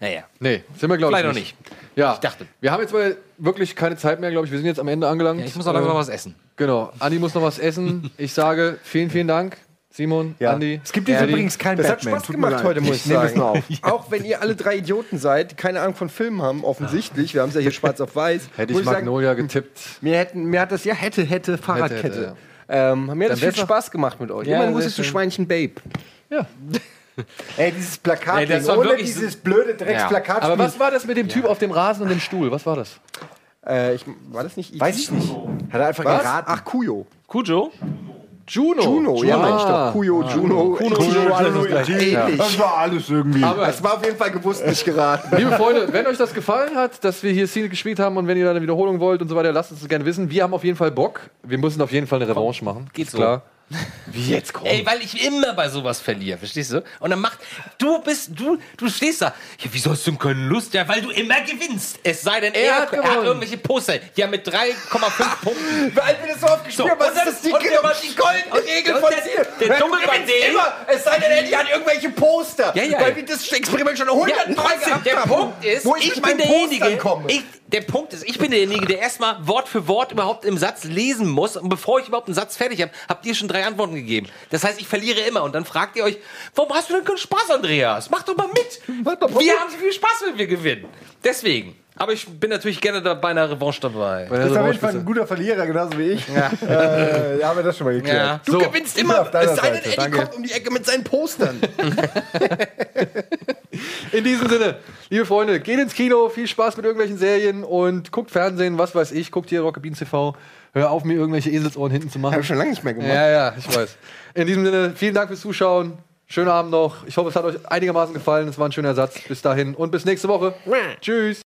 S4: Naja.
S1: Nee, sind wir, glaube ich.
S4: Vielleicht noch
S1: Ja. Ich
S4: dachte.
S1: Wir haben jetzt mal wirklich keine Zeit mehr, glaube ich. Wir sind jetzt am Ende angelangt.
S4: Ja, ich muss auch langsam
S1: Äh,
S4: noch was essen.
S1: Genau. Andi muss noch was essen. Ich sage vielen, vielen Dank. Simon,
S19: Ja.
S1: Andi.
S19: Es gibt jetzt
S1: Eddie.
S19: übrigens keinen
S8: Das hat
S19: Batman.
S8: Spaß
S19: Tut mir
S8: gemacht
S19: leid.
S8: heute, muss
S19: Ich
S8: ich
S19: nehme es
S8: sagen.
S19: nur auf.
S8: Auch wenn ihr alle drei Idioten seid, die keine Ahnung von Filmen haben, offensichtlich, wir haben es ja hier schwarz auf weiß.
S1: Hätte
S8: muss
S1: ich Magnolia getippt.
S8: Mir, hätten, mir hat das, ja, hätte, hätte, Fahrradkette.
S1: hätte,
S8: Ähm, mir hat
S1: Dann
S8: das viel
S1: wär's noch-
S8: Spaß gemacht mit euch.
S4: Ja,
S8: Immerhin
S4: sehr
S8: wusstest du
S4: schön.
S8: Schweinchen Babe.
S19: Ey, dieses Plakat,
S4: Ey, das war
S19: ohne
S4: wirklich
S19: dieses blöde Drecksplakat.
S1: Aber was war das mit dem Typ auf dem Rasen und dem Stuhl? Was war das?
S8: Äh, ich, war das nicht
S19: Weiß ich nicht. Hat er einfach
S8: Was?
S19: geraten.
S8: Ach, Kujo.
S4: Cujo?
S1: Juno.
S8: Juno,
S1: Ah.
S8: ja, Mensch, doch. Kujo, Juno, Kuno, ähnlich.
S19: Das war alles irgendwie.
S1: Aber
S8: Es war auf jeden Fall gewusst nicht geraten.
S1: Liebe Freunde, wenn euch das gefallen hat, dass wir hier Szene gespielt haben und wenn ihr da eine Wiederholung wollt und so weiter, lasst uns das gerne wissen. Wir haben auf jeden Fall Bock. Wir müssen auf jeden Fall eine Revanche machen.
S4: Geht so.
S1: Klar. Wie jetzt kommt.
S4: Ey, weil ich immer bei sowas verliere, verstehst du? Und dann macht, du bist, du, du stehst da. Ja, wieso hast du denn keine Lust? Ja, weil du immer gewinnst. Es sei denn, er,
S1: hat
S4: hat,
S1: gewonnen.
S4: irgendwelche Poster. Ja, mit 3,5 Punkten.
S8: Weil wir das so oft gespielt haben, was ist das Genau. die,
S4: und dann war die
S8: goldene
S4: und-
S8: Regel
S4: und
S8: von
S4: der-
S8: dir?
S4: der
S8: Weil du
S4: Dumme bei
S8: gewinnst
S4: denen-
S8: immer, es sei denn, Eddie hat irgendwelche Poster.
S4: Ja, ja.
S8: Weil wir das Experiment schon hundertmal
S4: trotzdem,
S8: gehabt
S4: der
S8: haben.
S4: Punkt ist,
S8: wo mit
S4: ich, bin
S8: meinen Postern
S4: derjenige,
S8: komme.
S4: ich, der Punkt ist, ich bin derjenige, der erstmal Wort für Wort überhaupt im Satz lesen muss. Und bevor ich überhaupt einen Satz fertig habe, habt ihr schon drei Antworten gegeben. Das heißt, ich verliere immer. Und dann fragt ihr euch, warum hast du denn keinen Spaß, Andreas? Mach doch mal mit.
S8: Mach doch mal
S4: wir
S8: mit.
S4: haben so viel Spaß, wenn wir gewinnen. Deswegen. Aber ich bin natürlich gerne da bei einer Revanche dabei.
S1: Bei der
S19: Das ist auf jeden
S1: Revanche
S19: Fall
S1: bitte.
S19: ein guter Verlierer, genauso wie ich. Ja. Äh, haben wir das schon mal
S4: Ja.
S19: geklärt.
S8: Du gewinnst immer,
S19: auf deiner
S8: es sei denn,
S19: Seite.
S8: Eddie
S19: Danke.
S8: kommt um die Ecke mit seinen Postern.
S1: In diesem Sinne, liebe Freunde, geht ins Kino, viel Spaß mit irgendwelchen Serien und guckt Fernsehen, was weiß ich, guckt hier Rocket Beans TV. Hör auf, mir irgendwelche Eselsohren hinten zu
S8: Hab
S1: machen.
S8: ich schon lange nicht mehr gemacht.
S1: Ja, ja, ich weiß. In diesem Sinne, vielen Dank fürs Zuschauen. Schönen Abend noch. Ich hoffe, es hat euch einigermaßen gefallen. Es war ein schöner Satz. Bis dahin und bis nächste Woche. Tschüss.